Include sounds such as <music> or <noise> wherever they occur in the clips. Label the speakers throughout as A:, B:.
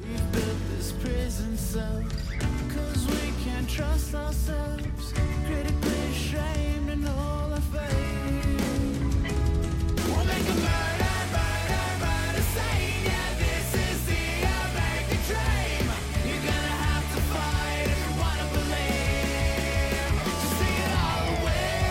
A: We've built this prison cell 'cause we can't trust ourselves. Critically shamed in all our fame. We'll make a murder, murder, murder scene. Yeah, this is the American dream. You're gonna have to fight if you wanna believe. Just take it all away.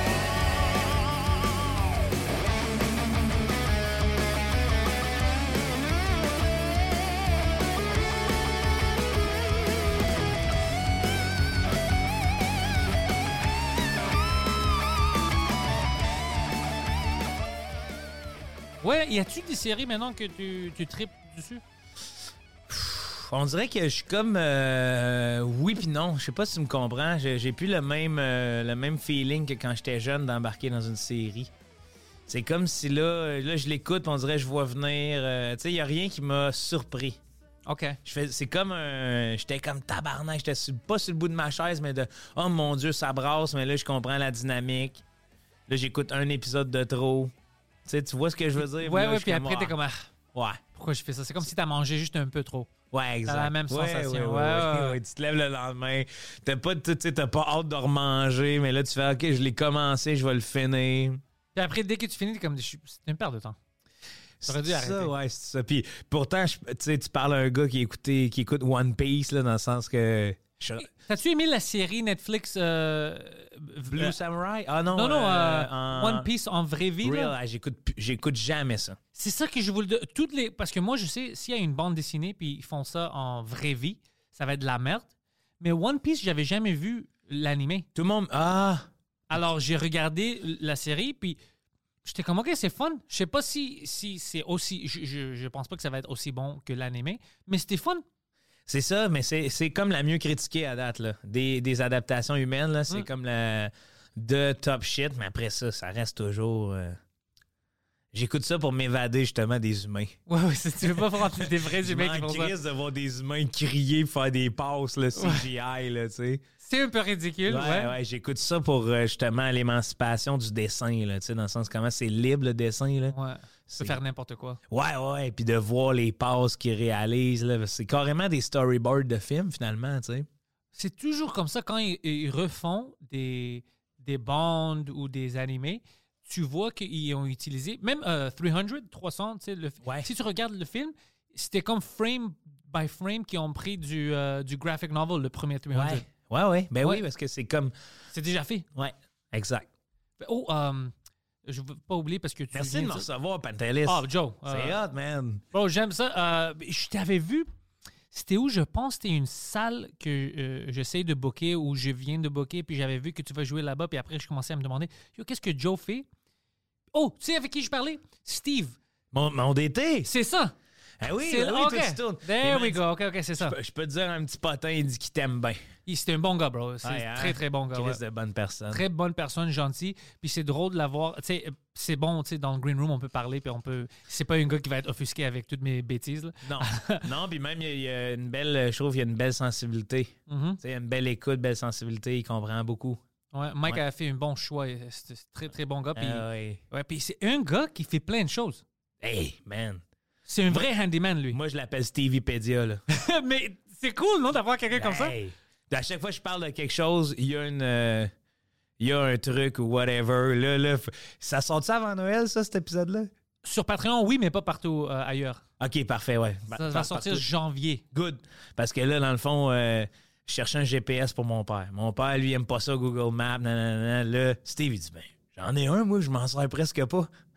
B: Ouais, y a-tu des séries maintenant que tu, tu tripes dessus?
C: On dirait que je suis comme euh, oui puis non. Je sais pas si tu me comprends. hein? J'ai j'ai plus le même euh, le même feeling que quand j'étais jeune d'embarquer dans une série. C'est comme si là euh, là je l'écoute, pis on dirait que je vois venir. euh, tu sais, y a rien qui m'a surpris.
B: Ok.
C: Je fais- c'est comme un. J'étais comme tabarnak. J'étais sur- pas sur le bout de ma chaise, mais de oh mon dieu ça brasse. Mais là je comprends la dynamique. Là j'écoute un épisode de trop. Tu sais, tu vois ce que je veux dire?
B: Ouais,
C: Là, je
B: ouais,
C: suis
B: puis après,
C: ah,
B: t'es comme, ah,
C: ouais.
B: pourquoi j'ai fait ça? C'est comme si t'as mangé juste un peu trop.
C: Ouais, exact.
B: la même
C: Ouais,
B: sensation.
C: ouais, ouais,
B: Ouais,
C: ouais,
B: ouais.
C: ouais. Tu te lèves le lendemain, t'as pas, tu sais, t'as pas hâte de remanger, mais là, tu fais, OK, je l'ai commencé, je vais le finir.
B: Puis après, dès que tu finis, t'es comme, je suis- c'est une perte de temps. T'aurais dû
C: C'est
B: arrêter.
C: Ça, ouais, c'est ça. Puis pourtant, je- tu sais, tu parles à un gars qui, écoutait, qui écoute One Piece, là, dans le sens que... je-
B: T'as-tu aimé la série Netflix euh,
C: Blue
B: euh,
C: Samurai? Ah non,
B: Non, non,
C: euh,
B: euh,
C: en-
B: One Piece en vraie vie.
C: Real,
B: là.
C: ah, j'écoute, pu- j'écoute jamais ça.
B: C'est ça que je voulais. de- Toutes les, parce que moi, je sais, s'il y a une bande dessinée puis ils font ça en vraie vie, ça va être de la merde. Mais One Piece, j'avais jamais vu l'animé.
C: Tout le monde... Ah!
B: Alors, j'ai regardé la série, puis j'étais comme, OK, c'est fun. Je sais pas si, si c'est aussi. Je, je, je pense pas que ça va être aussi bon que l'animé, mais c'était fun. <laughs>
C: C'est ça, mais c'est c'est comme la mieux critiquée à date, là. Des, des adaptations humaines, là, c'est
B: Mm.
C: comme la de top shit, mais après ça, ça reste toujours. euh, J'écoute ça pour m'évader justement des humains.
B: Ouais, ouais, c'est- tu veux pas voir des vrais
C: Je
B: humains qui
C: m'en
B: font ça.
C: crise de voir des humains crier, faire des passes, le CGI, là, tu sais.
B: C'est un peu ridicule,
C: Ouais,
B: ouais.
C: ouais, j'écoute ça pour euh, justement l'émancipation du dessin, là, tu sais, dans le sens comment c'est libre le dessin, là.
B: Ouais. Tu peux
C: C'est-
B: faire n'importe quoi.
C: Ouais, ouais, puis de voir les passes qu'ils réalisent, là, c'est carrément des storyboards de films finalement, tu sais.
B: C'est toujours comme ça quand ils, ils refont des, des bandes ou des animés. Tu vois qu'ils ont utilisé, même euh, 300, 300, tu sais, le, fi-
C: Ouais.
B: si tu regardes le film, c'était comme frame by frame qu'ils ont pris du, euh, du graphic novel, le premier 300.
C: Ouais, ouais, ouais. Ben
B: Ouais.
C: oui, parce que c'est comme.
B: C'est déjà fait.
C: Ouais, exact.
B: Oh, euh, je veux pas oublier parce que tu.
C: Merci
B: viens
C: de me
B: dire-
C: recevoir, Pantelis.
B: Ah, Joe.
C: c'est
B: euh,
C: hot, man.
B: Bro, j'aime ça. Euh, je t'avais vu. C'était où, je pense, c'était une salle que euh, j'essaye de booker ou je viens de booker, puis j'avais vu que tu vas jouer là-bas, puis après, je commençais à me demander Yo, qu'est-ce que Joe fait Oh, tu sais avec qui je parlais Steve.
C: Mon, mon DT.
B: C'est ça.
C: Ah oui,
B: C'est-
C: ah oui,
B: OK.
C: toi, tu tournes.
B: There
C: Mais
B: we go. OK, OK, c'est ça.
C: man, Je peux te dire un petit potin, il dit qu'il t'aime bien.
B: Il- C'était un bon gars, bro. C'est
C: Ouais,
B: un
C: hein?
B: très, très bon gars.
C: Chris
B: ouais.
C: de bonne personne.
B: Très bonne personne, gentil. Puis c'est drôle de l'avoir. Tu sais, euh, c'est bon, tu sais, dans le green room, on peut parler, puis on peut. C'est pas un gars qui va être offusqué avec toutes mes bêtises. là.
C: Non, <laughs> non puis même, il y a- il y a une belle. Je trouve qu'il y a une belle sensibilité. Tu
B: Mhm.
C: sais, une belle écoute, belle sensibilité, il comprend beaucoup.
B: Ouais, Mike
C: Ouais.
B: a fait un bon choix. euh, C'est c'est très, très bon gars. Puis
C: Ah ouais.
B: Ouais, puis c'est un gars qui fait plein de choses.
C: Hey, man.
B: C'est un vrai handyman, lui.
C: Moi, je l'appelle Steviepedia, là.
B: <laughs> Mais c'est cool, non, d'avoir quelqu'un comme ça?
C: Hey, À chaque fois que je parle de quelque chose, il y a une. euh, il y a un truc ou whatever. Là, là, f- ça sort ça avant Noël, ça, cet épisode-là?
B: Sur Patreon, oui, mais pas partout euh, ailleurs.
C: OK, parfait, ouais. Par-
B: Ça va
C: Ben, par-
B: sortir
C: partout.
B: janvier.
C: Good. Parce que là, dans le fond, euh, je cherchais un GPS pour mon père. Mon père, lui, il aime pas ça, Google Maps, nanana. Là, Steve, il dit, ben, j'en ai un, moi, je m'en sers presque pas. <laughs>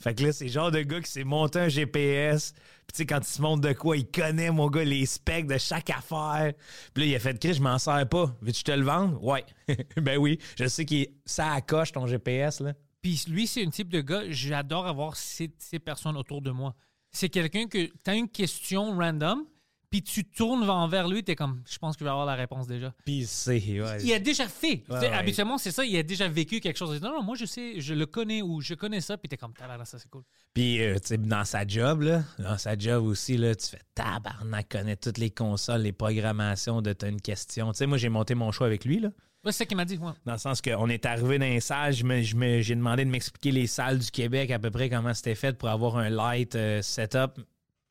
C: Fait que là, c'est le genre de gars qui s'est monté un GPS. Puis tu sais, quand il se montre de quoi, il connaît, mon gars, les specs de chaque affaire. Puis là, il a fait, Chris, je m'en sers pas. Veux-tu que je te le vendre? Ouais. <laughs> ben oui, je sais que ça accroche ton GPS, là.
B: Puis lui, c'est un type de gars, j'adore avoir ces, ces personnes autour de moi. c'est quelqu'un que tu as une question random, puis tu tournes vers lui, tu es comme, je pense qu'il va avoir la réponse déjà.
C: Puis c'est. ouais.
B: Il a déjà fait.
C: Ouais,
B: Tu sais,
C: ouais.
B: Habituellement, c'est ça, il a déjà vécu quelque chose. Non, non, moi, je sais, je le connais ou je connais ça, puis tu es comme, tabarnak, ça, c'est cool.
C: Puis, euh, tu sais, dans sa job, là, dans sa job aussi, là, tu fais tabarnak, connais toutes les consoles, les programmations de t'as une question. Tu sais, moi, j'ai monté mon choix avec lui, là.
B: Ouais, c'est ça qu'il m'a dit. ouais.
C: Dans le sens qu'on est arrivé dans les salles, je me- je me- j'ai demandé de m'expliquer les salles du Québec à peu près comment c'était fait pour avoir un light euh, setup.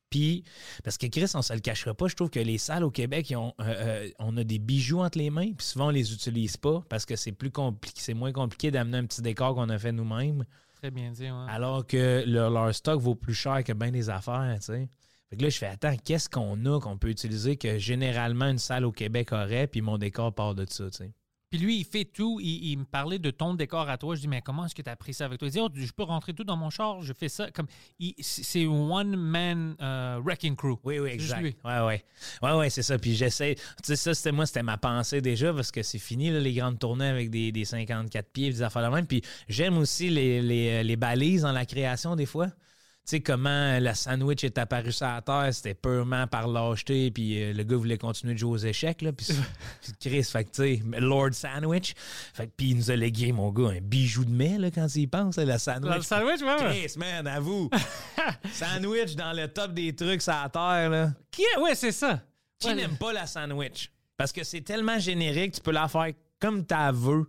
C: Puis, parce que Chris, on se le cachera pas, je trouve que les salles au Québec, ils ont, euh, euh, on a des bijoux entre les mains, puis souvent on les utilise pas parce que c'est plus compliqué, c'est moins compliqué d'amener un petit décor qu'on a fait nous-mêmes.
B: Très bien dit. ouais.
C: Alors que leur, leur stock vaut plus cher que bien des affaires, tu sais. Fait que là, je fais, attends, qu'est-ce qu'on a qu'on peut utiliser que généralement une salle au Québec aurait, puis mon décor part de ça, tu sais.
B: Puis lui, il fait tout. Il, il me parlait de ton décor à toi. Je dis, mais comment est-ce que tu as pris ça avec toi? Il dit, oh, je peux rentrer tout dans mon char. Je fais ça. Comme, il- c'est c'est one man euh, wrecking crew.
C: Oui, oui,
B: C'est juste
C: exact.
B: lui.
C: Ouais, ouais. Ouais, ouais, c'est ça. Puis j'essaie. Tu sais, ça, c'était moi, c'était ma pensée déjà, parce que c'est fini, là, les grandes tournées avec des, des 54 pieds, des affaires de même. Puis j'aime aussi les, les, les balises dans la création, des fois. Tu sais, comment la sandwich est apparue sur la terre, c'était purement par lâcheté, puis euh, le gars voulait continuer de jouer aux échecs,
B: <laughs>
C: là, puis, puis Chris, fait que, tu sais, Lord Sandwich, fait que, puis il nous a légué, mon gars, un bijou de mai, là, quand il y pense, là, la sandwich.
B: Dans le sandwich, ouais, ouais.
C: Chris, man,
B: <laughs>
C: à vous. sandwich dans le top des trucs sur la terre, là.
B: Qui est- Ouais, c'est ça.
C: Qui
B: Ouais,
C: n'aime pas la sandwich? Parce que c'est tellement générique, tu peux la faire comme t'as veux.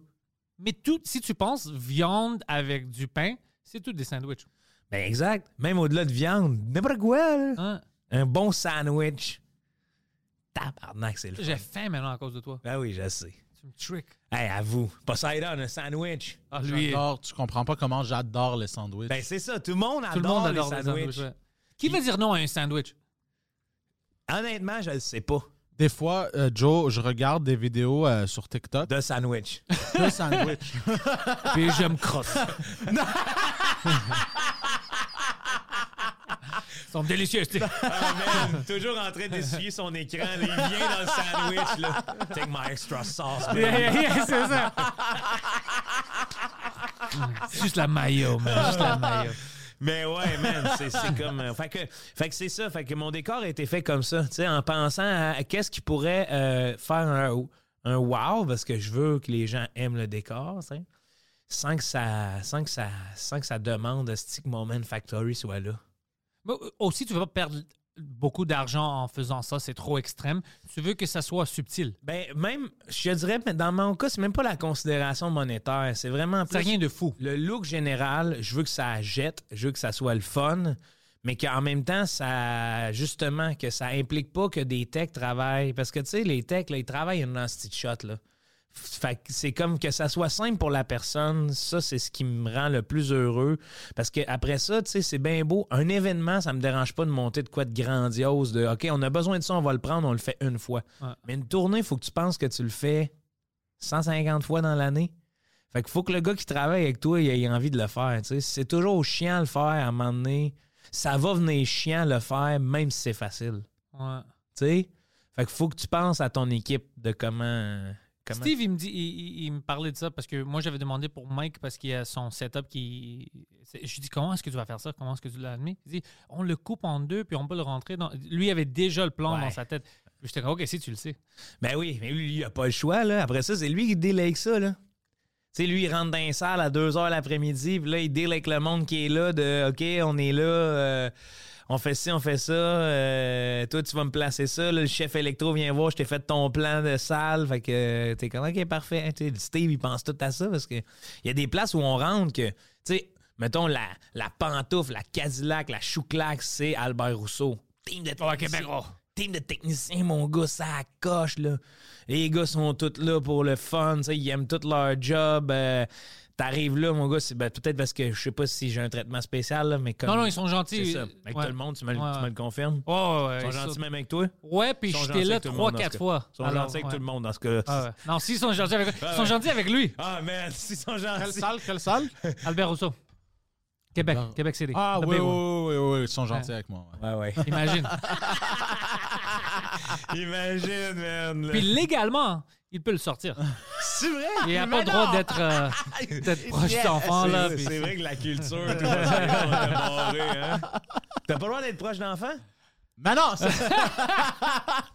B: Mais tout, si tu penses viande avec du pain, c'est tout des sandwichs.
C: Ben exact. Même au-delà de viande, n'importe quoi, là.
B: Hein?
C: Un bon sandwich. Tabarnak, c'est le fun.
B: J'ai faim maintenant à cause de toi.
C: Ben oui, je sais.
B: Tu me trick.
C: Hey, à vous. Poseidon, un sandwich.
B: Ah, lui, tout
D: J'adore, tu comprends pas comment j'adore les sandwichs.
C: Ben c'est ça, tout le monde adore,
B: le monde adore
C: les
B: les
C: sandwichs.
B: sandwichs. ouais. Qui va dire non à un sandwich?
C: Honnêtement, je le sais pas.
D: Des fois, euh, Joe, je regarde des vidéos euh, sur <laughs> TikTok
B: <laughs>
C: De sandwich.
D: de sandwich.
B: Puis je me crosse. <laughs> Ils sont délicieux, tu sais.
C: Ah, man, toujours en train d'essuyer son écran. là, il vient dans le sandwich, là. Take my extra sauce, baby.
B: Yeah, yeah, yeah, c'est ça. C'est Juste la maillot, man. Juste la maillot.
C: Mais ouais, man, c'est <laughs> c'est comme. euh, fait que, fait que c'est ça. Fait que mon décor a été fait comme ça. Tu sais, en pensant à, à qu'est-ce qui pourrait euh, faire un, un wow, parce que je veux que les gens aiment le décor, tu sais, sans que ça, sans que ça, sans que ça demande Stick Moment Factory soit là.
B: Mais aussi, tu veux pas perdre beaucoup d'argent en faisant ça. C'est trop extrême. Tu veux que ça soit subtil.
C: Ben, même, je te dirais, mais dans mon cas, c'est même pas la considération monétaire. C'est vraiment
B: C'est
C: plus-
B: rien de fou.
C: Le look général, je veux que ça jette, je veux que ça soit le fun, mais qu'en même temps, ça justement, que ça implique pas que des techs travaillent. Parce que tu sais, les techs, là, ils travaillent dans ce petit shot, là. Fait que c'est comme que ça soit simple pour la personne, ça c'est ce qui me rend le plus heureux. Parce que après ça, tu sais, c'est bien beau. Un événement, ça me dérange pas de monter de quoi de grandiose, de OK, on a besoin de ça, on va le prendre, on le fait une fois.
B: Ouais.
C: Mais une tournée, il faut que tu penses que tu le fais 150 fois dans l'année. Fait qu'il faut que le gars qui travaille avec toi, il ait envie de le faire. tu sais. C'est toujours chiant le faire à un moment donné. Ça va venir chiant le faire, même si c'est facile.
B: Ouais.
C: tu sais. Fait qu'il faut que tu penses à ton équipe de comment. comment...
B: Steve, il me, dit, il, il- il me parlait de ça parce que moi, j'avais demandé pour Mike parce qu'il a son setup qui. c'est- Je lui dis, comment est-ce que tu vas faire ça? Comment est-ce que tu l'as admis? Il dit, on le coupe en deux puis on peut le rentrer dans. Lui avait déjà le plan
C: Ouais.
B: dans sa tête. J'étais comme, OK, si tu le sais.
C: Ben oui, mais lui, il a pas le choix. Là. Après ça, c'est lui qui deal avec ça. Là. Tu sais, lui, il rentre dans une salle à 2 h l'après-midi, puis là, il deal avec le monde qui est là de OK, on est là, euh, on fait ci, on fait ça, euh, toi, tu vas me placer ça. là, le chef électro vient voir, je t'ai fait ton plan de salle. Fait que euh, t'es comme OK, parfait. Tu sais, Steve, il pense tout à ça parce que il y a des places où on rentre que, tu sais, mettons, la, la pantoufle, la Cadillac, la chouclac, c'est Albert Rousseau. Team de Québec, Team de techniciens, mon gars, ça coche, là. Les gars sont tous là pour le fun, tu sais, ils aiment tout leur job. euh, T'arrives là, mon gars, c'est ben, peut-être parce que je sais pas si j'ai un traitement spécial, là, mais comme.
B: Non, non, ils sont
C: C'est
B: gentils.
C: ça. Avec
B: Ouais.
C: tout le monde, tu me, le-
B: Ouais,
C: tu me
B: ouais.
C: le confirmes.
B: Ouais, ouais,
C: Ils
B: ouais,
C: sont
B: ils
C: gentils
B: sont-
C: même avec toi.
B: Ouais, puis
C: Ils sont
B: j'étais
C: gentils
B: là
C: avec tout le monde, dans ce
B: 3-4
C: cas.
B: fois.
C: Ils sont
B: Alors,
C: gentils avec
B: ouais.
C: tout le monde dans ce cas-là.
B: Ah ouais. Non, s'ils sont gentils avec, ils sont gentils avec lui,
C: Ah, man, <laughs> ils sont
D: Quelle
C: gentils.
D: salle, quelle salle?
B: Albert Rousseau. Québec,
D: Albert-
B: Québec CD.
D: Ah
B: The
D: oui, oui,
B: big one.
D: oui, oui, oui, ils sont gentils avec moi. ouais.
C: Ouais,
B: <laughs>
C: ouais.
B: Imagine.
C: Imagine, man. là.
B: Puis légalement, il peut le sortir.
C: C'est vrai.
B: Il n'a
C: mais
B: pas le droit
C: non.
B: d'être
C: <laughs>
B: euh, d'être proche
C: Yes.
B: d'enfant. là.
C: C'est
B: puis- <laughs>
C: c'est vrai que la culture, tout ça, c'est barré, hein. T'as pas le droit d'être proche d'enfants?
D: Mais non, ça,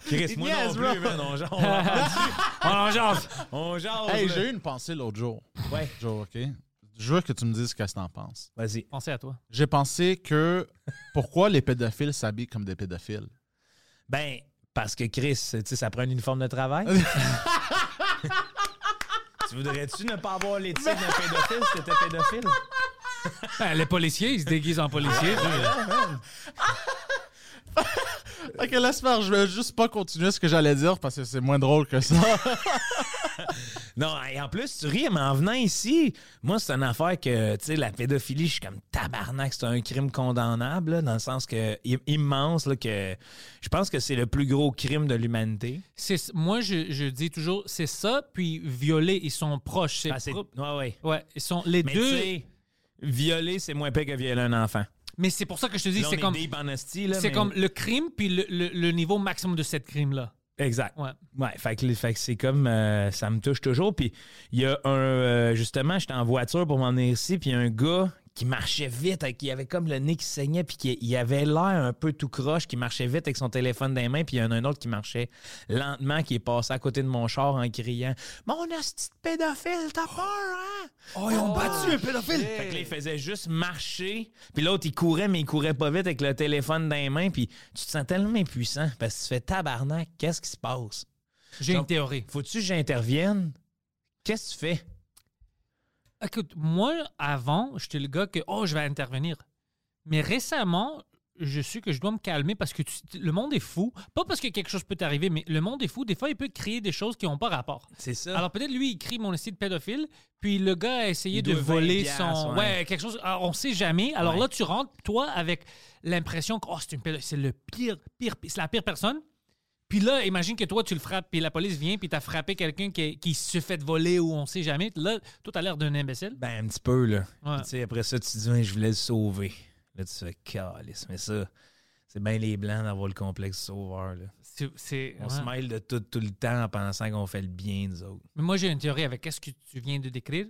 C: Chris, moi
D: niaise,
C: non
D: bro.
C: plus, man. On jase. On
B: <laughs> Oh,
C: en jase. On jase.
D: Hey,
C: là.
D: j'ai eu une pensée l'autre jour.
C: Ouais.
D: Joe, OK? Je veux que tu me dises qu'est-ce que t'en penses.
C: Vas-y.
B: Pensez à toi.
D: J'ai pensé que pourquoi les pédophiles s'habillent comme des pédophiles?
C: Ben, parce que Chris, tu sais, ça prend une uniforme de travail. tu voudrais-tu ne pas avoir l'éthique d'un pédophile si t'étais pédophile?
B: Ben, les policiers, ils se déguisent en policiers.
D: Ok, laisse faire, je vais juste pas continuer ce que j'allais dire parce que c'est moins drôle que ça. <laughs>
C: Non, et en plus, tu ris, mais en venant ici, moi, c'est une affaire que, tu sais, la pédophilie, je suis comme tabarnak, c'est un crime condamnable, là, dans le sens que im- immense, là, que je pense que c'est le plus gros crime de l'humanité.
B: C'est- moi, je, je dis toujours, c'est ça, puis violer, ils sont proches. C'est
C: Ah, c'est-
B: pro-
C: ouais, ouais.
B: Ouais, ils sont les
C: Mais
B: deux.
C: tu sais, violer, c'est moins pire que violer un enfant.
B: Mais c'est pour ça que je te dis,
C: Là, on
B: c'est
C: est
B: comme,
C: deep en hostie, là,
B: c'est
C: mais-
B: comme le crime, puis le, le- le niveau maximum de cette crime-là.
C: Exact.
B: Ouais.
C: Ouais, fait que, fait que c'est comme euh, ça me touche toujours. Puis il y a un euh, justement, j'étais en voiture pour m'en venir ici, puis il y a un gars qui marchait vite, avec, qui avait comme le nez qui saignait, puis qui il avait l'air un peu tout croche, qui marchait vite avec son téléphone dans les mains, puis il y en a un autre qui marchait lentement, qui est passé à côté de mon char en criant Mon hostie de pédophile, t'as peur, hein? Oh, ils ont battu un pédophile! Fait que là, il faisait juste marcher, puis l'autre, il courait, mais il courait pas vite avec le téléphone dans les mains, puis tu te sens tellement impuissant parce que tu fais tabarnak, qu'est-ce qui se passe?
B: J'ai une
C: Donc-
B: théorie.
C: Faut-tu que j'intervienne? Qu'est-ce que tu fais?
B: Écoute, moi, avant, j'étais le gars que, oh, je vais intervenir. Mais récemment, je suis que je dois me calmer parce que tu- le monde est fou. Pas parce que quelque chose peut t'arriver, mais le monde est fou. Des fois, il peut créer des choses qui n'ont pas rapport.
C: C'est ça.
B: Alors peut-être lui, il crie mon style pédophile, puis le gars a essayé
C: Il
B: de
C: doit 20
B: voler
C: piastres,
B: son...
C: ouais.
B: Ouais. quelque chose... Alors, on sait jamais. Alors
C: Ouais.
B: là, tu rentres, toi, avec l'impression que oh, c'est une pédo- c'est le pire, pire, pire- c'est la pire personne. Puis là, imagine que toi, tu le frappes, puis la police vient, puis t'as frappé quelqu'un qui, qui se fait voler ou on sait jamais. Là, toi, t'as l'air d'un imbécile.
C: ben, un petit peu, là.
B: Ouais.
C: Tu sais, après ça, tu te dis, Hein, je voulais le sauver. Là, tu fais, calice, mais ça, c'est bien les Blancs d'avoir le complexe sauveur, là.
B: C'est, c'est-
C: On
B: ouais.
C: se mêle de tout, tout le temps en pensant qu'on fait le bien, nous autres.
B: Mais moi, j'ai une théorie avec ce que tu viens de décrire.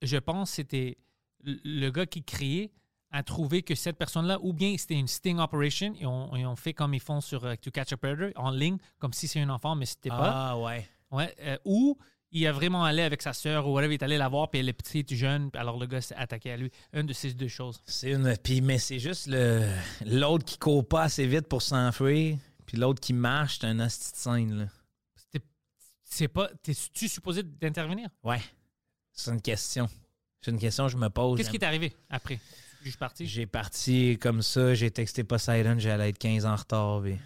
B: Je pense que c'était le- le gars qui criait a trouvé que cette personne-là, ou bien c'était une sting operation, et on, et on fait comme ils font sur euh, To Catch a Predator, en ligne, comme si c'est un enfant, mais c'était pas.
C: Ah, ouais.
B: Ouais, euh, ou il a vraiment allé avec sa sœur, ou whatever, il est allé la voir, puis elle est petite, jeune, puis alors le gars s'est attaqué à lui. Une de ces deux choses.
C: C'est une. Puis, mais c'est juste le l'autre qui court pas assez vite pour s'enfuir, puis l'autre qui marche, c'est un hostie de scène, là.
B: C'était- C'est pas... T'es-tu supposé d'intervenir?
C: Ouais. C'est une question. C'est une question que je me pose.
B: Qu'est-ce qui
C: J'aime
B: est arrivé après? Je suis parti.
C: J'ai parti comme ça, j'ai texté Poseidon, j'allais être 15 ans en
B: <laughs>
C: retard. puis-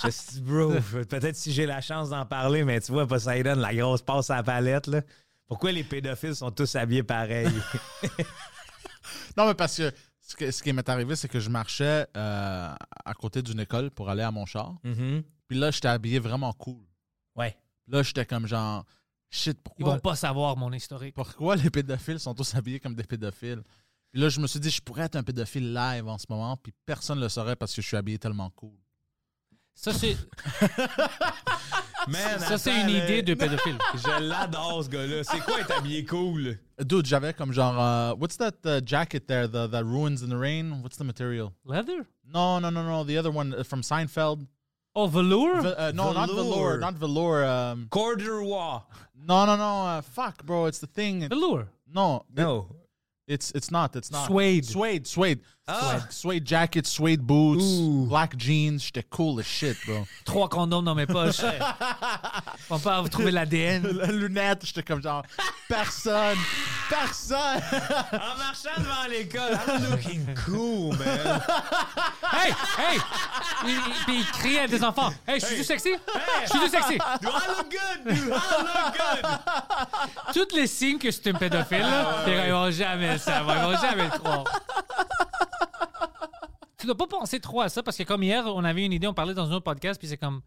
C: je me suis dit, bro, peut-être si j'ai la chance d'en parler, mais tu vois, Poseidon, la grosse passe à la palette, là. Pourquoi les pédophiles sont tous
B: <laughs>
C: habillés pareil?
D: Non, mais parce que ce, que- ce qui m'est arrivé, c'est que je marchais euh, à côté d'une école pour aller à mon char.
C: Mhm.
D: Puis là, j'étais habillé vraiment cool.
C: Ouais.
D: Là, j'étais comme genre, shit,
B: Ils
D: pourquoi,
B: vont pas savoir mon historique.
D: pourquoi les pédophiles sont tous habillés comme des pédophiles? Puis là, je me suis dit, je pourrais être un pédophile live en ce moment, puis personne ne le saurait parce que je suis habillé tellement cool.
B: Ça,
C: <laughs>
B: c'est...
C: Man,
B: Ça, c'est
C: attends,
B: une
C: là.
B: idée de
C: <laughs>
B: pédophile.
C: Je l'adore, ce gars-là. C'est quoi être habillé cool?
D: Dude, j'avais comme genre, euh, what's that uh, jacket there, the, the ruins in the rain? What's the material?
B: Leather?
D: No, no, no, no, the other one uh, from
B: <laughs>
D: Seinfeld.
B: Oh, velours?
D: Ve- uh, no, not velour,
C: Velour.
D: not velour. Um,
C: Corduroy.
D: no, no, no, uh, fuck, bro, it's the thing.
B: velours.
D: No,
C: No.
D: It's it's not. It's not.
B: Suede.
D: Suede. Suede.
C: Ah.
D: Suede. Suede jacket, suede boots,
C: Ooh.
D: black jeans. J'étais cool as shit, bro.
B: Trois condoms dans mes poches. <laughs> On peut vous trouver
D: <laughs>
B: l'ADN.
D: <laughs> La lunette, j'étais comme <laughs> genre, personne, personne.
C: En marchant devant l'école, I'm looking cool, man.
B: Hey, hey! Il- il- Puis il crie à des enfants. Hey, je suis du sexy? Je suis du sexy.
C: Do I look good? Do I look good?
B: Toutes les signes que c'est un pédophile, là, puis ils vont jamais le savoir. Ils vont jamais le croire. Tu dois pas penser trop à ça parce que comme hier, on avait une idée, on parlait dans un autre podcast, puis c'est comme...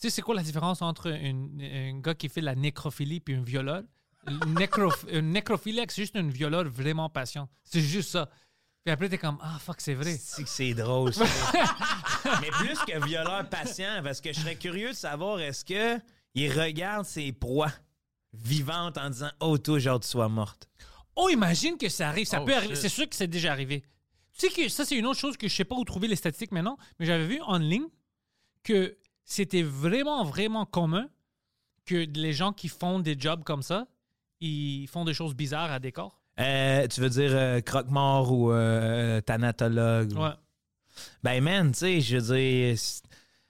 B: Tu sais, c'est quoi la différence entre une- un gars qui fait de la nécrophilie puis un violeur? Le nécroph- Un nécrophiliaque, c'est juste un violeur vraiment patient. C'est juste ça. Puis après, t'es comme, ah, fuck, c'est vrai.
C: C'est que c'est drôle, ça. <laughs> Mais plus que violeur patient, parce que je serais curieux de savoir est-ce que il regarde ses proies vivantes en disant Oh, toi, genre, tu sois morte.
B: Oh, imagine que ça arrive. Ça
D: Oh,
B: peut arriver.
D: shit.
B: C'est sûr que c'est déjà arrivé. Tu Tu sais que ça, c'est une autre chose que je sais pas où trouver les statistiques maintenant, mais j'avais vu en ligne que c'était vraiment, vraiment commun que les gens qui font des jobs comme ça, ils font des choses bizarres à des corps.
C: Euh, tu veux dire euh, croque-mort ou euh, thanatologue? ou-
B: Ouais.
C: Ben, man, tu sais, je veux dire, c'est-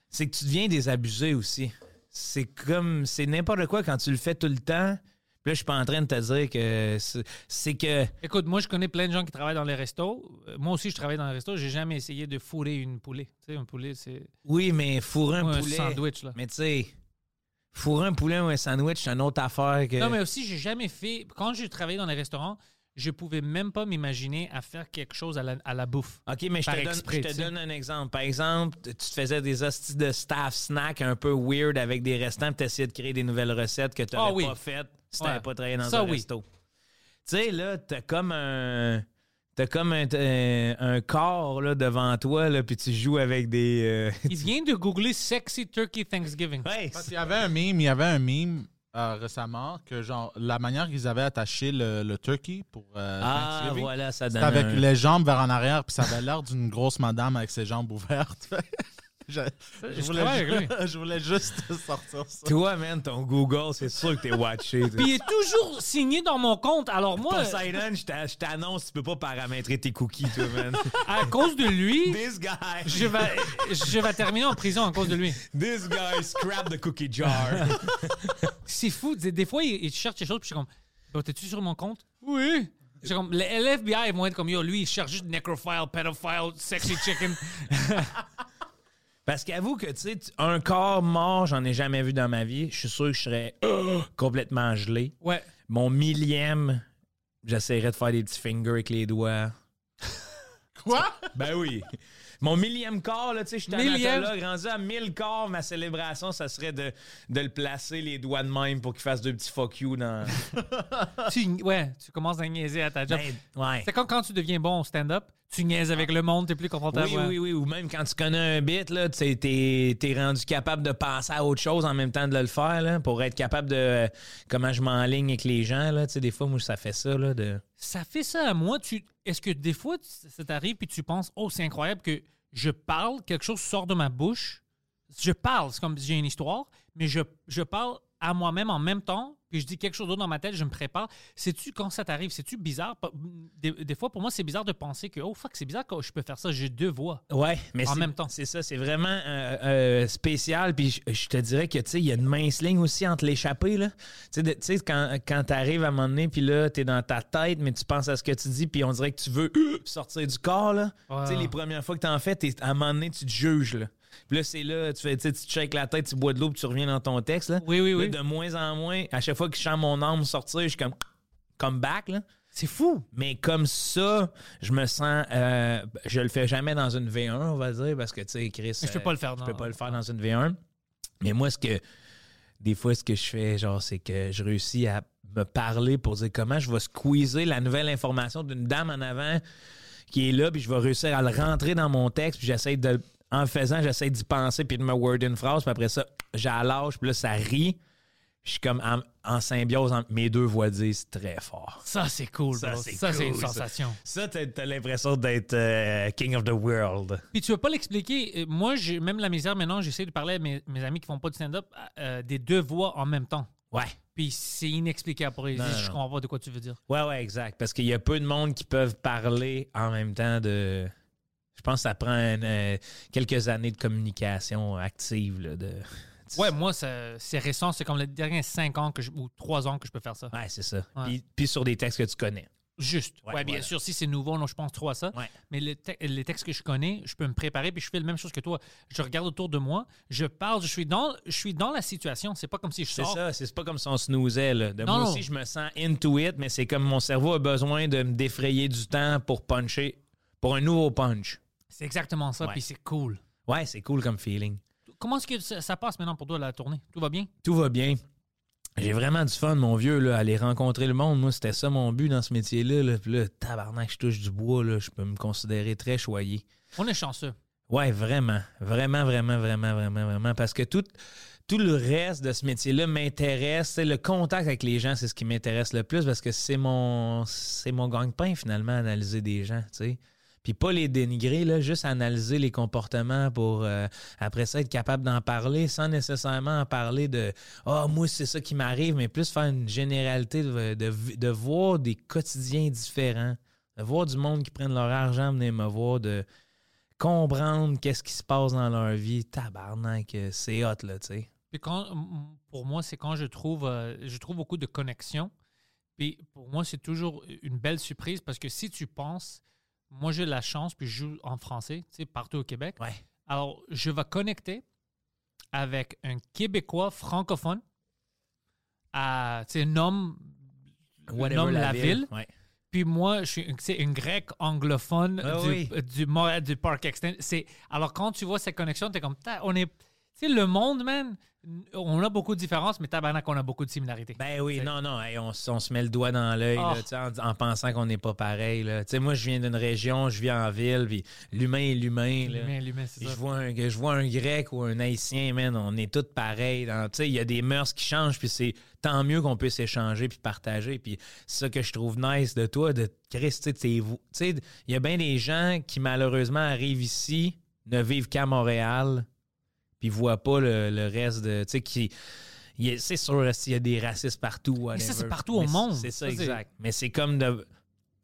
C: c'est que tu deviens désabusé aussi. C'est comme, c'est n'importe quoi quand tu le fais tout le temps. Puis là, je suis pas en train de te dire que c'est- c'est que.
B: Écoute, moi, je connais plein de gens qui travaillent dans les restos. Euh, Moi aussi, je travaille dans les restos. J'ai jamais essayé de fourrer une poulet. Tu sais, un poulet, c'est
C: Oui, mais fourrer un
B: Ouais, un
C: poulet.
B: sandwich, là.
C: Mais tu sais, fourrer un poulet ou un sandwich, c'est une autre affaire que.
B: Non, mais aussi, j'ai jamais fait. Quand j'ai travaillé dans les restaurants, je pouvais même pas m'imaginer à faire quelque chose à la, à la bouffe.
C: OK, mais je
B: Par
C: te, donne,
B: exprès,
C: je te
B: tu sais.
C: donne un exemple. Par exemple, t- tu te faisais des hosties de staff snack un peu weird avec des restants, puis tu essayais de créer des nouvelles recettes que tu n'aurais
B: Ah oui.
C: pas faites si tu
B: Ouais.
C: pas travaillé dans
B: Ça,
C: un
B: oui.
C: resto. Tu sais, là, t'as comme un. T'as comme un, un- un corps là, devant toi, là, puis tu joues avec des. euh, <laughs>
B: Il vient de googler Sexy Turkey Thanksgiving.
C: ouais,
D: Parce
C: c'est-
D: qu'il y avait un mime, il y avait un mime euh, récemment que genre la manière qu'ils avaient attaché le, le turkey pour euh,
C: ah,
D: Thanksgiving,
C: voilà, ça donne.
D: c'était avec
C: un-
D: les jambes vers en arrière, puis ça avait l'air d'une grosse madame avec ses jambes ouvertes. <laughs> je, je
B: Je
D: voulais
B: travaille
D: ju-
B: avec
D: <laughs> je voulais juste sortir ça.
C: Toi, man, ton Google, c'est sûr que t'es watché.
D: <laughs>
C: toi.
B: Puis il est toujours signé dans mon compte. Alors moi,
C: Poseidon, je t'a- je t'annonce, tu peux pas paramétrer tes cookies, toi,
B: <laughs>
C: man.
B: à cause de lui,
C: This guy.
B: je vais, je vais terminer en prison à cause de lui.
C: This guy scrapped the cookie jar.
B: C'est fou. Des, des fois, ils, ils cherchent des choses, puis je suis comme, Bon, t'es-tu sur mon compte? Oui. J'ai comme, le FBI vont être comme, yo, lui, il cherche juste necrophile, pedophile, sexy chicken.
C: Parce qu'avoue que, tu sais, tu- un corps mort, j'en ai jamais vu dans ma vie. Je suis sûr que je serais euh, complètement gelé.
B: Ouais.
C: Mon millième, j'essaierais de faire des petits fingers avec les doigts.
D: Quoi?
C: Ben oui. Mon millième corps, là, tu sais, je suis
B: Millième.
C: thanatologue. Rendu à 1000 corps, ma célébration, ça serait de, de le placer les doigts de même pour qu'il fasse deux petits fuck you dans.
B: Tu, ouais, tu commences à niaiser à ta job.
C: Ben, ouais.
B: C'est comme quand tu deviens bon au stand-up, tu niaises avec le monde, t'es plus confortable.
C: Oui,
B: ouais.
C: oui, oui. Ou même quand tu connais un bit, là, tu sais, t'es, t'es rendu capable de passer à autre chose en même temps de le faire, là, pour être capable de euh, comment je m'enligne avec les gens, là. Tu sais, des fois, moi, ça fait ça, là, de...
B: Ça fait ça à moi. Tu, est-ce que des fois, tu- ça t'arrive puis tu penses, oh, c'est incroyable que je parle, quelque chose sort de ma bouche. Je parle, c'est comme si j'ai une histoire, mais je, je parle à moi-même en même temps, puis je dis quelque chose d'autre dans ma tête, je me prépare. Sais-tu quand ça t'arrive? C'est-tu bizarre? Pa- Des, des fois, pour moi, c'est bizarre de penser que, oh, fuck, c'est bizarre que je peux faire ça, j'ai deux voix.
C: Ouais, mais
B: En
C: c'est-
B: même temps.
C: C'est ça, c'est vraiment euh, euh, spécial. Puis je- je te dirais que, tu sais, il y a une mince ligne aussi entre l'échappée, là. Tu sais, de- tu sais, quand, quand t'arrives à un moment donné, puis là, t'es dans ta tête, mais tu penses à ce que tu dis, puis on dirait que tu veux euh, sortir du corps, là.
B: Ouais.
C: Tu sais, les premières fois que t'en fais, t'es- à un moment donné, tu te juges, là. Puis là, c'est là, tu fais, tu sais, tu checkes la tête, tu bois de l'eau, puis tu reviens dans ton texte, là.
B: Oui, oui,
C: Là,
B: oui.
C: de moins en moins, à chaque fois que je sens mon âme sortir, je suis comme, come back, là.
B: C'est fou!
C: Mais comme ça, je me sens. euh, je le fais jamais dans une V1, on va dire, parce que, tu sais, Chris.
B: Mais je peux
C: euh,
B: pas le faire,
C: Je
B: non.
C: peux pas le faire dans une V1. Mais moi, ce que. Des fois, ce que je fais, genre, c'est que je réussis à me parler pour dire comment je vais squeezer la nouvelle information d'une dame en avant qui est là, puis je vais réussir à le rentrer dans mon texte, puis j'essaie de. En le faisant, j'essaie d'y penser, puis de me word une phrase, puis après ça, j'allâche, puis là, ça rit. Je suis comme en, en symbiose, entre mes deux voix disent très fort.
B: Ça, c'est cool,
C: Ça,
B: bro.
C: c'est
B: Ça, c'est une
C: cool, ça.
B: sensation.
C: Ça, t'as t'as l'impression d'être euh, King of the World.
B: Puis tu veux pas l'expliquer. Euh, Moi, j'ai même la misère maintenant, j'essaie de parler à mes, mes amis qui font pas de stand-up euh, des deux voix en même temps.
C: Ouais.
B: Puis c'est inexplicable pour eux. Ils
C: Non,
B: disent,
C: non,
B: Je
C: non.
B: comprends pas de quoi tu veux dire.
C: Ouais, ouais, exact. Parce qu'il y a peu de monde qui peuvent parler en même temps de. Je pense que ça prend euh, quelques années de communication active. là, de...
B: Ouais, moi, ça- c'est récent. C'est comme les derniers cinq ans que je- ou trois ans que je peux faire ça.
C: Ouais, c'est ça.
B: Ouais.
C: Puis, puis sur des textes que tu connais.
B: Juste. Ouais,
C: Ouais,
B: bien
C: voilà.
B: sûr, si c'est nouveau, non, je pense trop à ça.
C: Ouais.
B: Mais le te- les textes que je connais, je peux me préparer puis je fais la même chose que toi. Je regarde autour de moi, je parle, je suis dans, je suis dans la situation. C'est pas comme si je
C: C'est
B: sors.
C: ça, c'est c'est pas comme si on snoozait. Là. De
B: Non,
C: moi
B: non.
C: aussi, je me sens into it, mais c'est comme mon cerveau a besoin de me défrayer du temps pour puncher, pour un nouveau punch.
B: C'est exactement ça.
C: Ouais.
B: Puis c'est cool.
C: Ouais, c'est cool comme feeling.
B: Comment est-ce que ça, ça passe maintenant pour toi la tournée Tout va bien
C: Tout va bien. J'ai vraiment du fun, mon vieux, là, aller rencontrer le monde. Moi, c'était ça mon but dans ce métier-là. Là. Puis là, tabarnak, je touche du bois, là, je peux me considérer très choyé.
B: On est chanceux.
C: Ouais, vraiment. Vraiment, vraiment, vraiment, vraiment, vraiment. Parce que tout, tout le reste de ce métier-là m'intéresse. C'est le contact avec les gens, c'est ce qui m'intéresse le plus parce que c'est mon, c'est mon gagne-pain, finalement, analyser des gens, tu sais. Puis pas les dénigrer, là, juste analyser les comportements pour euh, après ça être capable d'en parler sans nécessairement en parler de Ah, moi, c'est ça qui m'arrive, mais plus faire une généralité de, de, de voir des quotidiens différents, de voir du monde qui prennent leur argent, venir me voir, de comprendre qu'est-ce qui se passe dans leur vie. Tabarnak, euh, c'est hot, là, tu sais.
B: Puis quand, m- pour moi, c'est quand je trouve, euh, je trouve beaucoup de connexions. Puis pour moi, c'est toujours une belle surprise parce que si tu penses, moi j'ai la chance, puis je joue en français, tu sais, partout au Québec.
C: Ouais.
B: Alors, je vais connecter avec un Québécois francophone, à, tu sais, nomme, nomme la, ville.
C: Ouais.
B: Puis moi, je suis un- c'est une grecque anglophone
C: Ah
B: du,
C: oui.
B: euh, du, Montréal- du Parc Extend. C'est, alors, quand tu vois cette connexion, t'es comme, Ta- on est. Tu sais, le monde, man, on a beaucoup de différences, mais tabarnak, on a beaucoup de similarités.
C: Ben oui,
B: C'est-
C: non, non, hey, on, s- on se met le doigt dans l'œil là,
B: Ah.
C: tu sais, en, en pensant qu'on n'est pas pareil. là. Tu sais, Moi, je viens d'une région, je vis en ville, puis l'humain est l'humain. là.
B: L'humain, l'humain, c'est
C: Puis
B: ça.
C: Je vois, un, je vois un grec ou un haïtien, man, on est tous pareils. dans- tu sais, Il y a des mœurs qui changent, puis c'est tant mieux qu'on peut s'échanger puis partager. Puis c'est ça que je trouve nice de toi, de Chris, tu sais, t'es vous- tu sais, Il y a bien des gens qui malheureusement arrivent ici, ne vivent qu'à Montréal, puis voient pas le, le reste de. Tu sais, qui. il y a- C'est sûr, s'il y a des racistes partout.
B: Mais ça,
C: whatever.
B: c'est partout au
C: Mais c'est-
B: monde.
C: C'est ça,
B: Ça, c'est-
C: exact. Mais c'est comme de.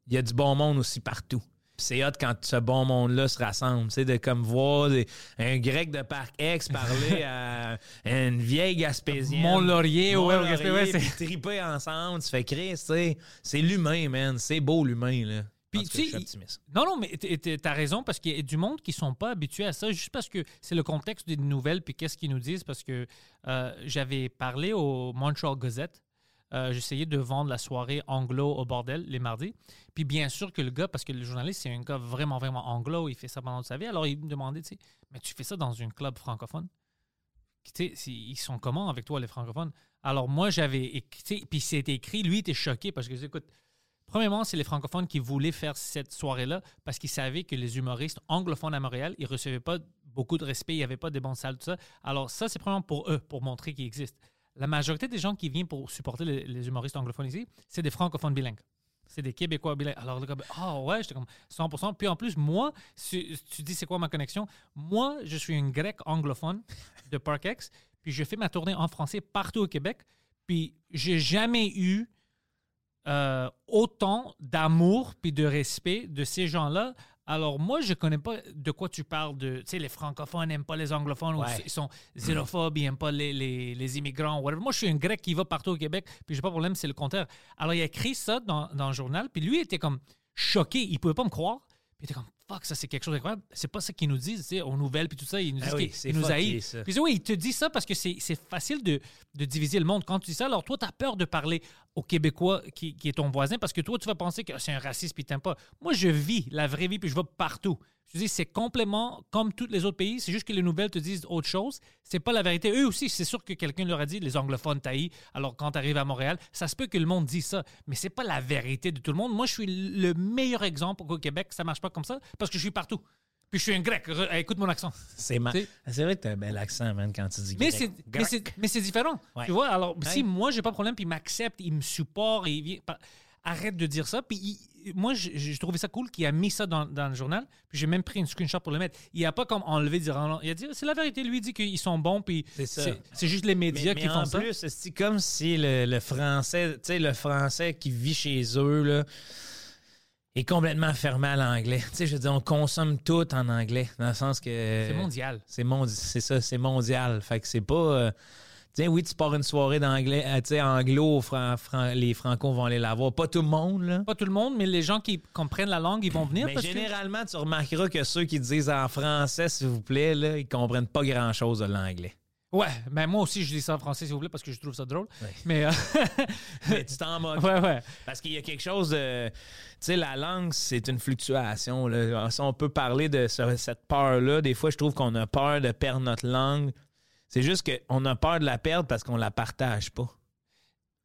C: Il y a du bon monde aussi partout. Puis C'est hot quand ce bon monde-là se rassemble. Tu sais, de comme voir des- un grec de Parc
B: <laughs>
C: X parler à une vieille Gaspésienne.
B: Mont-Laurier, ouais,
C: Mont-Laurier,
B: Gaspé, ouais, c'est-
C: puis triper ensemble. Tu fais Chris, tu sais. C'est l'humain, man. C'est beau, l'humain, là.
B: Puis,
C: En tout cas,
B: tu sais,
C: je suis optimiste.
B: Non, non, mais t'es- t'es- t'as raison parce qu'il y a du monde qui sont pas habitués à ça juste parce que c'est le contexte des nouvelles puis qu'est-ce qu'ils nous disent parce que euh, j'avais parlé au Montreal Gazette. euh, J'essayais de vendre la soirée anglo au bordel les mardis. Puis bien sûr que le gars, parce que le journaliste, c'est un gars vraiment, vraiment anglo, il fait ça pendant toute sa vie. Alors il me demandait, tu sais, mais tu fais ça dans un club francophone? Tu sais, c'est- ils sont comment avec toi, les francophones? Alors moi, j'avais écrit, tu sais, puis c'était écrit, lui, il était choqué parce que, écoute, Premièrement, c'est les francophones qui voulaient faire cette soirée-là parce qu'ils savaient que les humoristes anglophones à Montréal, ils recevaient pas beaucoup de respect, il n'y avait pas de bonnes salles, tout ça. Alors ça, c'est premièrement pour eux, pour montrer qu'ils existent. La majorité des gens qui viennent pour supporter les, les humoristes anglophones ici, c'est des francophones bilingues. C'est des Québécois bilingues. Alors, le gars, ah ouais, j'étais comme 100%. Puis en plus, moi, si- tu dis c'est quoi ma connexion? Moi, je suis une grecque anglophone de Parkex, <laughs> puis je fais ma tournée en français partout au Québec, puis j'ai jamais eu euh, autant d'amour puis de respect de ces gens-là. Alors moi, je connais pas de quoi tu parles. De, tu sais, les francophones n'aiment pas les anglophones,
C: Ouais.
B: ou ils sont xénophobes, ils n'aiment pas les, les, les immigrants. Whatever. Moi, je suis un grec qui va partout au Québec, puis j'ai pas de problème, c'est le contraire. Alors il a écrit ça dans, dans le journal, puis lui était comme choqué, il pouvait pas me croire. Puis il était comme fuck, ça c'est quelque chose d'incroyable. C'est pas ça qu'ils nous disent, tu sais, aux nouvelles puis tout ça, ils nous
C: Ah
B: disent
C: oui,
B: qu'ils-
C: c'est
B: ils nous
C: fucké,
B: haïssent.
C: ça.
B: Puis oui, il te dit ça parce que c'est c'est facile de, de diviser le monde. Quand tu dis ça, alors toi, tu as peur de parler au Québécois qui, qui est ton voisin parce que toi, tu vas penser que c'est un raciste puis t'aimes pas. Moi, je vis la vraie vie puis je vais partout. Je dis, c'est complètement comme tous les autres pays. C'est juste que les nouvelles te disent autre chose. C'est pas la vérité. Eux aussi, c'est sûr que quelqu'un leur a dit les anglophones taillent. Alors, quand tu arrives à Montréal, ça se peut que le monde dise ça. Mais c'est pas la vérité de tout le monde. Moi, je suis le meilleur exemple au Québec. Ça marche pas comme ça parce que je suis partout. Puis je suis un grec. Re- écoute mon accent.
C: C'est ma-
B: tu
C: C'est vrai que t'as un bel accent, man, quand tu dis
B: Mais
C: grec.
B: c'est, mais,
C: Grec.
B: c'est, mais c'est différent.
C: Ouais.
B: Tu vois, alors
C: Ouais.
B: si moi, j'ai pas de problème, puis il m'accepte, il me supporte, et il vient- pa- arrête de dire ça. Puis il- moi, j'ai j'ai trouvé ça cool qu'il a mis ça dans, dans le journal, puis j'ai même pris une screenshot pour le mettre. Il a pas comme enlevé, dire, oh non. il a dit, c'est la vérité, lui, il dit qu'ils sont bons, puis
C: C'est ça.
B: c'est, c'est juste les médias
C: mais
B: qui font
C: en
B: ça.
C: plus, c'est comme si le, le français, tu sais, le français qui vit chez eux, là, est complètement fermé à l'anglais. <laughs> Tu sais, je veux dire, on consomme tout en anglais, dans le sens que...
B: C'est mondial.
C: C'est mondi- c'est ça, c'est mondial. Fait que c'est pas... euh, tu sais, oui, tu pars une soirée d'anglais, euh, tu sais, anglo, fran- fran- les francos vont aller la voir. Pas tout le monde, là.
B: Pas tout le monde, mais les gens qui comprennent la langue, ils vont venir.
C: Mais
B: parce que-
C: généralement, tu remarqueras que ceux qui disent en français, s'il vous plaît, là, ils comprennent pas grand-chose de l'anglais.
B: Ouais, mais moi aussi, je dis ça en français, s'il vous plaît, parce que je trouve ça drôle.
C: Ouais.
B: Mais, euh,
C: Mais tu t'en moques.
B: ouais, ouais.
C: Parce qu'il y a quelque chose de. Tu sais, la langue, c'est une fluctuation. là. Si on peut parler de ce- cette peur-là, des fois, je trouve qu'on a peur de perdre notre langue. C'est juste qu'on a peur de la perdre parce qu'on la partage pas.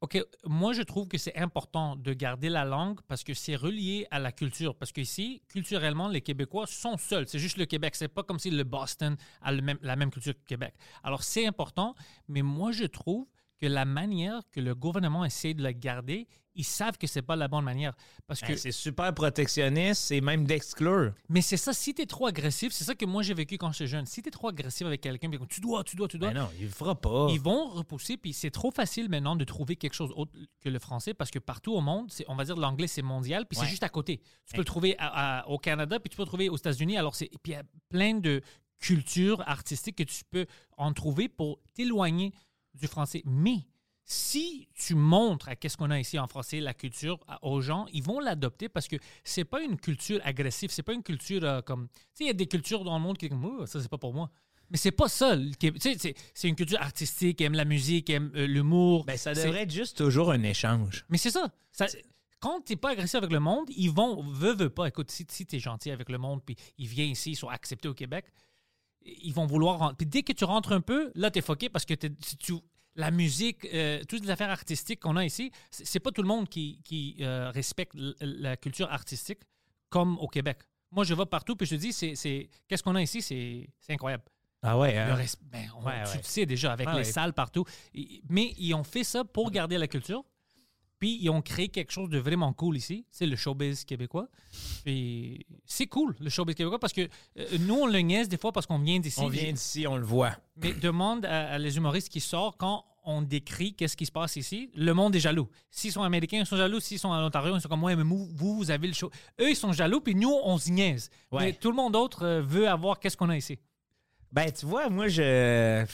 B: OK, moi je trouve que c'est important de garder la langue parce que c'est relié à la culture. Parce qu'ici, culturellement, les Québécois sont seuls. C'est juste le Québec. C'est pas comme si le Boston a le même- la même culture que le Québec. Alors c'est important, mais moi je trouve que la manière que le gouvernement essaie de la garder, il ils savent que c'est pas la bonne manière. Parce que,
C: Ben, c'est super protectionniste, c'est même d'exclure.
B: mais c'est ça, si tu es trop agressif, c'est ça que moi j'ai vécu quand j'étais jeune. Si tu es trop agressif avec quelqu'un, puis tu dois, tu dois, tu dois,
C: Ben non, il le fera pas.
B: ils vont repousser. Puis c'est trop facile maintenant de trouver quelque chose autre que le français parce que partout au monde, c'est- on va dire l'anglais c'est mondial, puis
C: Ouais.
B: c'est juste à côté. Tu peux le trouver à- à- au Canada, puis tu peux le trouver aux États-Unis. Alors c'est puis il y a plein de cultures artistiques que tu peux en trouver pour t'éloigner du français. Mais si tu montres à qu'est-ce qu'on a ici en français, la culture à- aux gens, ils vont l'adopter parce que c'est pas une culture agressive, c'est pas une culture euh, comme tu sais il y a des cultures dans le monde qui sont comme Ouh, ça c'est pas pour moi. Mais c'est pas ça. le Québec. Tu sais, c'est- c'est une culture artistique, qui aime la musique, qui aime euh, l'humour.
C: Ben, ça
B: C'est-
C: devrait être juste toujours un échange.
B: Mais c'est ça. ça quand t'es pas agressif avec le monde, ils vont, veut, veut pas. Écoute, si, si tu es gentil avec le monde, puis ils viennent ici, ils sont acceptés au Québec, ils vont vouloir rentrer. Puis dès que tu rentres un peu, là, t'es foqué parce que t'es- si tu, la musique, euh, toutes les affaires artistiques qu'on a ici, c'est c'est pas tout le monde qui, qui, euh, respecte l- la culture artistique comme au Québec. Moi, je vais partout, puis je te dis, c'est- c'est qu'est-ce qu'on a ici, c'est c'est incroyable.
C: Ah ouais, hein?
B: Le res- ben, on-
C: Ouais,
B: tu
C: ouais.
B: le sais déjà, avec
C: Ah
B: les
C: ouais. Mm.
B: salles partout. Et- Mais ils ont fait ça pour garder la culture. Puis ils ont créé quelque chose de vraiment cool ici. C'est le showbiz québécois. Puis c'est cool, le showbiz québécois, parce que euh, nous, on le niaise des fois parce qu'on vient d'ici.
C: on vient d'ici, on le voit.
B: Mais demande à, à les humoristes qui sortent quand on décrit qu'est-ce qui se passe ici, le monde est jaloux. S'ils sont américains, ils sont jaloux. S'ils sont en Ontario, ils sont comme moi, mais vous, vous, vous avez le show. Eux, ils sont jaloux, puis nous, on se niaise.
C: Ouais.
B: Mais tout le monde d'autre euh, veut avoir qu'est-ce qu'on a ici.
C: Ben, tu vois, moi, je.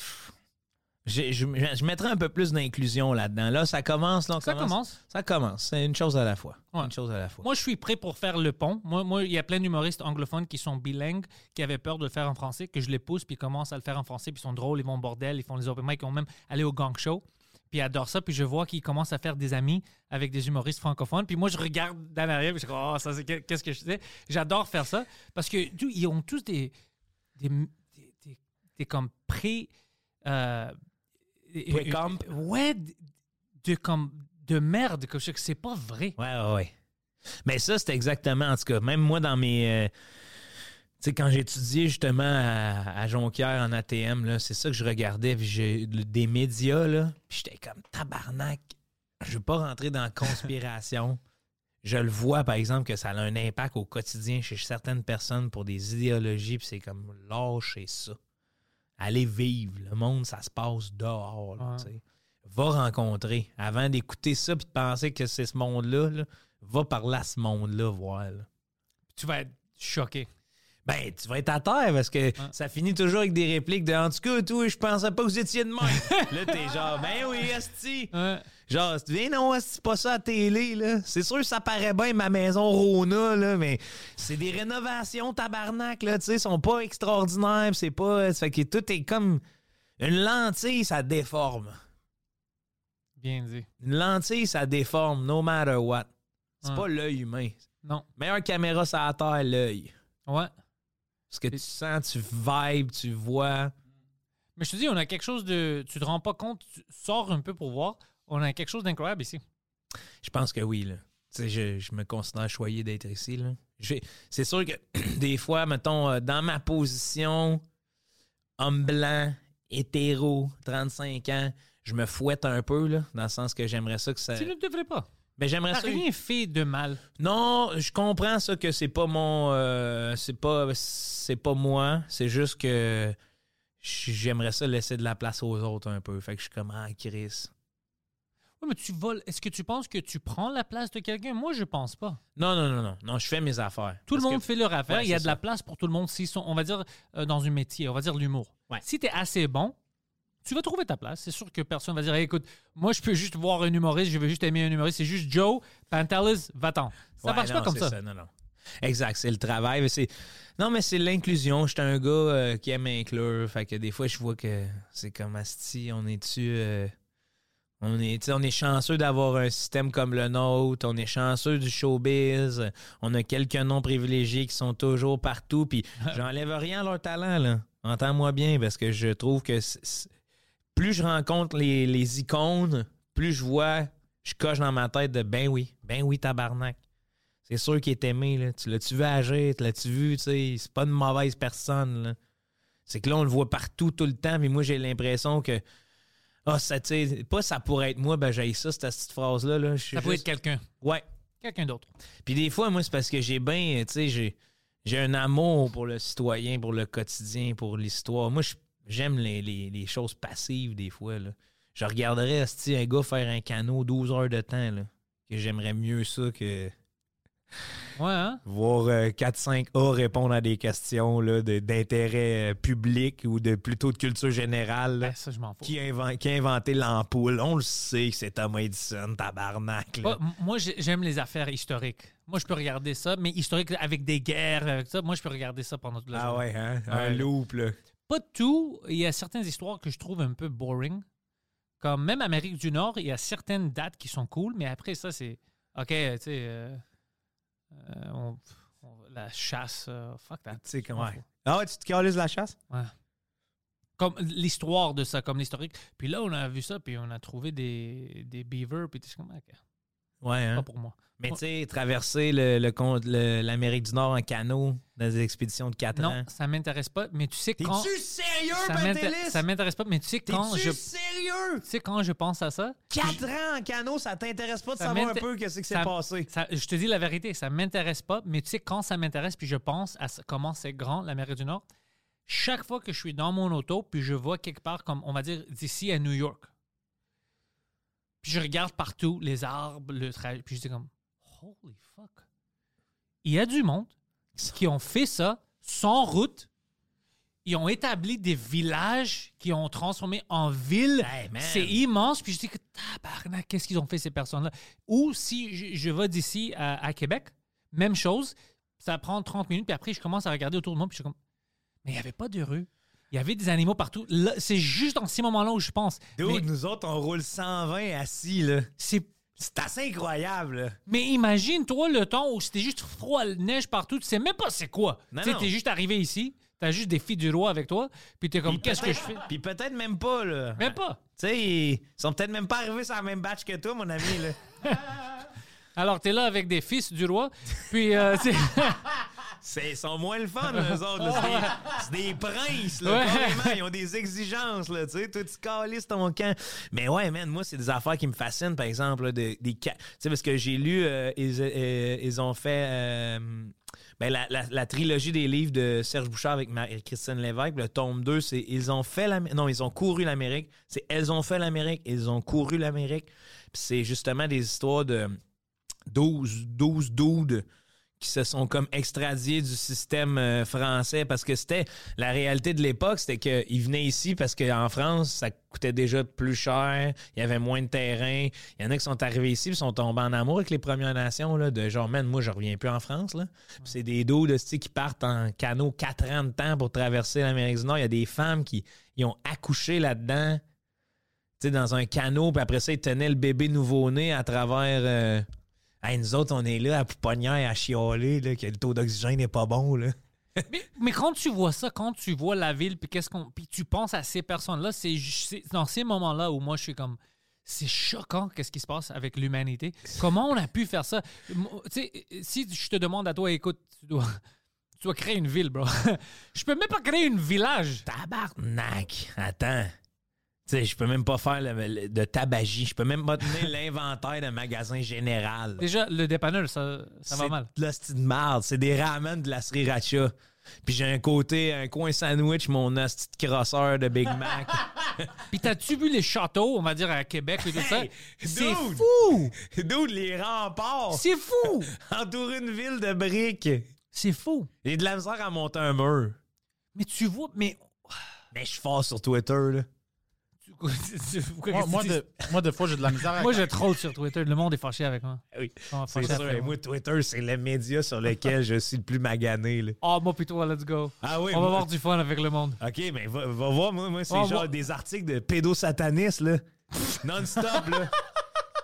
C: Je, je, je mettrais un peu plus d'inclusion là-dedans. Là, ça commence. Là, on
B: Ça commence.
C: Ça commence. C'est une chose à la fois.
B: Ouais.
C: Une chose à la fois.
B: Moi, je suis prêt pour faire le pont. Moi, moi, il y a plein d'humoristes anglophones qui sont bilingues, qui avaient peur de le faire en français, que je les pousse, puis ils commencent à le faire en français, puis ils sont drôles, ils vont au bordel, ils font les open mic, ils vont même aller au gang show, puis ils adorent ça, puis je vois qu'ils commencent à faire des amis avec des humoristes francophones, puis moi, je regarde dans l'arrière, puis je dis, oh, ça, c'est que- qu'est-ce que je sais. J'adore faire ça, parce que tu- ils ont tous des. des, des, des- des comme pré. euh,
C: Pré-comp.
B: Ouais, de, de comme. de merde, comme ça, que c'est pas vrai.
C: Ouais, ouais, ouais. Mais ça, c'est exactement, en tout cas, même moi, dans mes. euh, tu sais, quand j'étudiais justement à, à Jonquière en ATM, là, c'est ça que je regardais, puis j'ai le- des médias, là, puis j'étais comme tabarnak. Je veux pas rentrer dans
B: <laughs>
C: la conspiration. je le vois, par exemple, que ça a un impact au quotidien chez certaines personnes pour des idéologies, puis c'est comme lâcher ça. Allez vivre. Le monde, ça se passe dehors, là,
B: Ouais.
C: tu sais. Va rencontrer. Avant d'écouter ça, puis de penser que c'est ce monde-là, là, va parler à ce monde-là, voir. là.
B: Tu vas être choqué.
C: Ben, tu vas être à terre parce que ça finit toujours avec des répliques de En tout cas, toi, je pensais pas que vous étiez de même. là, t'es genre, ben oui, Esti.
B: Ah.
C: Genre, viens non, Esti, pas ça à télé, là. C'est sûr, ça paraît bien ma maison Rona, là, mais c'est des rénovations tabarnak, là, tu sais, sont pas extraordinaires, pis c'est pas. Ça fait que tout est comme une lentille, ça déforme.
B: Bien dit.
C: Une lentille, ça déforme, no matter what. C'est
B: Ouais.
C: pas l'œil humain.
B: Non.
C: Meilleure caméra, ça à terre, l'œil.
B: Ouais.
C: Ce que tu sens, tu vibes, tu vois.
B: Mais je te dis, on a quelque chose de. Tu te rends pas compte, tu sors un peu pour voir. On a quelque chose d'incroyable ici.
C: Je pense que oui, là. Tu sais, je, je me considère choyé d'être ici, là. J'ai- C'est sûr que <clears throat> des fois, mettons, euh, dans ma position, homme blanc, hétéro, 35 ans, je me fouette un peu, là, dans le sens que j'aimerais ça que ça...
B: Tu ne devrais pas.
C: Mais j'aimerais
B: T'as
C: Euh, ça...
B: rien fait de mal.
C: Non, je comprends ça que c'est pas mon... euh, c'est pas c'est pas moi, c'est juste que j'aimerais ça laisser de la place aux autres un peu. Fait que je suis comme, ah, Chris...
B: Oui, mais tu voles. Est-ce que tu penses que tu prends la place de quelqu'un? Moi, je pense pas.
C: Non, non, non, non. Non, je fais mes affaires.
B: Tout
C: Parce
B: le monde
C: que-
B: fait leur affaire.
C: Ouais,
B: Il y a
C: c'est
B: de la
C: ça.
B: place pour tout le monde. S'ils sont, on va dire, euh, dans un métier, on va dire l'humour.
C: Ouais.
B: Si tu es assez bon, tu vas trouver ta place. C'est sûr que personne va dire Hey, écoute, moi, je peux juste voir un humoriste, je veux juste aimer un humoriste. C'est juste Joe, Pantalis, va-t'en. Ça
C: Ouais,
B: marche pas
C: non,
B: comme
C: c'est
B: ça.
C: Non, non. Exact, c'est le travail. mais c'est- Non, mais c'est l'inclusion. J'étais un gars euh, qui aime inclure. Fait que des fois, je vois que c'est comme Asti, on est-tu. euh, On est, tu sais, on est chanceux d'avoir un système comme le nôtre, on est chanceux du showbiz, euh, on a quelques noms privilégiés qui sont toujours
B: <laughs>
C: partout, puis j'enlève rien à leur talent, là. Entends-moi bien, parce que je trouve que c- c- plus je rencontre les, les icônes, plus je vois, je coche dans ma tête de ben oui, ben oui, tabarnak. C'est sûr qu'il est aimé, là. Tu l'as-tu vu agir, tu l'as-tu vu, tu sais, c'est pas une mauvaise personne, là. C'est que là, on le voit partout, tout le temps, mais moi, j'ai l'impression que Ah, ça, tu sais, pas ça pourrait être moi, ben j'ai ça, cette petite phrase-là. Là.
B: Ça pourrait être quelqu'un.
C: Ouais.
B: Quelqu'un d'autre.
C: Puis des fois, moi, c'est parce que j'ai bien, tu sais, j'ai, j'ai un amour pour le citoyen, pour le quotidien, pour l'histoire. Moi, je- j'aime les, les- les choses passives des fois. Là. Je regarderais asti, un gars faire un canot 12 heures de temps. Là, que j'aimerais mieux ça que
B: Ouais, hein?
C: voir euh, 4-5A répondre à des questions là, de- d'intérêt euh, public ou de plutôt de culture générale. là.
B: Ben, ça, je m'en fous.
C: Qui, a inven- qui a inventé l'ampoule? On le sait que c'est Thomas Edison, tabarnak.
B: Ah,
C: là.
B: m- moi, j'ai- j'aime les affaires historiques. Moi, je peux regarder ça, mais historique avec des guerres, avec ça. Moi, je peux regarder ça pendant toute la
C: Ah
B: journée.
C: ouais, hein?
B: Ouais.
C: Un loop, là.
B: Pas tout. Il y a certaines histoires que je trouve un peu boring. Comme même Amérique du Nord, il y a certaines dates qui sont cool, mais après ça, c'est OK, tu sais, euh, euh, on- on- la chasse, euh, fuck that.
C: Tu sais,
B: Je m'en
C: ouais.
B: fous.
C: Ah ouais, tu te calises la chasse?
B: Comme l'histoire de ça, comme l'historique. Puis là, on a vu ça, puis on a trouvé des, des beavers, puis tu sais, comme, OK,
C: Ouais, hein?
B: pas pour moi.
C: Mais tu sais, traverser le- le con- le- l'Amérique du Nord en canot dans des expéditions de 4 ans.
B: Non, ça m'intéresse pas, mais tu sais quand.
C: Hein? T'es-tu sérieux,
B: ça m'inté-
C: Pantelis?
B: Ça m'intéresse pas, mais tu sais quand
C: T'es-tu
B: je tu
C: sérieux?
B: sais quand je pense à ça,
C: 4 ans en canot, ça t'intéresse pas de
B: Ça
C: savoir un
B: m'inté-
C: peu qu'est-ce qui s'est
B: ça-
C: passé?
B: ça- je te dis la vérité, ça m'intéresse pas, mais tu sais quand ça m'intéresse puis je pense à ça- comment c'est grand l'Amérique du Nord. Chaque fois que je suis dans mon auto puis je vois quelque part comme on va dire d'ici à New York. Puis je regarde partout les arbres, le trajet, puis je dis comme holy fuck. Il y a du monde qui ont fait ça sans route. Ils ont établi des villages qui ont transformé en villes.
C: Hey, man.
B: c'est immense. Puis je dis que tabarnak, qu'est-ce qu'ils ont fait ces personnes-là? Ou si je, je vais d'ici à, à Québec, même chose, ça prend 30 minutes. Puis après, je commence à regarder autour de moi. Puis je suis comme, mais il n'y avait pas de rue. Il y avait des animaux partout. Là, C'est juste dans ces moments-là où je pense.
C: Dude,
B: mais
C: nous autres, on roule 120 assis, là.
B: c'est
C: C'est assez incroyable, là.
B: Mais imagine, toi, le temps où c'était juste froid, neige partout, tu sais même pas c'est quoi.
C: Non,
B: Tu sais,
C: non.
B: t'es juste arrivé ici, t'as juste des filles du roi avec toi, puis t'es comme,
C: Puis
B: qu'est-ce que je fais?
C: peut-être- Puis peut-être même pas, là.
B: Même pas.
C: Tu sais, ils sont peut-être même pas arrivés sur la même batch que toi, mon ami,
B: <laughs>
C: là.
B: Alors, t'es là avec des fils du roi, puis euh, <laughs> tu sais,
C: C'est, ils sont moins le fun, là, eux autres. là. C'est, des, c'est des princes, là,
B: Ouais.
C: carrément. Ils ont des exigences, là, tu sais. Toi, tu calisses ton camp. Mais ouais, man, moi, c'est des affaires qui me fascinent, par exemple, là, de- des... ca- Tu sais, parce que j'ai lu, euh, ils, euh, ils ont fait... euh, ben, la, la- la trilogie des livres de Serge Bouchard avec Marie-Christine Lévesque, le tome 2, c'est Ils ont fait l'Amérique. Non, ils ont couru l'Amérique. C'est Elles ont fait l'Amérique, ils ont couru l'Amérique. Puis c'est justement des histoires de 12, 12 doudes qui se sont comme extradiés du système euh, français parce que c'était la réalité de l'époque, c'était qu'ils venaient ici parce qu'en France, ça coûtait déjà plus cher, il y avait moins de terrain. Il y en a qui sont arrivés ici puis sont tombés en amour avec les Premières Nations, là, de genre, man, moi, je reviens plus en France. Là. Puis c'est des dos de qui partent en canot 4 ans de temps pour traverser l'Amérique du Nord. Il y a des femmes qui ils ont accouché là-dedans, tu sais, dans un canot, puis après ça, ils tenaient le bébé nouveau-né à travers. euh, Hey, nous autres, on est là à pouponnière, à chialer, là, que le taux d'oxygène n'est pas bon. Là.
B: mais, mais quand tu vois ça, quand tu vois la ville, puis qu'est-ce qu'on, puis tu penses à ces personnes-là, c'est ju- c'est dans ces moments-là où moi je suis comme, c'est choquant qu'est-ce qui se passe avec l'humanité. Comment on a pu faire ça Mo- Tu sais, si je te demande à toi, écoute, tu dois, <laughs> tu dois créer une ville, bro. <laughs> je peux même pas créer une village.
C: Tabarnak! Attends. Tu sais, je peux même pas faire le- le- de tabagie. Je peux même pas <laughs> tenir l'inventaire d'un magasin général.
B: Déjà, le dépanneur, ça, ça va
C: C'est
B: mal.
C: de l'hostie de marde. C'est des ramen de la sriracha. Puis j'ai un côté, un coin sandwich, mon hostie de crosseur de Big <laughs> Mac.
B: Puis t'as-tu vu les châteaux, on va dire, à Québec et tout ça?
C: Hey,
B: C'est
C: dude!
B: fou!
C: D'où les remparts
B: C'est fou!
C: entourent une ville de briques.
B: C'est fou!
C: J'ai de la misère à monter un mur.
B: Mais tu vois, mais...
C: Mais je suis fort sur Twitter, là.
B: tu- tu- pourquoi qu'est-ce
D: Moi, <laughs> moi,
B: que tu dis?
D: de, moi, des fois, j'ai de la misère à...
B: Moi, je troll sur Twitter. Le monde est fâché avec moi.
C: Oui.
B: Ah,
C: C'est
B: fâché
C: sûr.
B: après
C: Et moi, Twitter, c'est le média sur lequel je suis le plus magané. là.
B: Ah, moi, plutôt, let's go.
C: Ah oui,
B: on va
C: moi-
B: avoir du fun avec le monde.
C: OK, mais va, va voir, moi, moi c'est
B: On
C: genre
B: va-
C: des articles de pédosatanistes, là. Non-stop,
B: <laughs>
C: là.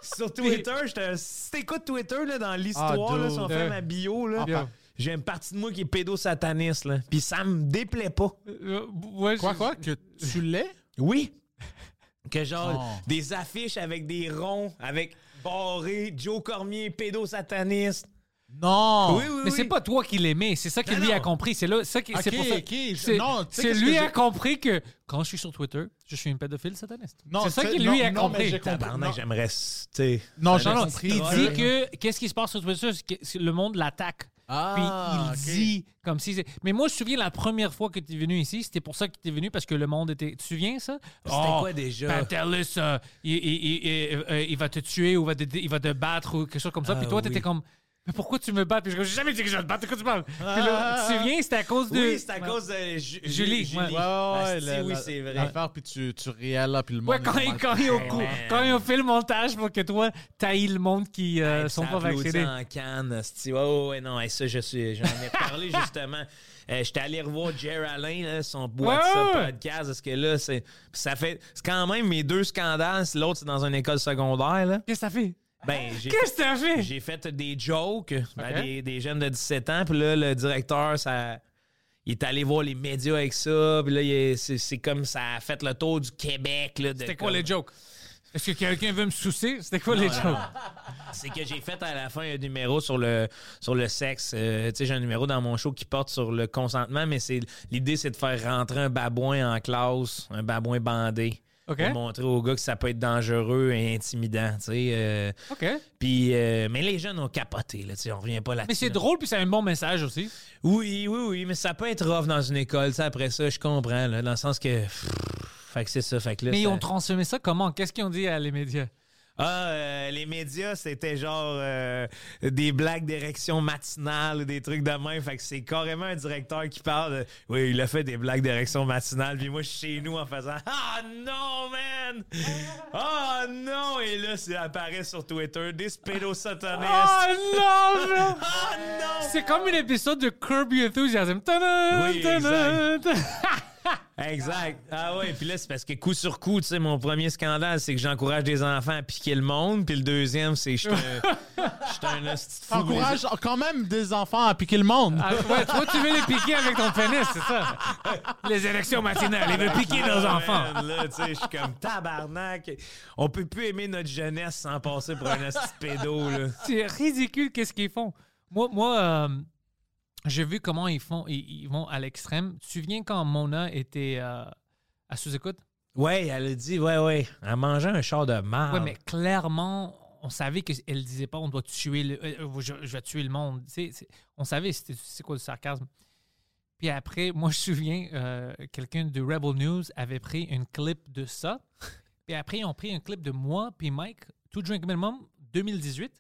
C: Sur Twitter, je te... si t'écoutes Twitter, là, dans l'histoire,
D: Ah,
C: là,
D: dude.
C: si on
B: hein.
C: fait ma bio, là,
B: Bio.
C: j'ai une partie de moi qui est pédosataniste, là. Puis ça me déplaît pas.
B: Euh, ouais,
D: Quoi,
B: je-
D: quoi? Que
B: <laughs>
D: tu l'es?
C: Oui. <laughs> Que genre,
D: Oh.
C: des affiches avec des ronds, avec barré, Joe Cormier, pédosataniste.
D: Non!
C: oui,
B: Mais c'est pas toi qui l'aimais, c'est ça que
C: Non,
B: lui a
C: non.
B: compris. C'est là, ça qui, c'est
D: Ok,
B: pour ça.
D: ok.
B: C'est,
D: Non, tu sais
B: c'est
D: qu'est-ce
B: lui
D: que
B: a
D: j'ai-
B: compris que quand je suis sur Twitter, je Je suis une pédophile sataniste.
D: Non,
B: C'est ça
D: tu sais,
B: qu'il lui
D: non,
B: a
D: non, mais
B: compris.
D: j'ai compris.
C: Tabarnak, j'aimerais. s- tu sais,
D: Non,
C: ça
D: non, non,
C: laisse-
D: il
B: Il
D: Ouais.
B: dit que qu'est-ce qui se passe sur Twitter, c'est que c'est le monde l'attaque.
D: Ah,
B: Puis
D: ok.
B: il dit comme si. c'est- Mais moi, je me souviens la première fois que tu es venu ici, c'était pour ça que tu es venu parce que le monde était. Tu te souviens ça?
C: C'était
B: Oh,
C: quoi déjà?
B: Pantelis, euh, il, il- il- il- euh, il va te tuer ou va te- il va te battre ou quelque chose comme ça.
C: Ah,
B: Puis toi, t'étais
C: oui.
B: comme. Mais pourquoi tu me bats? Puis je dis, j'ai jamais dit que je vais te battre. De quoi tu parles? Puis là, tu te souviens, c'était à cause de.
C: Ah. Oui, c'est à cause de Ju-
B: Julie, ouais.
D: Ouais, ouais,
B: Ah,
D: ouais,
C: Asti,
D: la-
C: oui,
D: la-
C: c'est vrai.
D: L'affaire, puis tu, tu réelles là, puis le monde.
B: Ouais, quand,
D: est
B: il-
D: mal-
B: quand, il- au cou-
C: man.
B: quand ils ont fait le montage pour que toi, taillis le monde qui euh,
C: Hey,
B: sont
C: ça
B: pas
C: applaudit
B: vaccinés.
C: en canne, asti. Ouais, ouais, ouais, non, hey, ça, je suis, j'en ai
B: <laughs>
C: parlé justement. Euh, J'étais allé revoir Jer Alain, là, son boîte
B: Ouais, ouais.
C: podcast, parce que là, c'est, puis ça fait, c'est quand même mes deux scandales. si L'autre, c'est dans une école secondaire, là.
B: Qu'est-ce que t'as fait?
C: Ben, j'ai
B: Qu'est-ce que t'as <laughs> fait?
C: J'ai fait des jokes à
B: Ok.
C: des, des jeunes de 17 ans. Puis là, le directeur, ça, il est allé voir les médias avec ça. Puis là, il est- c'est, c'est comme ça a fait le tour du Québec. Là, de
B: C'était quoi
C: comme-
B: les jokes? Est-ce que quelqu'un veut me soucier? C'était quoi les jokes?
C: C'est que j'ai fait à la fin un numéro sur le, sur le sexe. Euh, tu sais, j'ai un numéro dans mon show qui porte sur le consentement, mais c'est l'idée, c'est de faire rentrer un babouin en classe, un babouin bandé.
B: OK.
C: Pour montrer aux gars que ça peut être dangereux et intimidant. tu sais, euh,
B: OK.
C: puis, euh, mais les jeunes ont capoté. Là, tu sais, on revient pas là-dessus.
B: Mais c'est
C: là.
B: drôle, puis c'est un bon message aussi.
C: Oui, oui, oui, mais ça peut être rough dans une école, ça, après ça, je comprends, là, dans le sens que. pff, fait que c'est ça, fait que là.
B: Mais ils
C: ça-
B: ont transformé ça comment? Qu'est-ce qu'ils ont dit à les médias?
C: Ah, euh, les médias, c'était genre euh, des blagues d'érection matinale, des trucs de même, fait que c'est carrément un directeur qui parle. de, oui, il a fait des blagues d'érection matinale, puis moi, je suis chez nous en faisant Ah non, man! Ah non! Et là, ça apparaît sur Twitter, des pédosatanistes.
B: Oh non! non!
C: Ah non!
B: <laughs> C'est comme un épisode de Curb Your Enthusiasm. Ta-da,
C: Oui,
B: ta-da, ta-
C: Exact. Ah ouais, puis là, c'est parce que coup sur coup, tu sais, mon premier scandale, c'est que j'encourage des enfants à piquer le monde, puis le deuxième, c'est que je suis un- je suis un hostie de fou
D: T'encourages quand même des enfants à piquer le monde.
B: Ah, ouais, toi, tu veux les piquer avec ton pénis, c'est ça? Les élections matinales, ils veulent piquer nos
C: Ah,
B: enfants.
C: man, là, tu sais, je suis comme tabarnak. On peut plus aimer notre jeunesse sans passer pour un hostie de pédo, là.
B: C'est ridicule qu'est-ce qu'ils font. Moi, moi euh, j'ai vu comment ils font. Ils, ils vont à l'extrême. Tu te souviens quand Mona était euh, à sous-écoute?
C: Ouais, elle a dit, ouais, ouais, elle mangeait un char de marde.
B: Oui, mais clairement, on savait qu'elle disait pas on doit tuer le. euh, euh, je, je vais tuer le monde. Tu sais, c'est- on savait c'était c'est quoi le sarcasme. Puis après, moi, je me souviens, euh, quelqu'un de Rebel News avait pris une clip de ça. Puis après, ils ont pris un clip de moi, puis Mike, To Drink Minimum, 2018.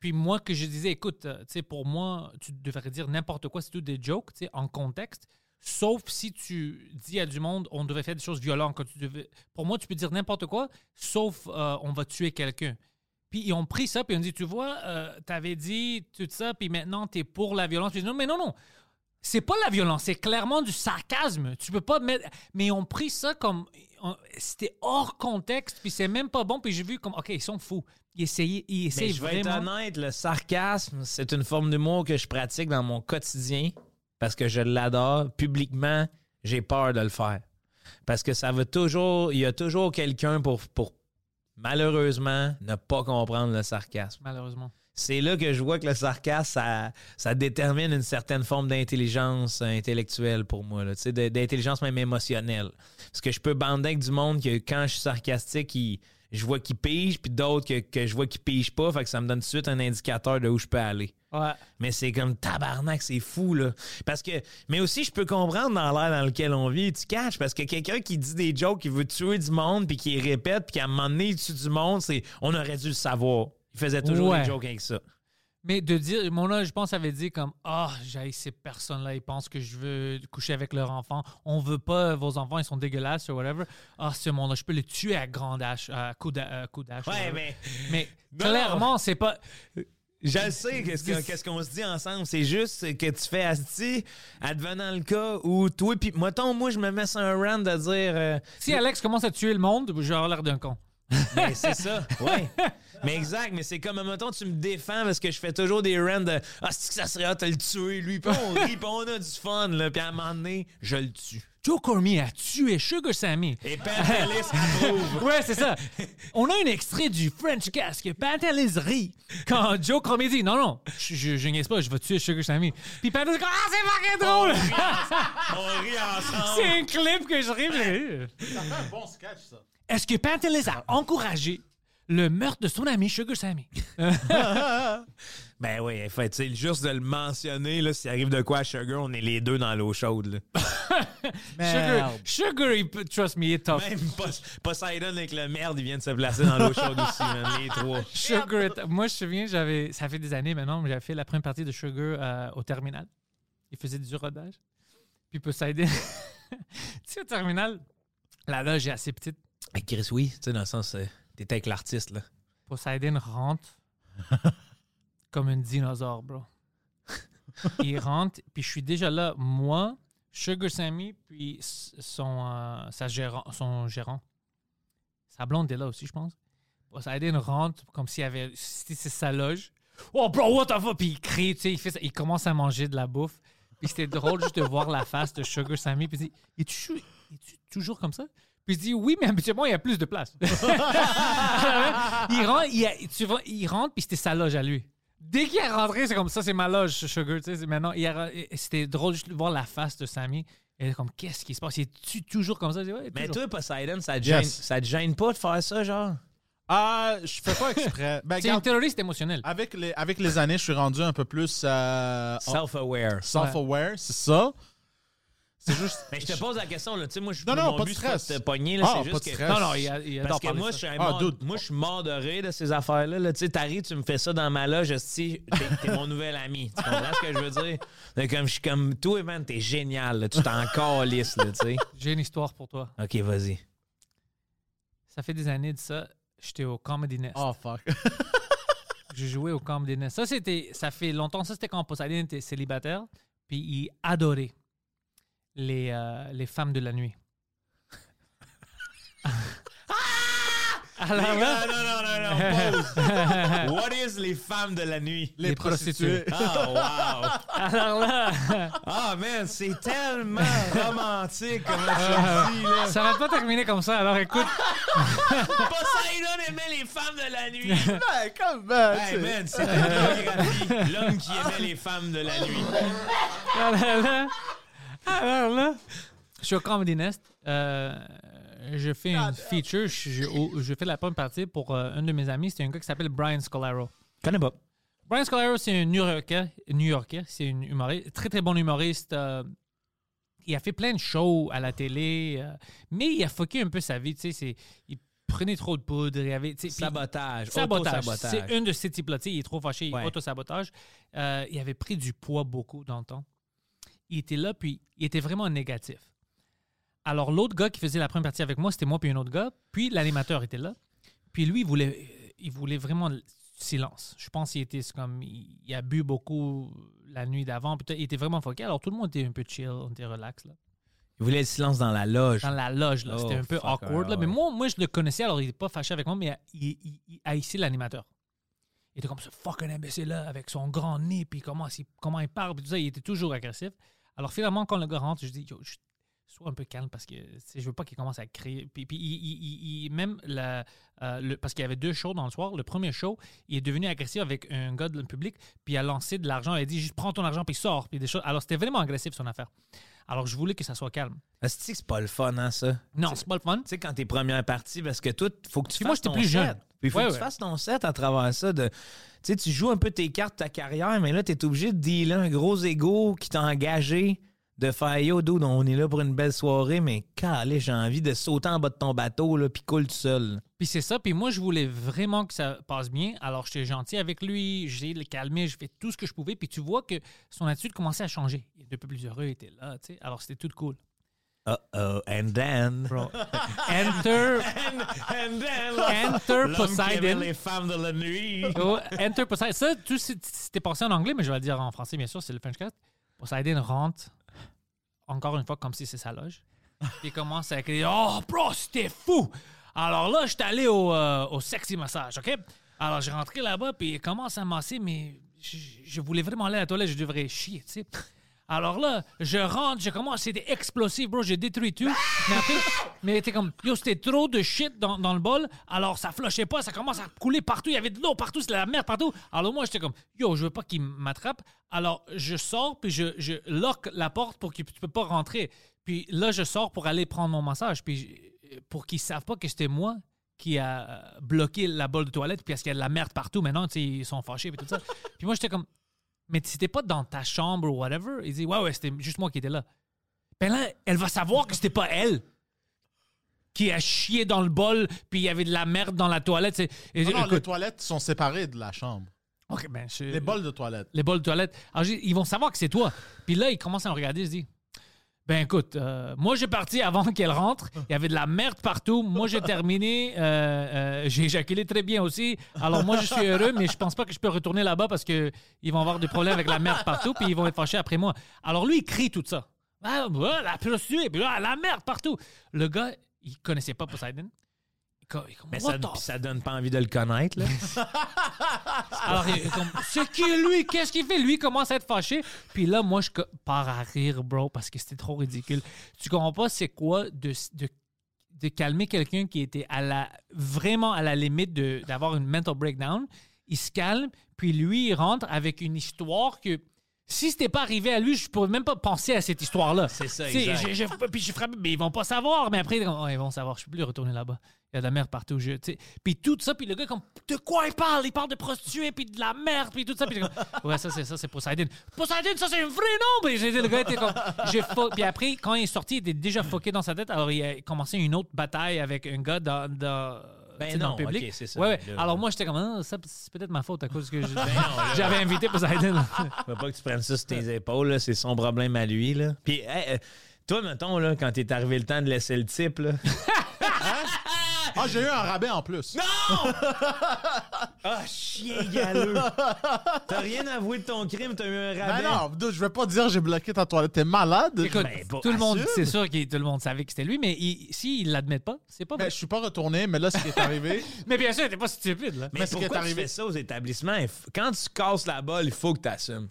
B: Puis moi, que je disais, écoute, euh, tu sais, pour moi, tu devrais dire n'importe quoi, c'est tout des jokes, tu sais, en contexte. Sauf si tu dis à du monde, on devrait faire des choses violentes. Quand tu devais... Pour moi, tu peux dire n'importe quoi, sauf euh, on va tuer quelqu'un. Puis ils ont pris ça, puis ils ont dit, tu vois, euh, t'avais dit tout ça, puis maintenant t'es pour la violence. Puis ils ont dit, non, mais non, non, c'est pas la violence, c'est clairement du sarcasme. Tu peux pas mettre. Mais ils ont pris ça comme. on- C'était hors contexte, puis c'est même pas bon, puis j'ai vu comme, OK, ils sont fous. Ils essayaient, ils
C: Mais
B: essayaient
C: je vais être
B: vraiment.
C: honnête, le sarcasme, c'est une forme d'humour que je pratique dans mon quotidien parce que je l'adore. Publiquement, j'ai peur de le faire. Parce que ça veut toujours. Il y a toujours quelqu'un pour, pour malheureusement ne pas comprendre le sarcasme.
B: Malheureusement.
C: C'est là que je vois que le sarcasme, ça, ça détermine une certaine forme d'intelligence euh, intellectuelle pour moi, là, tu sais, de- d'intelligence même émotionnelle. Parce que je peux bander avec du monde que quand je suis sarcastique, il- je vois qu'il pige, puis d'autres que, que je vois qu'ils pige pas, fait que ça me donne tout de suite un indicateur de où je peux aller.
B: Ouais.
C: Mais c'est comme tabarnak, c'est fou, là. Parce que, mais aussi, je peux comprendre dans l'air dans lequel on vit, tu caches, parce que quelqu'un qui dit des jokes, qui veut tuer du monde, puis qui les répète, puis qu'à un moment donné, il tue du monde, c'est, on aurait dû le savoir. Il faisait toujours
B: Ouais.
C: des jokes avec ça.
B: Mais de dire, mon là, je pense, avait dit comme Ah, j'ai ces personnes-là, ils pensent que je veux coucher avec leur enfant. On veut pas vos enfants, ils sont dégueulasses ou whatever. Ah, ce monde-là, je peux le tuer à grande hache, à coup d'a- à coup d'hache. ou
C: Ouais,
B: whatever.
C: mais
B: Mais
C: Non.
B: clairement, c'est pas.
C: <laughs> je le sais, qu'est-ce que- qu'est-ce qu'on se dit ensemble. C'est juste que tu fais asti, advenant le cas où toi, <laughs> puis mettons, moi, je me mets sur un rant de dire. euh,
B: Si Alex commence à tuer le monde, j'aurai l'air d'un con.
C: Mais Ben, c'est ça, ouais. Mais exact, mais c'est comme, mettons, tu me défends parce que je fais toujours des rants de Ah, c'est que ça serait hot de le tuer, lui. Puis on rit, puis on a du fun, là. Puis à un moment donné, je le tue.
B: Joe Cormier a tué Sugar Sammy.
C: Et Pat Ellis <laughs> approuve.
B: Ouais, c'est ça. On a un extrait du French Cast que Pat Ellis rit quand Joe Cormier dit non, non, je, je, je niaise pas, je vais tuer Sugar Sammy. Puis Pat Ellis dit ah, c'est pas drôle!
C: On rit ensemble.
B: <laughs> c'est un clip que je ris. mais-
D: Ça fait un bon sketch, ça.
B: Est-ce que Pat Ellis a encouragé le meurtre de son ami Sugar Sammy?
C: Ben oui, en fait, tu sais, juste de le mentionner, là, s'il arrive de quoi à Sugar, on est les deux dans l'eau chaude, là. <laughs>
B: Sugar, Sugar, il peut- trust me, il est tough.
C: Même Pos- Poseidon avec le merde, il vient de se placer dans l'eau chaude aussi, man, les trois.
B: Sugar, est- moi je me souviens, j'avais, ça fait des années maintenant, mais j'avais fait la première partie de Sugar euh, au terminal. Il faisait du rodage. Puis Poseidon, <laughs> tu sais, au terminal, la loge est assez petite.
C: Ah, Chris, oui, tu sais, dans le sens, euh, t'es avec l'artiste, là.
B: Poseidon rentre comme un dinosaure, bro. Il rentre, puis je suis déjà là, moi, Sugar Sammy, puis s- son, euh, sa gérant, son gérant. Sa blonde est là aussi, je pense. Poseidon rentre comme s'il y avait. si c'est sa loge. Oh, bro, what the fuck? Puis il crie, tu sais, il, fait ça, il commence à manger de la bouffe. Puis c'était drôle juste de voir la face de Sugar Sammy. Puis il dit, es-tu es-tu toujours comme ça? Puis il dit, oui, mais habituellement, il y a plus de place. <laughs> il rentre, il, a- tu vois, il rentre, puis c'était sa loge à lui. Dès qu'il est rentré, c'est comme ça, c'est ma loge, Sugar. Tu sais, c'est maintenant, il a- et c'était drôle juste de voir la face de Sammy. Elle est comme, qu'est-ce qui se passe? Il est toujours comme ça? Je dis, Ouais,
C: Mais
B: toujours.
C: toi, Poseidon, ça te, gêne,
D: Yes.
C: ça te gêne pas de faire ça, genre?
D: Ah, je fais pas
B: <laughs>
D: exprès. ben,
B: c'est un
D: regarde,
B: terroriste émotionnel.
D: avec, les, avec les années, je suis rendu un peu plus euh,
C: <laughs> Self-aware.
D: self-aware, c'est ça. C'est juste.
C: Mais je te pose la question, là. Tu sais, moi, je
D: Non, non,
C: mon
D: pas de
C: but, c'est pas de
D: stress.
C: te pogner, là.
D: Ah,
C: c'est
D: pas
C: juste
D: de
C: que-
D: stress.
B: Non, non, il, a- il adore
C: Parce que
B: parler
C: moi
B: de
C: je,
B: ça.
C: suis
D: Ah,
C: mort,
D: dude.
C: moi, je suis mort de rire de ces affaires-là. là. Tu sais, t'arrives, tu me fais ça dans ma loge, si t'es t'es mon nouvel ami. Tu comprends ce que je veux dire? Donc, comme, je suis comme, toi, man, t'es génial, là. tu t'en <laughs> calisses, là, tu sais.
B: J'ai une histoire pour toi.
C: OK, vas-y.
B: Ça fait des années de ça. J'étais au Comedy Nest.
D: Oh, fuck.
B: J'ai joué au Comedy Nest. Ça, c'était, ça fait longtemps. Ça, c'était quand Poseidon était célibataire. Puis il adorait les, euh, les femmes de la <laughs> nuit. Alors Ah! là,
C: non,
B: <laughs>
C: non, non, pause. What is les femmes de la nuit?
D: Les, prostituées.
C: Oh, wow!
B: alors là,
C: Ah, man, c'est tellement
B: <laughs>
C: romantique comme je dis, là.
B: ça va pas terminer comme ça. Alors écoute,
C: Poseidon aimait les femmes de la
B: <laughs>
C: nuit.
D: <laughs> Ben, comment, tu
C: Hey,
D: sais?
C: man, c'est une l'homme qui aimait les femmes de la nuit.
B: alors Ah, là, alors là, je suis au Comedy Nest. Euh, je fais une feature. Je, je- je fais la première partie pour euh, un de mes amis. C'est un gars qui s'appelle Brian Scolaro.
C: Connais pas.
B: Brian Scalero, c'est un New-Yorkais. New-Yorkais, c'est un humoriste, très très bon humoriste. euh, il a fait plein de shows à la télé, euh, mais il a foqué un peu sa vie. Tu sais, c'est- il prenait trop de poudre. Il avait, tu sais, puis-
C: Sabotage.
B: Sabotage.
C: auto-sabotage.
B: C'est une de ces types-là. Tu sais, Il est trop fâché,
C: Ouais.
B: il auto-sabotage. Euh, il avait pris du poids beaucoup dans le temps. Il était là, puis il était vraiment négatif. Alors, l'autre gars qui faisait la première partie avec moi, c'était moi puis un autre gars. Puis l'animateur était là. Puis lui, il voulait, il voulait vraiment le silence. Je pense qu'il était c'est comme. Il, il a bu beaucoup la nuit d'avant. puis Il était vraiment foqué. Alors, tout le monde était un peu chill, on était relax. Là
C: Il voulait le silence dans la loge.
B: dans la loge. là.
C: Oh,
B: C'était un peu
C: fuck,
B: awkward.
C: ouais,
B: là. Mais
C: ouais.
B: moi, moi, je le connaissais, alors il n'était pas fâché avec moi, mais il, il- il haïssait l'animateur. Il était comme ce fucking imbécile-là, avec son grand nez, puis comment, il- comment il parle, puis tout ça. Il était toujours agressif. Alors finalement, quand le gars rentre, je dis, yo, je- sois un peu calme parce que tu sais, je veux pas qu'il commence à crier. Puis, puis il, il- il- il- même, la, euh, le- parce qu'il y avait deux shows dans le soir, le premier show, il est devenu agressif avec un gars de le public, puis il a lancé de l'argent. Il a dit, juste prends ton argent, puis sors. Puis des choses. Alors c'était vraiment agressif son affaire. Alors je voulais que ça soit calme.
C: Asti, c'est pas le fun, hein, ça?
B: Non,
C: Tu sais-
B: c'est pas le fun.
C: tu sais, quand t'es première partie, parce que toi, faut que tu
B: Puis
C: fasses
B: moi, j'étais
C: ton
B: plus
C: set.
B: jeune.
C: Puis il faut
B: Ouais,
C: que tu
B: ouais.
C: fasses ton set à travers ça. De, tu sais, tu joues un peu tes cartes, ta carrière, mais là, t'es obligé de dealer un gros ego qui t'a engagé de faire Yo, dude, on est là pour une belle soirée, mais calé, j'ai envie de sauter en bas de ton bateau, là, puis coule tout seul.
B: Puis c'est ça. Puis moi, je voulais vraiment que ça passe bien. Alors, j'étais gentil avec lui. J'ai le calmé. Je fais tout ce que je pouvais. Puis tu vois que son attitude commençait à changer. Il était un peu plus heureux. Il était là, tu sais. Alors, c'était tout cool.
C: Uh-oh, and then. <laughs>
B: Bro. Enter,
C: And, and then.
B: enter
C: <laughs> l'homme qui aimait
B: Poseidon.
C: les femmes de la nuit.
B: Oh, enter Poseidon. Ça, tu sais, c'était passé en anglais, mais je vais le dire en français, bien sûr. C'est le Frenchcast. Poseidon rentre, encore une fois, comme si c'est sa loge. Puis il commence à crier Oh, bro, c'était fou! Alors là, je suis allé au, euh, au sexy massage, OK? Alors, j'ai rentré là-bas, puis il commence à me masser, mais je, je voulais vraiment aller à la toilette, je devrais chier, tu sais. Alors là, je rentre, je commence, c'était explosif, bro, j'ai détruit tout. Mais après, mais t'es comme, yo, c'était trop de shit dans, dans le bol, alors ça flochait pas, ça commence à couler partout, il y avait de l'eau partout, c'était la merde partout. Alors moi, j'étais comme, yo, je veux pas qu'il m'attrape. Alors je sors, puis je, je lock la porte pour qu'il tu peux pas rentrer. Puis là, je sors pour aller prendre mon massage, puis je- pour qu'ils savent pas que c'était moi qui a euh, bloqué la bolle de toilette, puis parce qu'il y a de la merde partout maintenant, tu sais, ils sont fâchés, puis tout
D: <laughs>
B: ça. puis moi, j'étais comme, mais c'était pas dans ta chambre ou whatever. Il dit, ouais, ouais, c'était juste moi qui étais là. Ben là, elle va savoir que c'était pas elle qui a chié dans le bol, puis il y avait de la merde dans la toilette. c'est- Et
D: Ah Non,
B: j'ai-
D: non, les
B: écoute,
D: toilettes sont séparées de la chambre.
B: ok, ben, je-
D: Les bols de toilettes.
B: les bols de toilette. Alors, j'ai- ils vont savoir que c'est toi. Puis là, ils commencent à me regarder. Ils se disent Ben écoute, euh, moi, j'ai parti avant qu'elle rentre. Il y avait de la merde partout. Moi, j'ai terminé. Euh, euh, j'ai éjaculé très bien aussi. Alors, moi, je suis heureux, mais je pense pas que je peux retourner là-bas parce qu'ils vont avoir des problèmes avec la merde partout. Puis ils vont être fâchés après moi. Alors, lui, il crie tout ça. Ah, ah, la prostituée, puis ah, la merde partout. Le gars, il connaissait pas Poseidon. Il co- il comme,
C: Mais
B: What
C: ça,
B: the
C: ça donne pas envie de le connaître, là.
B: alors, il est comme, c'est qui lui? Qu'est-ce qu'il fait? Lui il commence à être fâché. Puis là, moi, je co- pars à rire, bro, parce que c'était trop ridicule. Tu comprends pas c'est quoi de, de, de calmer quelqu'un qui était à la, vraiment à la limite de- d'avoir une mental breakdown. Il se calme, puis lui, il rentre avec une histoire que si c'était pas arrivé à lui, je pourrais même pas penser à cette histoire-là. C'est
C: ça,
B: Je, je- puis je frappe, mais ils vont pas savoir. Mais après, ils vont- oh, ils vont savoir. Je peux plus retourner là-bas. Il y a de la merde partout. Je, tu sais. puis tout ça, puis le gars, comme, de quoi il parle Il parle de prostituées, puis de la merde, puis tout ça. Puis t'es comme, ouais, ça, c'est ça, c'est Poseidon. Poseidon, ça, c'est un vrai nom. Puis j'ai dit, le gars était comme, j'ai fo- Puis après, quand il est sorti, il était déjà foqué dans sa tête. Alors, il a commencé une autre bataille avec un gars dans, dans,
C: Ben
B: tu sais, dans
C: non,
B: le public.
C: ok, c'est ça. Ben
B: Ouais, ouais.
C: Là,
B: Alors,
C: là.
B: moi, j'étais comme, Ah, ça, c'est peut-être ma faute à cause
C: <laughs>
B: que je- j'avais invité Poseidon.
C: Faut pas que tu prennes ça sur
B: <laughs>
C: tes épaules, là. c'est son problème à lui. Là. Puis, hey, euh, toi, mettons, là, quand t'es arrivé le temps de laisser le type, là.
D: Ah, j'ai eu un rabais en plus.
C: Ah, chien galeux! <laughs> T'as rien avoué de ton crime, t'as eu un
D: Ben
C: rabais.
D: non, dude, je vais pas dire j'ai bloqué ta toilette. T'es malade.
B: Écoute,
C: Mais bon,
B: tout le monde,
D: assume.
B: c'est sûr que tout le monde savait que c'était lui, mais s'il si il l'admet pas, c'est pas
D: Mais
B: vrai.
D: Ben, je suis pas retourné, mais là, ce qui
B: <laughs>
D: est arrivé,
B: Mais bien sûr, t'es pas stupide là.
C: Mais,
D: Mais ce qui est
C: pourquoi tu
D: arrivé-
C: fais ça aux établissements? Il f- Quand tu casses la balle, il faut que t'assumes.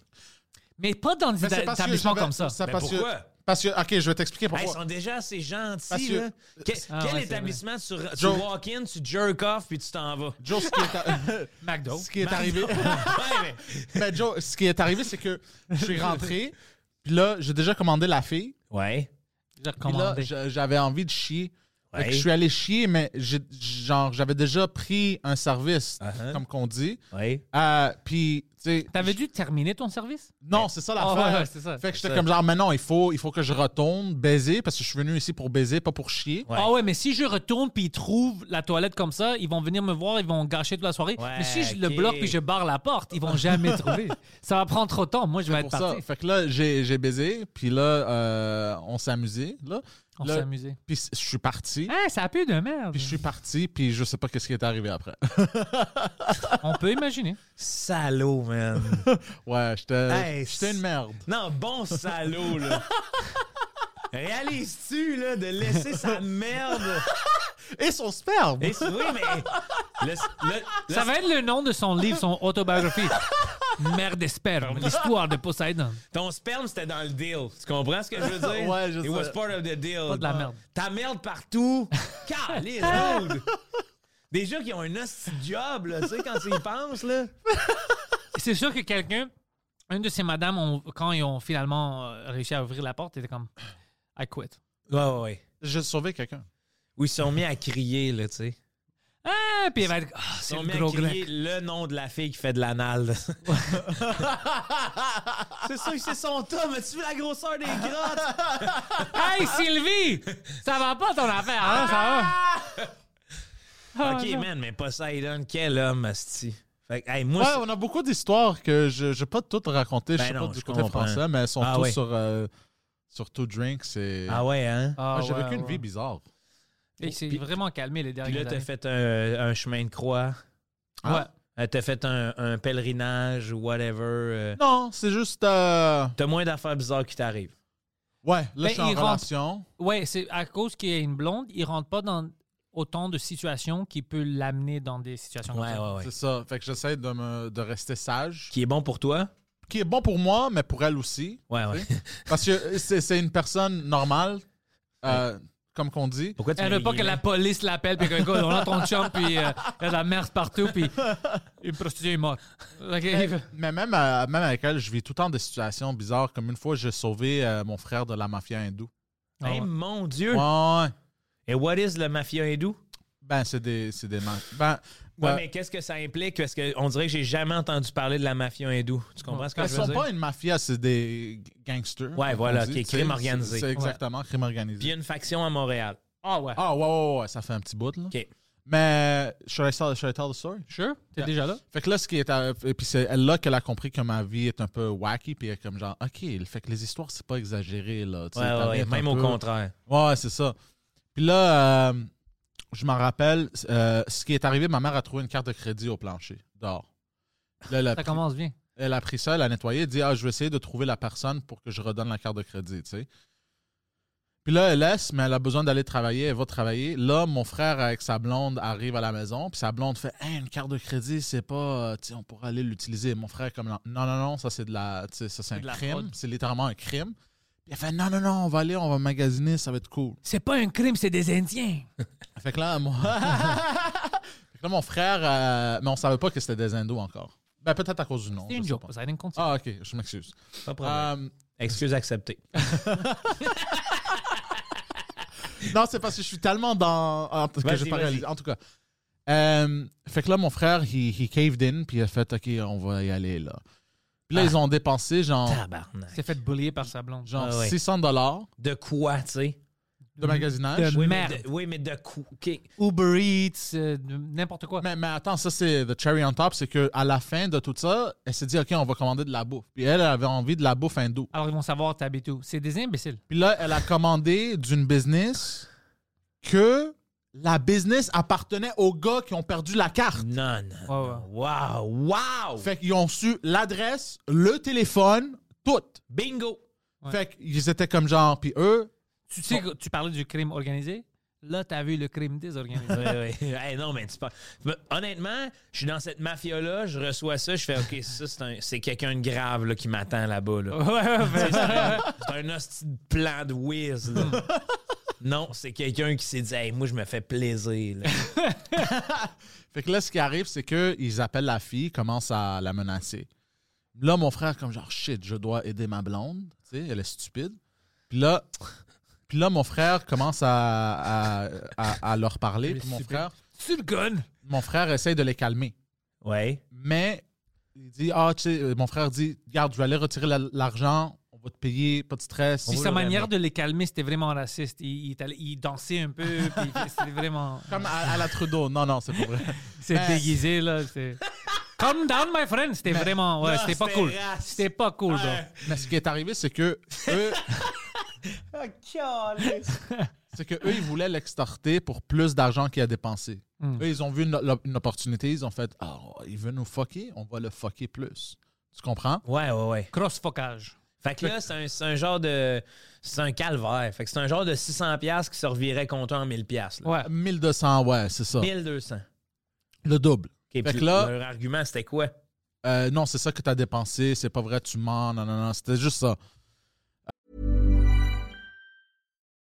B: Mais pas dans des
D: Mais Ben, c'est parce que
B: établissements
D: j'avais-
B: comme ça. Ben,
D: c'est
C: Mais
D: parce que-
C: pourquoi?
D: Parce que, ok, je vais t'expliquer
C: Hey, ils
D: <laughs> pourquoi.
C: sont déjà assez
D: Parce
C: gentils.
D: que-
C: Là. Que-
B: Ah,
C: quel
B: ouais, c'est
C: établissement tu, re- tu
D: Joe-
C: walk in, tu jerk off, puis tu t'en vas? Oh,
D: Joe, ce qui est,
B: McDo.
D: ce qui est
C: <laughs>
D: arrivé,
C: Ouais,
D: Ben, Joe, ce qui est arrivé, c'est que je suis rentré, puis là, j'ai déjà commandé la fille,
C: mais- ouais.
B: J'ai
D: puis là,
B: recommandé.
D: j'a- j'avais envie de chier. Fait que
C: Ouais.
D: je suis allé chier, mais j'ai- genre, j'avais déjà pris un service,
C: Uh-huh.
D: comme qu'on dit.
C: ouais.
D: Euh, puis, tu sais,
B: T'avais dû terminer ton service?
D: Non, c'est ça
B: Ah,
D: l'affaire.
B: ouais, ouais, c'est ça.
D: Fait que j'étais comme genre, mais non, il faut, il faut que je retourne baiser parce que je suis venu ici pour baiser, pas pour chier.
C: Ouais.
B: Ah ouais, mais si je retourne puis ils trouvent la toilette comme ça, ils vont venir me voir, ils vont gâcher toute la soirée.
C: Ouais,
B: mais si je le
C: ok.
B: bloque puis je barre la porte, ils vont jamais trouver. Ça va prendre trop de temps. Moi, je vais être
D: Pour ça.
B: parti.
D: Fait que là, j'ai j'ai baisé, puis là, euh, on s'est amusé. Là.
B: On
D: Là,
B: s'est amusé.
D: Puis c- je suis parti.
B: Ah, ça pue de merde.
D: Puis je suis parti, puis je sais pas qu'est-ce qui est arrivé après. <laughs>
B: On peut imaginer.
C: Salaud,
D: <laughs>
C: man.
D: Ouais, j'étais
C: Hey,
D: j'étais une merde.
C: Non, bon salaud, là. Réalises-tu, là, de laisser sa
D: <laughs>
C: merde?
D: Et son sperme!
C: Et c'est- oui, mais. le- le- le-
B: Ça va être le nom de son livre, son autobiographie. Merde et sperme, l'histoire de Poseidon.
C: Ton sperme, c'était dans le deal. Tu comprends ce que je veux <laughs> dire?
D: Ouais, je
C: It
D: sais.
C: was part of the deal.
B: Pas de la merde.
C: Ta merde
B: <laughs>
C: partout. Calice, dude. Des gens qui ont un hostie de job, là, tu sais, quand ils pensent, là.
B: C'est sûr que quelqu'un, une de ces madames, ont- quand ils ont finalement euh, réussi à ouvrir la porte, était comme I quit.
C: Ouais, ouais, ouais.
D: J'ai sauvé quelqu'un.
C: Où ils se sont mis à crier, là, tu sais.
B: Ah, puis elle va être Ah,
C: Ils se
B: c'est
C: sont
B: le
C: mis à
B: gros
C: crier
B: grec.
C: le nom de la fille qui fait de l'anal. <laughs> là. c'est ça, c'est son tas, mais tu veux la grosseur des grottes?
B: Hey Sylvie, ça va Ah, pas ton affaire, hein, <laughs>
C: Ah,
B: ça va?
C: ok, man, mais Poseidon, quel homme, Asti. Fait que, hey, moi,
D: Ouais,
C: c'est-
D: on a beaucoup d'histoires que je n'ai pas toutes racontées.
C: Ben
D: je sais
C: non,
D: pas du
C: je
D: côté
C: comprends.
D: français, mais elles sont
C: Ah
D: tous
C: ouais.
D: sur, euh, sur Two Drinks. Et...
C: Ah ouais, hein?
D: Ah, J'ai vécu une vie bizarre.
B: Il s'est
C: Puis-
B: vraiment calmé les
C: Puis là,
B: dernières
C: t'as
B: années.
C: fait un, un chemin de croix.
D: Ah.
B: Ouais.
C: Euh, T'as fait un, un pèlerinage ou whatever. euh,
D: Non, c'est juste. euh,
C: T'as moins d'affaires bizarres qui t'arrivent.
D: Ouais, là, je suis en
B: il rentre-
D: relation.
B: Ouais, c'est à cause qu'il y a une blonde, il rentre pas dans autant de situations qui peut l'amener dans des situations comme
C: Ouais,
B: ça.
C: ouais, ouais.
D: C'est ça. Fait que j'essaie de, me, de rester sage.
C: Qui est bon pour toi?
D: Qui est bon pour moi, mais pour elle aussi.
C: Ouais, ouais.
D: Parce que c'est c'est une personne normale, euh, comme qu'on dit.
C: Pourquoi tu
B: Elle
C: m'as
B: veut pas
C: mis
B: que
C: là?
B: la police l'appelle, puis que, gars, on a ton chum, puis euh, il y a de la merde partout,
C: <laughs>
B: puis une prostituée est morte. Ok,
D: Mais même, euh, même avec elle, je vis tout le temps des situations bizarres. Comme une fois, j'ai sauvé euh, mon frère de la mafia hindoue.
B: Ah ouais.
C: Hey, mon Dieu!
D: Ouais, ouais.
C: Et what is le mafia hindou?
D: Ben, c'est des, c'est des ma- Ben,
C: Ouais,
D: euh,
C: mais qu'est-ce que ça implique? Parce qu'on dirait que j'ai jamais entendu parler de la mafia hindoue. Tu comprends ce que
D: elles
C: je veux
D: sont
C: dire?
D: pas une mafia, c'est des gangsters.
C: Ouais,
D: comme
C: voilà,
D: on dit,
C: ok,
D: tu sais,
C: crime
D: c'est-
C: organisé.
D: C'est exactement
C: Puis
D: crime
C: il y
D: organisé.
C: a une faction à Montréal.
B: Ah ouais.
D: Ah, ouais, ouais, ouais, ça fait un petit bout, là.
C: OK.
D: Mais, should I tell, should I tell the story?
B: Sure, t'es
D: Yeah.
B: déjà là.
D: Fait que là, ce qui est à- et puis c'est elle là qu'elle a compris que ma vie est un peu wacky, puis elle est comme genre, ok, le fait que les histoires c'est pas exagéré là. tu
C: Ouais,
D: sais, t'en
C: ouais, ouais,
D: viens
C: même
D: un
C: au
D: peu-
C: contraire.
D: Ouais, c'est ça. Puis là, euh, je m'en rappelle, euh, ce qui est arrivé, ma mère a trouvé une carte de crédit au plancher dehors. Là, elle
C: <laughs>
D: a
B: Ça
D: pris-
B: commence bien.
D: elle a pris ça, elle a nettoyé, elle dit Ah, je vais essayer de trouver la personne pour que je redonne la carte de crédit, tu sais. Puis là, elle laisse, mais elle a besoin d'aller travailler, elle va travailler. Là, mon frère avec sa blonde arrive à la maison, puis sa blonde fait Hey, une carte de crédit, c'est pas, euh, tu sais, on pourrait aller l'utiliser. Mon frère est comme non, non, non, ça c'est de la, tu sais, ça c'est
B: de
D: un
B: la
D: crime,
B: fraude.
D: c'est littéralement un crime. Puis elle fait non, non, non, on va aller, on va magasiner, ça va être cool.
B: C'est pas un crime, c'est des Indiens.
D: Fait que là, moi. <laughs> fait que là, mon frère, euh, mais on savait pas que c'était des Indos encore. Ben peut-être à cause du nom.
B: C'est
D: je
B: une
D: sais
B: joke.
D: pas.
B: Ça didn't compte.
D: Ah, ok, je m'excuse.
C: Pas de problème.
D: Euh,
C: Excuse acceptée.
D: Non, c'est parce que je suis tellement dans. En, tout cas,
C: Vas-y,
D: j'ai pas
C: vas-y.
D: réalisé. En tout cas. Euh, fait que là, mon frère, he, he caved in, puis il a fait OK, on va y aller là. Puis là,
C: Ah.
D: ils ont dépensé genre,
C: Tabarnak.
B: s'est fait boulier par sa blonde.
D: genre
C: Ah ouais.
D: 600 dollars
C: De quoi, tu sais?
D: de magasinage.
B: De
C: Oui, mais
B: merde.
C: de- Oui, mais de quoi? OK.
B: Uber Eats, euh, de- n'importe quoi.
D: Mais, mais attends, ça, c'est the cherry on top, c'est qu'à la fin de tout ça, elle s'est dit OK, on va commander de la bouffe. Puis elle elle avait envie de la bouffe hindoue.
B: Alors ils vont savoir t'habites où. C'est des imbéciles.
D: Puis là, elle a commandé d'une business que la business appartenait aux gars qui ont perdu la carte.
C: Non, non. non. Wow, wow!
D: Fait qu'ils ont su l'adresse, le téléphone, tout.
C: Bingo!
B: Ouais.
D: Fait qu'ils étaient comme genre, puis eux,
B: Tu sais que tu parlais du crime organisé. Là, t'as vu le crime désorganisé.
C: Oui, oui. <laughs> Hey, non, mais tu pas. mais Honnêtement, je suis dans cette mafia-là, je reçois ça, je fais OK, ça, c'est, un- c'est quelqu'un de grave là, qui m'attend là-bas. Là. <laughs>
B: <laughs>
C: C'est un- c'est un hostie de plan de whiz. là. non, c'est quelqu'un qui s'est dit Hey, moi, je me fais plaisir. là.
D: fait que là, ce qui arrive, c'est qu'ils appellent la fille, commencent à la menacer. Là, mon frère, comme genre, shit, je dois aider ma blonde, tu sais, elle est stupide. Puis là, puis là mon frère commence à, à, à- à leur parler.
B: Elle est
D: Puis mon
B: stupide.
D: frère,
B: Tu le gun.
D: mon frère essaye de les calmer.
C: Ouais.
D: Mais il dit, ah, tu sais, mon frère dit, regarde, je vais aller retirer la- l'argent, on va te payer, pas de stress.
B: Puis
C: va
B: sa
C: le
B: manière
C: ramener.
B: de les calmer, c'était vraiment raciste. Il, il est allé- il dansait
D: <laughs>
B: un peu, puis c'était vraiment.
D: Comme à, à la Trudeau. Non, non, c'est pas vrai.
B: C'est
D: Mais-
B: déguisé, là. c'est- Calm down, my friend. C'était vraiment. Ouais,
C: Non,
B: c'était pas
C: c'était
B: cool.
C: raciste.
B: C'était pas cool, donc.
D: Mais ce qui est arrivé, c'est que eux, <laughs> c'est que eux, ils voulaient l'extorter pour plus d'argent qu'il a dépensé.
B: Hmm.
D: Eux, ils ont vu une, l'op- une opportunité, ils ont fait Ah, il veut nous fucker, on va le fucker plus. Tu comprends?
C: Ouais, ouais, ouais.
B: Cross-focage.
C: Fait que là, c'est un, c'est un genre de. C'est un calvaire. Fait que c'est un genre de 600$ qui se revirait contre en 1000$. là.
B: Ouais.
D: 1200, ouais, c'est ça.
C: 1200. OK,
D: Le double. que
C: puis
D: là-
C: leur argument, c'était quoi?
D: Euh, non, c'est ça que tu as dépensé, c'est pas vrai, tu mens, non, non, non, c'était juste ça.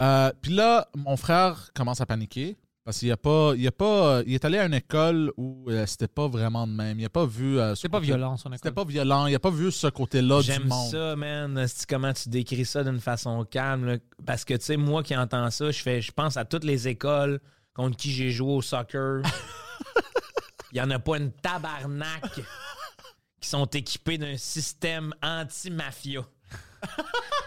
D: Euh, Puis là, mon frère commence à paniquer parce qu'il a pas, il a pas, il est allé à une école où euh, c'était pas vraiment de même. Il a pas vu. euh, ce
B: C'était pas
D: côté-
B: violent, son
D: C'était
B: école.
D: pas violent. Il a pas vu ce côté-là du
C: J'aime
D: monde.
C: ça, man. Esti, comment tu décris ça d'une façon calme? là. Parce que, tu sais, moi qui entends ça, je fais, je pense à toutes les écoles contre qui j'ai joué au
D: <laughs>
C: soccer. Il n'y en a pas une tabarnak qui sont équipés d'un système anti-mafia.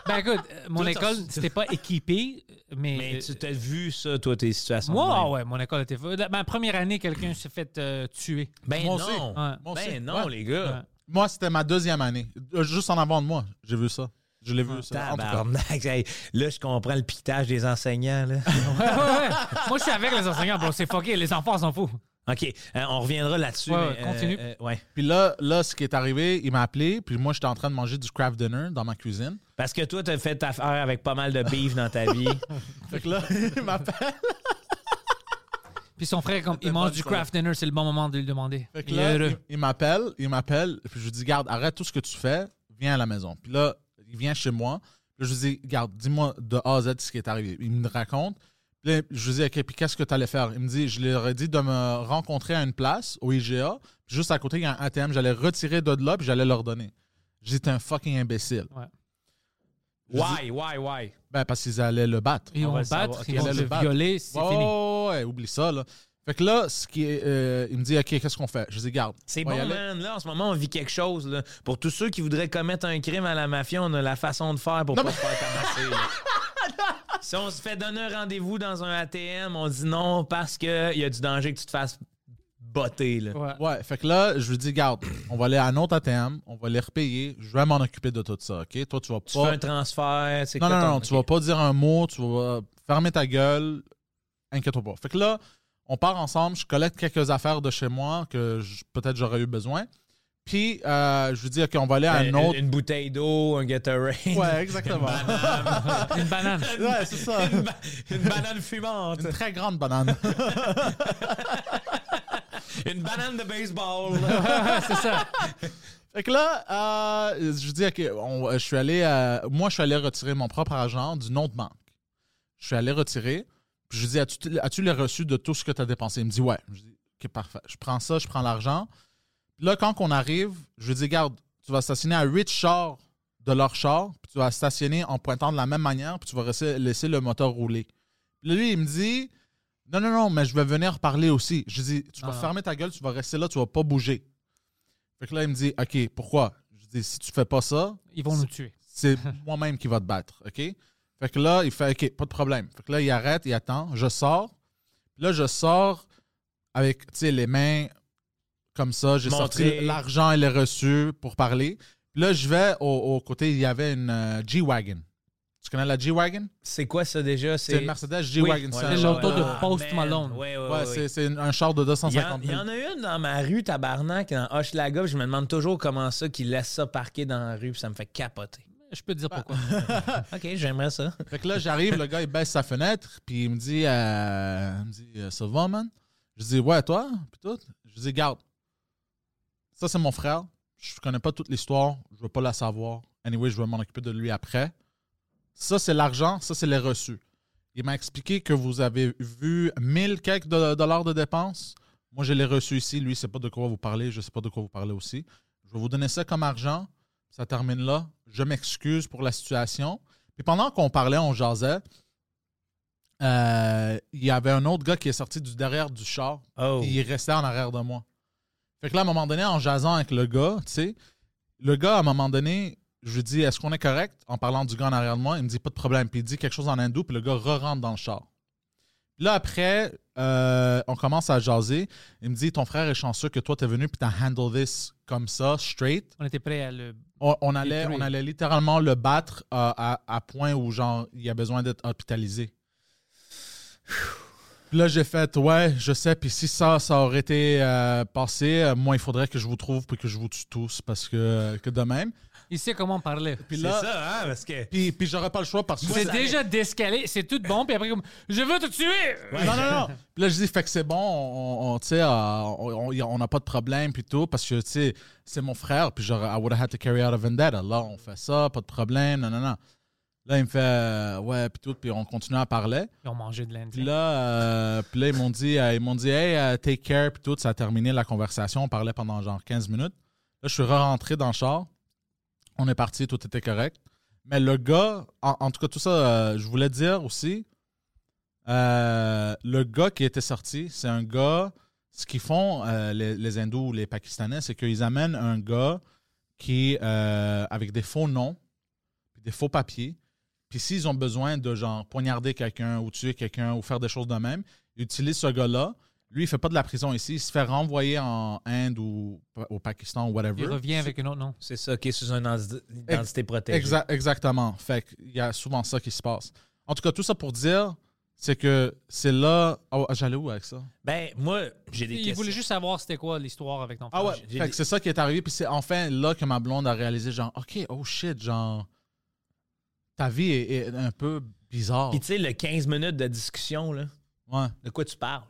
B: Ben écoute, euh, mon
C: Toi, t'as-
B: école, c'était pas équipé. Mais,
C: Mais
B: euh,
C: tu t'as vu ça, toi, tes situations. de
B: moi,
C: même.
B: ah ouais, mon école était. fa- la- Ma première année, quelqu'un s'est fait euh, tuer.
C: Ben
D: Moi aussi.
C: non.
B: Ouais.
D: Moi aussi.
C: Ben non,
D: Ouais.
C: les
B: Ouais.
C: gars.
D: Moi, c'était ma deuxième année. Euh, Juste en avant de moi, j'ai vu ça. Je l'ai vu, ça. En tout cas.
C: Ah, Tabarnak. Hey, Là, je comprends le pitage des enseignants.
D: <laughs>
C: Là.
B: Ouais, ouais, ouais. Moi, je suis avec les enseignants, bro. C'est fucké. Les enfants s'en foutent.
C: OK, euh, on reviendra là-dessus.
B: Ouais,
C: mais,
B: continue.
C: euh, euh, ouais.
D: Puis là, là, ce qui est arrivé, il m'a appelé, puis moi, j'étais en train de manger du craft dinner dans ma cuisine.
C: Parce que toi, t'as fait affaire avec pas mal de beef dans
D: <laughs>
C: ta vie.
D: Fait que là, <laughs> il m'appelle.
B: Puis son frère, comme, il
D: pas
B: mange
D: de
B: du
D: problème.
B: craft dinner, c'est le bon moment de lui demander.
D: Fait que
B: Il
D: là,
B: est heureux.
D: il- il m'appelle, il m'appelle, puis je lui dis, garde, arrête tout ce que tu fais, viens à la maison. Puis là, il vient chez moi, puis je lui dis, garde, dis-moi de A à Z ce qui est arrivé. Il me raconte, puis là, je lui dis, OK, puis qu'est-ce que tu allais faire? Il me dit, je lui aurais dit de me rencontrer à une place, au IGA, puis juste à côté, il y a un ATM, j'allais retirer de là, puis j'allais leur donner. J'étais un fucking imbécile.
B: Ouais.
D: Je
C: why,
D: dis-
C: why, why?
D: Ben, parce qu'ils allaient le battre.
B: Ils
C: On
B: vont
C: va
B: le
C: le savoir.
B: battre,
C: Ok,
B: ils vont
D: là,
B: le
D: le battre.
B: violer, c'est
D: Ouais,
B: fini.
D: ouais, ouais, oublie ça, là. Fait que là, ce qui est, euh, il me dit, OK, qu'est-ce qu'on fait? Je lui dis, garde.
C: C'est
D: on va y
C: bon,
D: aller.
C: man. Là, en ce moment, on vit quelque chose. là. Pour tous ceux qui voudraient commettre un crime à la mafia, on a la façon de faire pour
D: Non,
C: pas
D: mais-
C: se faire tabasser.
D: <laughs>
C: là. si on se fait donner un rendez-vous dans un ATM, on dit non parce qu'il y a du danger que tu te fasses botter. Là.
B: Ouais.
D: Ouais, fait que là, je lui dis, garde, on va aller à un autre ATM, on va les repayer, je vais m'en occuper de tout ça, OK? Toi, tu vas
C: Tu
D: pas.
C: fais un transfert. c'est
D: non,
C: quoi
D: non, non,
C: ton-
D: tu
C: Ok.
D: vas pas dire un mot, tu vas fermer ta gueule, inquiète-toi pas. Fait que là, on part ensemble, je collecte quelques affaires de chez moi que je- peut-être j'aurais eu besoin. Puis, euh, je lui dis, OK, on va aller à un
C: Une-
D: autre.
C: Euh, Une bouteille d'eau, un Gatorade. <laughs>
D: Ouais, exactement.
B: Une banane.
D: ouais, c'est ça.
C: une, ba- une banane fumante.
D: Une très grande banane. <laughs>
C: Une banane de
D: <laughs>
C: baseball.
B: c'est ça.
D: Fait que là, euh, je dis, OK, on- je suis allé, euh, moi, je suis allé retirer mon propre argent d'une autre banque. Je suis allé retirer. Puis je lui dis, as-tu as-tu les reçus de tout ce que tu as dépensé? Il me dit, ouais. Je dis, OK, parfait. Je prends ça, je prends l'argent. Puis là, quand on arrive, je lui dis, garde, tu vas stationner à 8 chars de leur char, puis tu vas stationner en pointant de la même manière, puis tu vas laisser, laisser le moteur rouler. Puis là, lui, il me dit, non, non, non, mais je vais venir parler aussi. Je lui dis, tu vas
B: Ah.
D: fermer ta gueule, tu vas rester là, tu vas pas bouger. Fait que là, il me dit, OK, pourquoi? Je dis, si tu fais pas ça,
B: Ils vont nous tuer.
D: c'est moi-même qui va te battre, OK? Fait que là, il fait, OK, pas de problème. Fait que là, il arrête, il attend, je sors. Puis là, je sors avec, tu sais, les mains comme ça. J'ai
C: Montré.
D: sorti l'argent et les reçus pour parler. Puis là, je vais au, au côté, il y avait une euh, G-Wagon. Tu connais la G-Wagon?
C: C'est quoi ça déjà?
D: C'est une Mercedes G-Wagon.
C: Oui,
D: c'est un
C: ouais,
D: genre
B: l'auto
D: de-
B: de Post
C: man.
B: Malone.
C: Ouais, ouais,
D: Ouais,
C: ouais,
D: c'est-
C: ouais.
D: c'est une- un char de
C: Il y, en,
D: 250
C: il y
D: 000.
C: en a une dans ma rue, tabarnak, dans Hochelaga. puis Je me demande toujours comment ça qu'ils laissent ça parquer dans la rue, puis ça me fait
D: <laughs>
C: capoter.
B: Je peux te dire pourquoi.
D: Ah,
C: OK, j'aimerais ça.
D: Fait que là, j'arrive, le gars, il baisse sa fenêtre, puis il me dit, euh, il me dit euh, ça va, man? Je dis, ouais, toi? Puis tout. Je dis, garde, ça, c'est mon frère. Je connais pas toute l'histoire. Je veux pas la savoir. Anyway, je vais m'en occuper de lui après. Ça, c'est l'argent. Ça, c'est les reçus. Il m'a expliqué que vous avez vu 1000 quelques do- dollars de dépenses. Moi, je l'ai reçu ici. Lui, c'est pas de quoi vous parler. Je sais pas de quoi vous parlez aussi. Je vais vous donner ça comme argent. Ça termine là. Je m'excuse pour la situation. Puis pendant qu'on parlait, on jasait, euh, il y avait un autre gars qui est sorti du derrière du char.
C: Oh.
D: Puis il restait en arrière de moi. Fait que là, à un moment donné, en jasant avec le gars, tu sais, le gars, à un moment donné, je lui dis, est-ce qu'on est correct? En parlant du gars en arrière de moi, il me dit, pas de problème. Puis il dit quelque chose en hindou, puis le gars re-rentre dans le char. Puis là, après, euh, on commence à jaser. Il me dit, ton frère est chanceux que toi, t'es venu, puis t'as handle this comme ça, straight.
B: On était prêts à le.
D: On, on allait,
B: Détruire.
D: on allait littéralement le battre euh, à, à point où genre il a besoin d'être hospitalisé. Puis Là, j'ai fait, ouais, je sais, puis si ça, ça aurait été euh, passé, euh, moi, il faudrait que je vous trouve puis que je vous tue tous, parce que, que de même.
B: Il sait comment parler.
D: Puis
C: C'est
D: là,
C: ça, hein, parce que...
D: puis, puis j'aurais pas le choix parce que...
B: C'est déjà déscalé, c'est tout bon, puis après, comme, je veux te tuer!
D: Non, non, non. <laughs> Puis là, je dis, fait que c'est bon, on, on- tu sais, euh, on on- on n'a pas de problème, puis tout, parce que, tu sais, c'est mon frère, puis genre, I would have had to carry out a vendetta. Là, on fait ça, pas de problème, non, non, non. Là, il me fait, euh, ouais, puis tout, puis on continue à parler.
B: Ils ont mangé de l'Inde.
D: Puis là, euh, puis là, ils m'ont dit, euh, ils m'ont dit, hey, euh, take care, puis tout, ça a terminé la conversation, on parlait pendant genre 15 minutes. Là, je suis rentré dans le char, on est parti, tout était correct. Mais le gars, en, en tout cas, tout ça, euh, je voulais dire aussi, euh, le gars qui était sorti, c'est un gars. Ce qu'ils font, euh, les, les Hindous ou les Pakistanais, c'est qu'ils amènent un gars qui, euh, avec des faux noms, puis des faux papiers, Puis s'ils ont besoin de, genre, poignarder quelqu'un ou tuer quelqu'un ou faire des choses de même, ils utilisent ce gars-là. Lui, il fait pas de la prison ici. Il se fait renvoyer en Inde ou pa- au Pakistan ou whatever.
B: Il revient avec un autre nom.
C: C'est ça qui est sous une identi- identité protégée.
D: Exa- exactement. Fait qu'il y a souvent ça qui se passe. En tout cas, tout ça pour dire, c'est que c'est là. Oh, j'allais où avec ça?
C: Ben, moi, j'ai des
B: Il
C: questions.
B: voulait juste savoir c'était quoi l'histoire avec ton frère.
D: Ah ouais,
C: j'ai
D: fait
C: des-
D: que c'est ça qui est arrivé. Puis c'est enfin là que ma blonde a réalisé, genre, OK, oh shit, genre, ta vie est, est un peu bizarre.
C: Puis tu sais, le 15 minutes de discussion, là,
D: Ouais.
C: de quoi tu parles?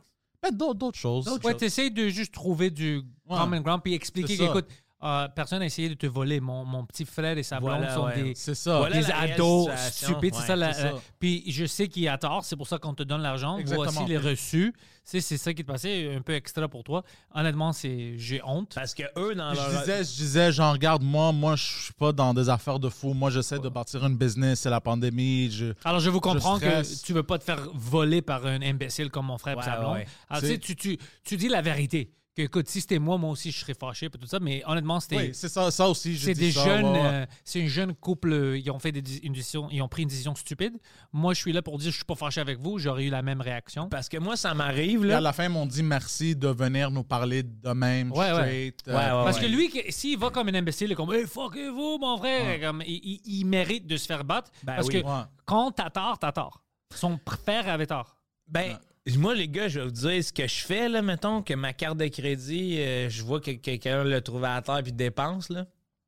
D: Mais d'autres, d'autres choses.
B: Ouais, t'essayes de juste trouver du common ground puis expliquer
D: C'est ça.
B: qu'écoute, euh, personne a essayé de te voler. Mon, mon petit frère et sa blonde
C: Voilà,
B: sont
C: ouais.
B: des,
D: C'est ça.
C: Voilà.
B: des
C: la réelle
B: ados
C: situation.
B: stupides.
C: Ouais,
B: c'est ça, la-
D: c'est ça.
B: la- Puis je sais qu'il a tort, c'est pour ça qu'on te donne l'argent.
D: Exactement.
B: Voici les reçus. C'est, c'est ça qui te passait, un peu extra pour toi. Honnêtement, c'est, j'ai honte.
C: Parce que eux, dans leur.
D: Je disais, je disais, genre, regarde, moi, moi, je suis pas dans des affaires de fou. Moi, j'essaie de bâtir une business. C'est la pandémie. Je...
B: Alors, je vous comprends
D: stresse.
B: que tu veux pas te faire voler par un imbécile comme mon frère et
C: Ouais,
B: sa blonde.
C: ouais.
B: Alors, tu sais, tu, tu, tu dis la vérité. Que, écoute, si c'était moi, moi aussi, je serais fâché et tout ça. Mais honnêtement, c'était.
D: Oui, c'est ça, ça aussi. j'ai
B: C'est
D: dit
B: des
D: ça,
B: jeunes,
D: ouais, ouais.
B: euh, c'est une jeune couple. euh, ils ont fait des, une décision, ils ont pris une décision stupide. Moi, je suis là pour dire, je suis pas fâché avec vous. J'aurais eu la même réaction.
C: Parce que moi, ça m'arrive,
D: Puis à
C: là.
D: la fin, ils m'ont dit merci de venir nous parler de même,
B: Ouais, ouais.
D: straight. euh,
C: Ouais, ouais,
B: Parce
C: ouais.
B: que lui, que- s'il va comme un imbécile, il est comme hey, fuck vous, mon frère, comme, il, il- il mérite de se faire battre.
C: Ben
B: parce
C: oui.
B: que
D: Ah Ouais.
B: quand t'as tort, t'as tort. Son frère avait tort.
C: Ben, moi, les gars, je vais vous dire ce que je fais, là, mettons, que ma carte de crédit, euh, je vois que quelqu'un l'a trouvé à terre puis dépense, là.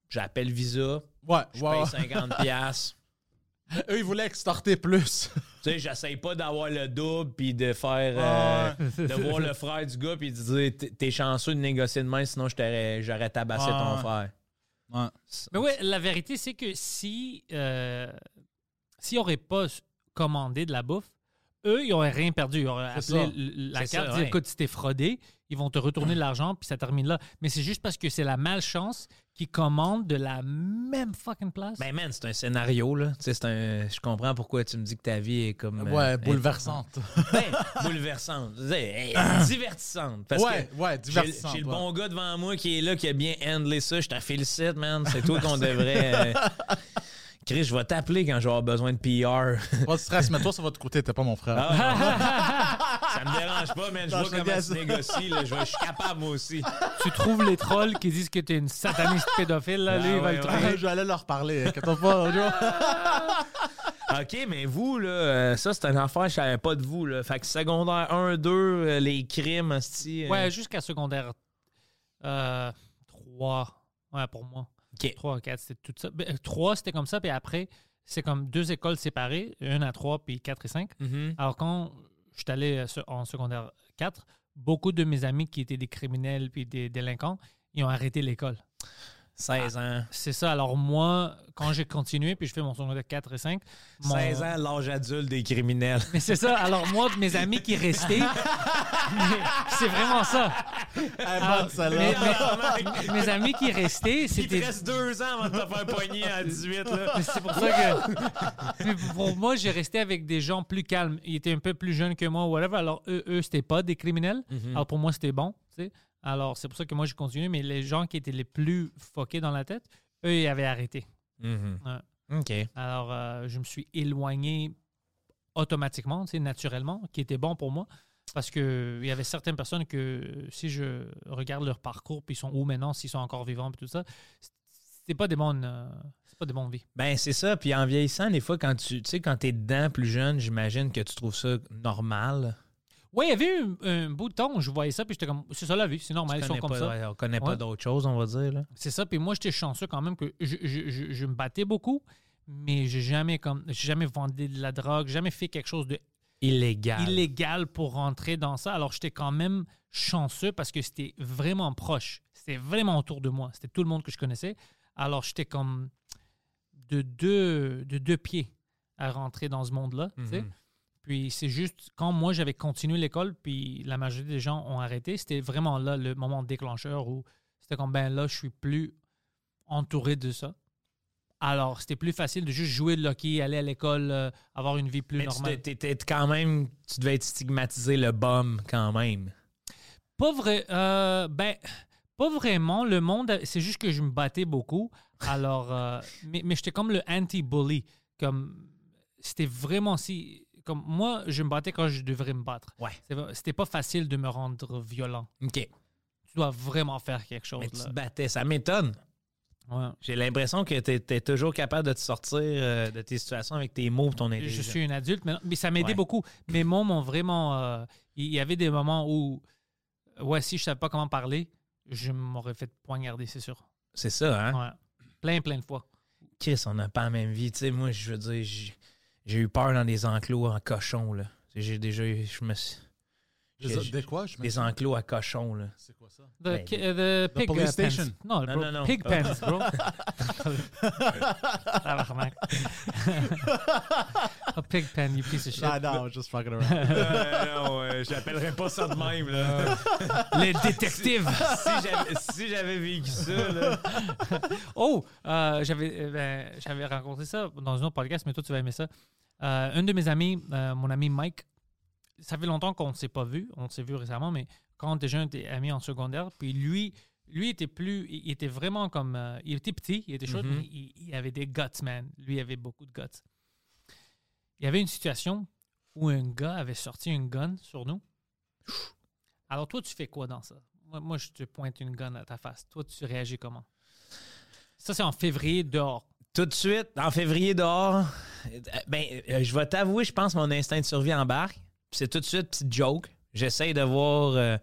C: J'appelle Visa,
D: Ouais,
C: je
D: ouais,
C: paye
D: ouais. <laughs>
C: 50 piastres.
D: Eux, ils voulaient extorter plus.
C: Tu sais, j'essaye pas d'avoir le double puis de faire. euh, de voir le frère du gars puis de dire T'es- t'es chanceux de négocier de main, sinon je t'aurais- j'aurais tabassé
D: Ouais,
C: ton
D: ouais.
C: frère.
D: Ouais.
B: Mais ouais, la vérité, c'est que si euh, s'ils n'auraient pas s- commandé de la bouffe, eux, ils n'auraient rien perdu. Ils auraient appelé
D: C'est ça.
B: l- la
C: C'est ça,
B: carte, dire
C: ouais.
B: écoute, si t'es fraudé, ils vont te retourner l'argent, puis ça termine là. Mais c'est juste parce que c'est la malchance qui commande de la même fucking place.
C: Ben, man, c'est un scénario, là. Tu sais, c'est un. Je comprends pourquoi tu me dis que ta vie est comme. euh,
D: Ouais, bouleversante.
C: <laughs>
D: Ah.
C: Ben, bouleversante. Je veux dire, hey, divertissante. Parce
D: Ouais,
C: que
D: ouais,
C: j'ai-
D: divertissante.
C: J'ai le
D: ouais.
C: bon gars devant moi qui est là, qui a bien handlé ça. Je t'en félicite, man. C'est toi qu'on
D: <laughs>
C: devrait. euh, Chris, je vais t'appeler quand je vais avoir besoin de PR.
D: Pas de stress, mais toi, ça va te coûter, t'es pas mon frère.
C: Ah, Ça me dérange pas, man. ah, Je
D: Non,
C: vois
D: je
C: comment
D: niaise.
C: tu négocies. là. Je vois- je suis capable, moi aussi.
B: tu trouves les trolls qui disent que t'es une sataniste pédophile, là,
C: Ah
B: lui, il va
C: ouais,
B: le
C: ouais.
B: trouver.
D: <laughs> je vais aller leur parler. Inquiète-toi pas,
C: <laughs>
D: Joe.
C: OK, mais vous, là, euh, ça, c'est une affaire, je savais pas de vous. Là. Fait que secondaire 1, 2, euh, les crimes, hostie, euh,
B: Ouais, jusqu'à secondaire 3. Ouais, pour moi.
C: OK.
B: 3, 4, c'était tout ça. 3, c'était comme ça, puis après, c'est comme deux écoles séparées, 1 à 3, puis 4 et 5.
C: Mhm.
B: Alors, quand je suis allé euh, se- en secondaire 4, beaucoup de mes amis qui étaient des criminels puis des délinquants, ils ont arrêté l'école.
C: 16 ans.
B: C'est ça. Alors, moi, quand j'ai continué, puis je fais mon secondaire 4 et 5. mon-
C: 16 ans, l'âge adulte
B: <laughs>
C: des criminels.
B: Mais c'est ça. Alors, moi, de mes amis qui
C: <laughs>
B: restaient, mais c'est vraiment ça.
D: Elle est
B: Ah,
D: bonne, celle-là.
B: mais- mais- mes amis qui restaient,
C: Il te
B: c'était.
C: reste deux ans avant de te faire poigner à 18, là.
B: Mais C'est pour ça que.
C: <laughs>
B: Mais pour moi, j'ai resté avec des gens plus calmes. Ils étaient un peu plus jeunes que moi, whatever. Alors, eux, eux c'était pas des criminels.
C: Mm. Mhm,
B: Alors, pour moi, c'était bon. tu sais. Alors, c'est pour ça que moi, j'ai continué. Mais les gens qui étaient les plus foqués dans la tête, eux, ils avaient arrêté.
C: mhm. OK.
B: Alors, euh, je me suis éloigné automatiquement, tu sais, naturellement, qui était bon pour moi. Parce qu'il y avait certaines personnes que, si je regarde leur parcours, puis ils sont où maintenant, s'ils sont encore vivants, puis tout ça, c'est pas des bonnes, euh, c'est pas des bonnes vies.
C: Ben, c'est ça. Puis en vieillissant, des fois, quand tu tu sais, quand t'es dedans plus jeune, j'imagine que tu trouves ça normal.
B: Ouais, il y avait un, un bout de temps où je voyais ça, puis j'étais comme, c'est ça la vie, c'est normal,
C: Tu
B: ils sont
C: connais
B: comme
C: pas-
B: ça.
C: ouais, on connaît
B: Ouais.
C: pas d'autre chose, on va dire. Là.
B: C'est ça, puis moi, j'étais chanceux quand même que je, je- je- je me battais beaucoup, mais j'ai jamais, comme, j'ai jamais vendu de la drogue, jamais fait quelque chose de
C: Illégal.
B: illégal pour rentrer dans ça. Alors, j'étais quand même chanceux parce que c'était vraiment proche. C'était vraiment autour de moi. C'était tout le monde que je connaissais. Alors, j'étais comme de deux, de deux pieds à rentrer dans ce monde-là. tu sais.
C: Mhm.
B: Puis, c'est juste quand moi, j'avais continué l'école, puis la majorité des gens ont arrêté, c'était vraiment là le moment déclencheur où c'était comme, ben là, je suis plus entouré de ça. Alors, c'était plus facile de juste jouer le hockey, aller à l'école, euh, avoir une vie plus
C: Mais tu
B: normale.
C: t'es- t'es- t'es quand même, tu devais être stigmatisé le bum quand même.
B: Pas vrai. euh, ben, pas vraiment. Le monde, a- c'est juste que
C: <laughs>
B: je me battais beaucoup. Alors, euh, mais, mais j'étais comme le anti-bully. Comme c'était vraiment si. Comme moi, je me battais quand je devrais me battre.
C: Ouais.
B: C'est pas- C'était pas facile de me rendre violent.
C: OK.
B: Tu dois vraiment faire quelque chose.
C: Mais tu te
B: là.
C: battais, ça m'étonne.
B: Ouais.
C: J'ai l'impression que tu étais toujours capable de te sortir euh, de tes situations avec tes mots, ton
B: Je
C: intelligence.
B: suis un adulte, mais, mais ça m'aidait
C: Ouais.
B: beaucoup. Mes mots m'ont vraiment. euh, Il y avait des moments où, ouais, si je savais pas comment parler, je m'aurais fait poignarder, c'est sûr.
C: C'est ça, hein?
B: Ouais. Plein, plein de fois.
C: Chris, on n'a pas la même vie. Tu sais, moi, je veux dire, j'ai- j'ai eu peur dans des enclos en cochon, là. J'ai déjà eu. Je me suis-
D: Des,
C: j'ai-
D: des quoi? Je me-
C: Des enclos à cochon, <laughs> là.
D: C'est quoi ça?
B: The,
C: Ben,
B: ki- euh, the pig
D: police
B: euh,
D: station.
B: pens. Non,
C: Non,
B: bro,
C: non, non.
B: pig pens,
D: <laughs>
B: bro. <laughs> Tabarnak. A pig pen, you piece of shit.
D: non, just fucking around.
C: non, je n'appellerais pas ça de même, là.
B: Les détectives.
D: <laughs>
C: si j'avais vécu ça, là.
B: Oh, euh, j'avais euh, ben, j'avais rencontré ça dans un autre podcast, mais toi, tu vas aimer ça. Euh, un de mes amis, euh, mon ami Mike, ça fait longtemps qu'on ne s'est pas vu. On s'est vu récemment, mais quand déjà on était amis en secondaire, puis lui, lui était plus, il il était vraiment comme, euh, il était petit, il était chaud,
C: Mhm.
B: mais il, il avait des guts, man. Lui, il avait beaucoup de guts. Il y avait une situation où un gars avait sorti une gun sur nous. Alors toi, tu fais quoi dans ça? Moi, moi, je te pointe une gun à ta face. Toi, tu réagis comment? Ça, c'est en février, dehors.
C: Tout de suite, en février dehors, euh, ben, euh, je vais t'avouer, je pense que mon instinct de survie embarque. Puis c'est tout de suite, petite joke. J'essaye de voir, euh,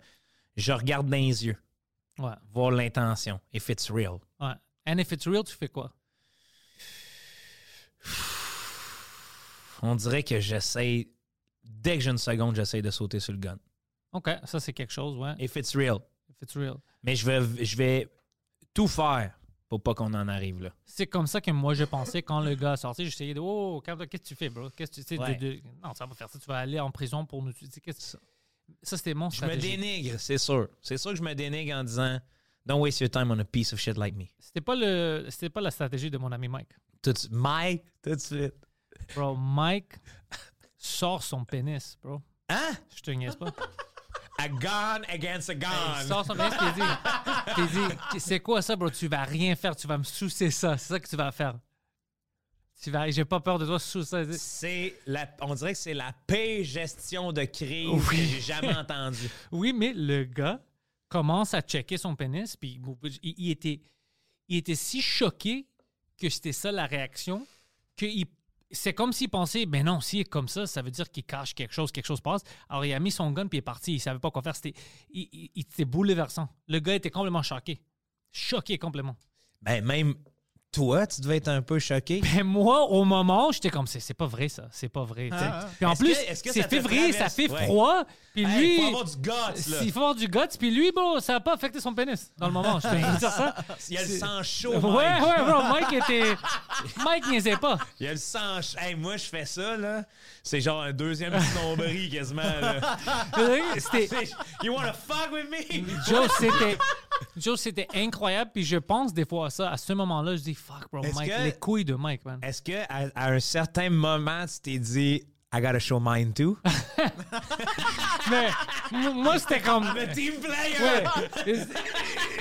C: je regarde dans les yeux,
B: Ouais,
C: voir l'intention, if it's real.
B: ouais. And if it's real, tu fais quoi?
C: On dirait que j'essaye, dès que j'ai une seconde, j'essaye de sauter sur le gun.
B: OK, ça, c'est quelque chose, ouais.
C: If it's real.
B: If it's real.
C: Mais je vais, je vais tout faire pour pas qu'on en arrive là.
B: C'est comme ça que moi, je pensais quand le gars a sorti. J'essayais de Oh, calme-toi, qu'est-ce que tu fais, bro? Qu'est-ce que tu sais de-
C: Ouais.
B: de, Non, ça va pas faire ça. Tu vas aller en prison pour nous. Tu sais, qu'est-ce que- Ça, c'était mon
C: Je me
B: stratégie.
C: dénigre, c'est sûr. C'est sûr que je me dénigre en disant Don't waste your time on a piece of shit like me.
B: C'était pas, le... c'était pas la stratégie de mon ami Mike.
C: Tout de suite. Mike, tout de suite.
B: Bro, Mike sort son pénis, bro.
C: Hein?
B: Je te niaise pas.
C: A gun against a
B: Il sort son pénis, puis il dit, puis il dit, Qu- c'est quoi ça, bro? Tu vas rien faire, tu vas me soucier ça. C'est ça que tu vas faire. Tu vas, j'ai pas peur de toi sous ça.
C: C'est la, on dirait que c'est la pire gestion de crise que j'ai jamais entendue.
B: Oui, mais le gars commence à checker son pénis, puis il- il, il était, il était si choqué que c'était ça la réaction, que il- c'est comme s'il pensait, ben non, s'il est comme ça, ça veut dire qu'il cache quelque chose, quelque chose passe. Alors il a mis son gun, puis il est parti, il savait pas quoi faire. C'était, il, il- il- c'était bouleversant. Le gars était complètement choqué. Choqué complètement.
C: Ben, même toi, tu devais être un peu choqué.
B: Ben moi, au moment, j'étais comme, c'est c'est pas vrai ça, c'est pas vrai. tu sais.
D: Ah, ah.
B: Puis en
C: Est-ce
B: plus,
C: que- est-ce que
B: c'est
C: ça te
B: février, ça
C: traverse?
B: fait
C: Ouais.
B: froid, puis lui...
C: Hey, faut avoir du guts, là.
B: S'il faut avoir du guts, puis lui, bon, ça n'a pas affecté son pénis dans le moment. Je te dis ça.
C: <laughs> Il y a le
B: C'est-
C: sang chaud,
B: Ouais,
C: Mike.
B: ouais, bro. Mike était. Mike niaisait pas.
C: Il y a le sang chaud. Hey, moi, je fais ça, là. C'est genre un deuxième petit
B: <laughs>
C: nombril, quasiment, là.
B: C'était. Mm.
C: C'est- You wanna fuck with me?
B: Joe, c'était. Joe, c'était incroyable. Puis je pense des fois à ça. À ce moment-là, je dis fuck, bro,
C: Est-ce
B: Mike.
C: que- Eh,
B: Les couilles de Mike, man.
C: Est-ce que à, à un certain moment, tu t'es dit I gotta show
B: <laughs>
C: mine too?
B: Mais m- moi, c'était comme.
C: Le team player!
B: Ouais.